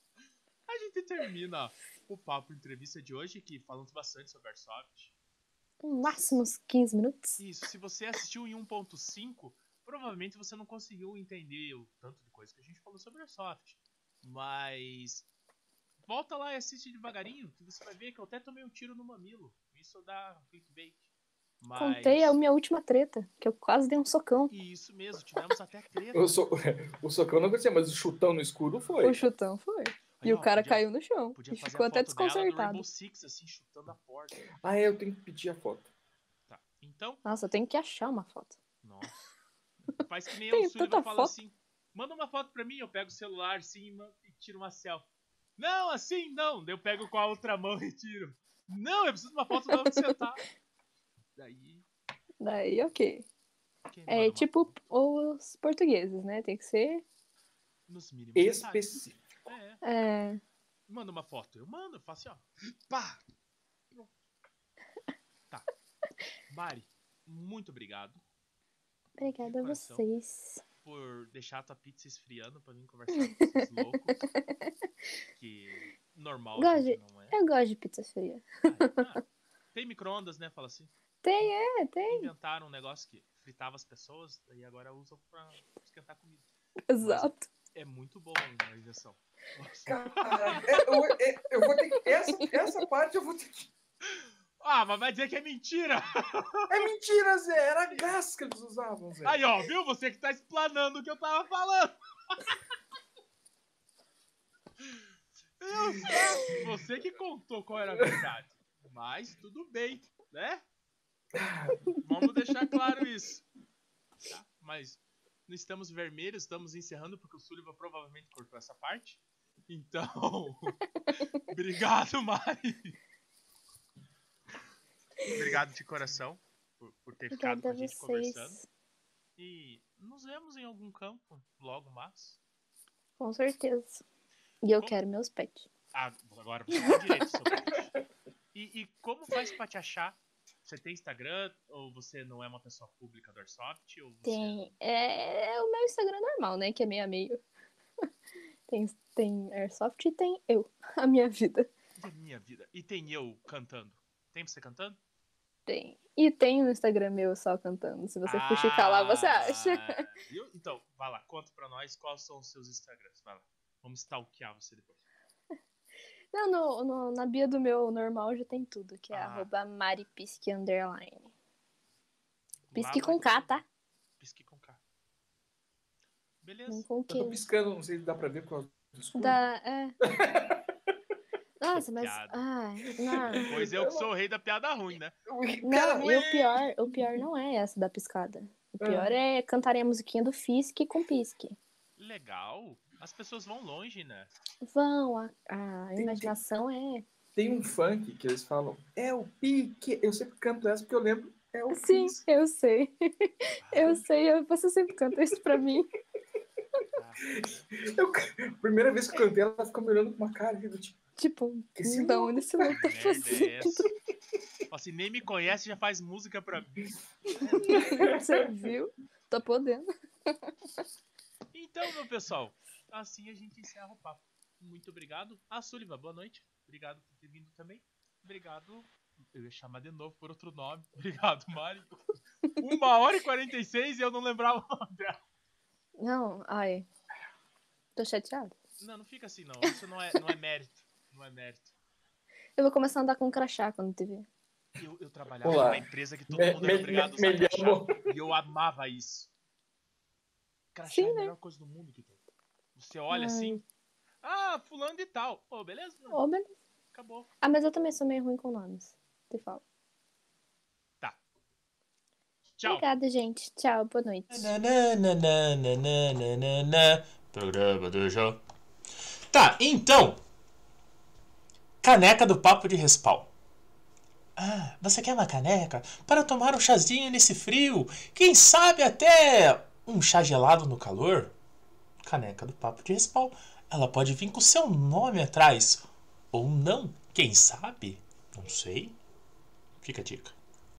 Speaker 1: a gente termina o papo entrevista de hoje, que falamos bastante sobre Airsoft.
Speaker 2: No máximo uns 15 minutos.
Speaker 1: Isso, se você assistiu em 1.5, provavelmente você não conseguiu entender o tanto de coisa que a gente falou sobre Airsoft. Mas volta lá e assiste devagarinho, que você vai ver que eu até tomei um tiro no mamilo. Isso dá clickbait. Mas...
Speaker 2: Contei a minha última treta, que eu quase dei um socão.
Speaker 1: E isso mesmo, tivemos até treta.
Speaker 3: O, so... o socão não aconteceu, mas o chutão no escuro foi.
Speaker 2: O chutão foi.
Speaker 1: Aí,
Speaker 2: E
Speaker 1: ó,
Speaker 2: o cara
Speaker 1: podia-
Speaker 2: caiu no chão.
Speaker 1: Podia
Speaker 2: E
Speaker 1: fazer
Speaker 2: ficou
Speaker 1: a
Speaker 2: até
Speaker 1: foto dela do
Speaker 2: desconcertado.
Speaker 1: Rainbow Six, assim, chutando a porta.
Speaker 3: Ah, é, eu tenho que pedir a foto.
Speaker 1: Tá. Então,
Speaker 2: Nossa, eu tenho que achar uma foto.
Speaker 1: nossa. Faz que nem
Speaker 2: Tem
Speaker 1: eu, o Sullivan
Speaker 2: tanta
Speaker 1: fala
Speaker 2: foto.
Speaker 1: assim: manda uma foto pra mim, eu pego o celular assim e mando- e tiro uma selfie. Não, assim não. Daí eu pego com a outra mão e tiro. Não, eu preciso de uma foto de onde você tá. Daí.
Speaker 2: Daí, ok.
Speaker 1: quem manda
Speaker 2: É
Speaker 1: uma
Speaker 2: tipo
Speaker 1: foto?
Speaker 2: os portugueses, né? Tem que ser.
Speaker 1: Nos mínimos detalhes.
Speaker 3: Específico.
Speaker 1: É,
Speaker 2: é,
Speaker 1: manda uma foto. Eu mando, eu faço assim, ó. Pá! Pronto. Tá. Mari, muito obrigado.
Speaker 2: Obrigada a
Speaker 1: coração.
Speaker 2: vocês
Speaker 1: por deixar a tua pizza esfriando pra vir conversar com esses loucos. que normal
Speaker 2: Gosto
Speaker 1: gente, não é.
Speaker 2: Eu gosto de pizza fria.
Speaker 1: Ah, tem micro-ondas, né? Fala assim.
Speaker 2: Tem, é, tem.
Speaker 1: Inventaram um negócio que fritava as pessoas e agora usam pra esquentar comida.
Speaker 2: Exato.
Speaker 1: É muito bom a invenção. Nossa.
Speaker 3: Cara, é, eu, é, eu vou ter que. Essa, essa parte eu vou ter que.
Speaker 1: Ah, mas vai dizer que é mentira!
Speaker 3: É mentira, Zé! Era gás que eles usavam, Zé.
Speaker 1: Aí, ó, viu? Você que tá explanando o que eu tava falando. Eu sei, você que contou qual era a verdade. Mas tudo bem, né? Vamos deixar claro isso. Tá? Mas não estamos vermelhos, estamos encerrando porque o Sullivan provavelmente cortou essa parte. Então, obrigado, Mari. Obrigado de coração por, por ter ficado com
Speaker 2: Obrigada
Speaker 1: a
Speaker 2: a
Speaker 1: gente conversando.
Speaker 2: Então, vocês.
Speaker 1: E nos vemos em algum campo logo, mas.
Speaker 2: Com certeza. E eu
Speaker 1: Bom.
Speaker 2: quero meus pets.
Speaker 1: Ah, agora você tem direito, seu pet. e, e como faz pra te achar? Você tem Instagram? Ou você não é uma pessoa pública do Airsoft? Ou você...
Speaker 2: Tem. É, é o meu Instagram normal, né? Que é meio a meio. Tem, tem Airsoft e tem eu, a minha vida.
Speaker 1: Da minha vida. E tem eu cantando. Tem você cantando?
Speaker 2: Tem. E tem um Instagram meu só cantando. Se você for checar lá, você
Speaker 1: Ah.
Speaker 2: acha.
Speaker 1: Viu? Então, vai lá, conta pra nós quais são os seus Instagrams. Vai lá. Vamos stalkear você depois.
Speaker 2: Não, no, no- na bia do meu normal já tem tudo, que é
Speaker 1: Ah.
Speaker 2: arroba maripisque underline. Pisque
Speaker 1: Lá
Speaker 2: com
Speaker 1: vai-
Speaker 2: K, tá?
Speaker 1: Pisque com K.
Speaker 2: Não
Speaker 1: Beleza.
Speaker 2: com
Speaker 3: Eu tô
Speaker 2: Q.
Speaker 3: piscando, não sei se dá pra ver por causa do escuro.
Speaker 2: Da, é. Nossa, mas.
Speaker 1: piada.
Speaker 2: Ai, não.
Speaker 1: Pois eu que sou o rei da piada ruim, né?
Speaker 3: Cara,
Speaker 2: Não, é.
Speaker 3: ruim.
Speaker 2: e o pior, o pior não é essa da piscada. O pior é cantarem a musiquinha do Fisk com Pisque.
Speaker 1: Legal. As pessoas vão longe, né?
Speaker 2: Vão, a, a imaginação é.
Speaker 3: Tem um funk que eles falam, é o pique. Eu sempre canto essa porque eu lembro, é o
Speaker 2: Sim,
Speaker 3: pique.
Speaker 2: eu sei. Eu sei, eu- você sempre canta isso pra mim.
Speaker 3: Eu, ca- primeira vez que eu cantei, ela ficou me olhando com uma cara de tipo,
Speaker 2: Tipo,
Speaker 3: que esse
Speaker 2: não, onde esse louco tá
Speaker 1: Merda é
Speaker 2: fazendo?
Speaker 1: essa? Fala Assim, nem me conhece, já faz música pra mim.
Speaker 2: Você viu? Tô podendo.
Speaker 1: Então, meu pessoal, assim a gente encerra o papo. Muito obrigado. A Sullivan, boa noite. Obrigado por ter vindo também. Obrigado. Eu ia chamar de novo por outro nome. Obrigado, Mari. Uma hora e 46 e eu não lembrava o nome dela.
Speaker 2: Não, ai. Tô chateada.
Speaker 1: Não, não fica assim, não. Isso não é, não é mérito. Não é mérito.
Speaker 2: Eu vou começar a andar com um crachá quando te ver.
Speaker 1: Eu, eu trabalhava
Speaker 3: Olá.
Speaker 1: numa empresa que todo
Speaker 3: Me-
Speaker 1: mundo era
Speaker 3: "É, me-
Speaker 1: obrigado a
Speaker 3: me-
Speaker 1: usar
Speaker 3: melhor
Speaker 1: crachá. E eu amava isso. Crachá
Speaker 2: Sim,
Speaker 1: é a
Speaker 2: né?
Speaker 1: melhor coisa do mundo que tem. Você olha assim. Ah, fulano de tal. Pô, beleza? Não,
Speaker 2: Ô, beleza.
Speaker 1: Acabou.
Speaker 2: Ah, mas eu também sou meio ruim com nomes. Te falo.
Speaker 1: Tchau.
Speaker 2: Obrigada, gente. Tchau, boa noite.
Speaker 4: Nananana, Programa do João. Tá, então. Caneca do Papo de Respawn. Ah, você quer uma caneca? Para tomar um chazinho nesse frio? Quem sabe até um chá gelado no calor? Caneca do Papo de Respawn. Ela pode vir com seu nome atrás. Ou não. Quem sabe? Não sei. Fica a dica.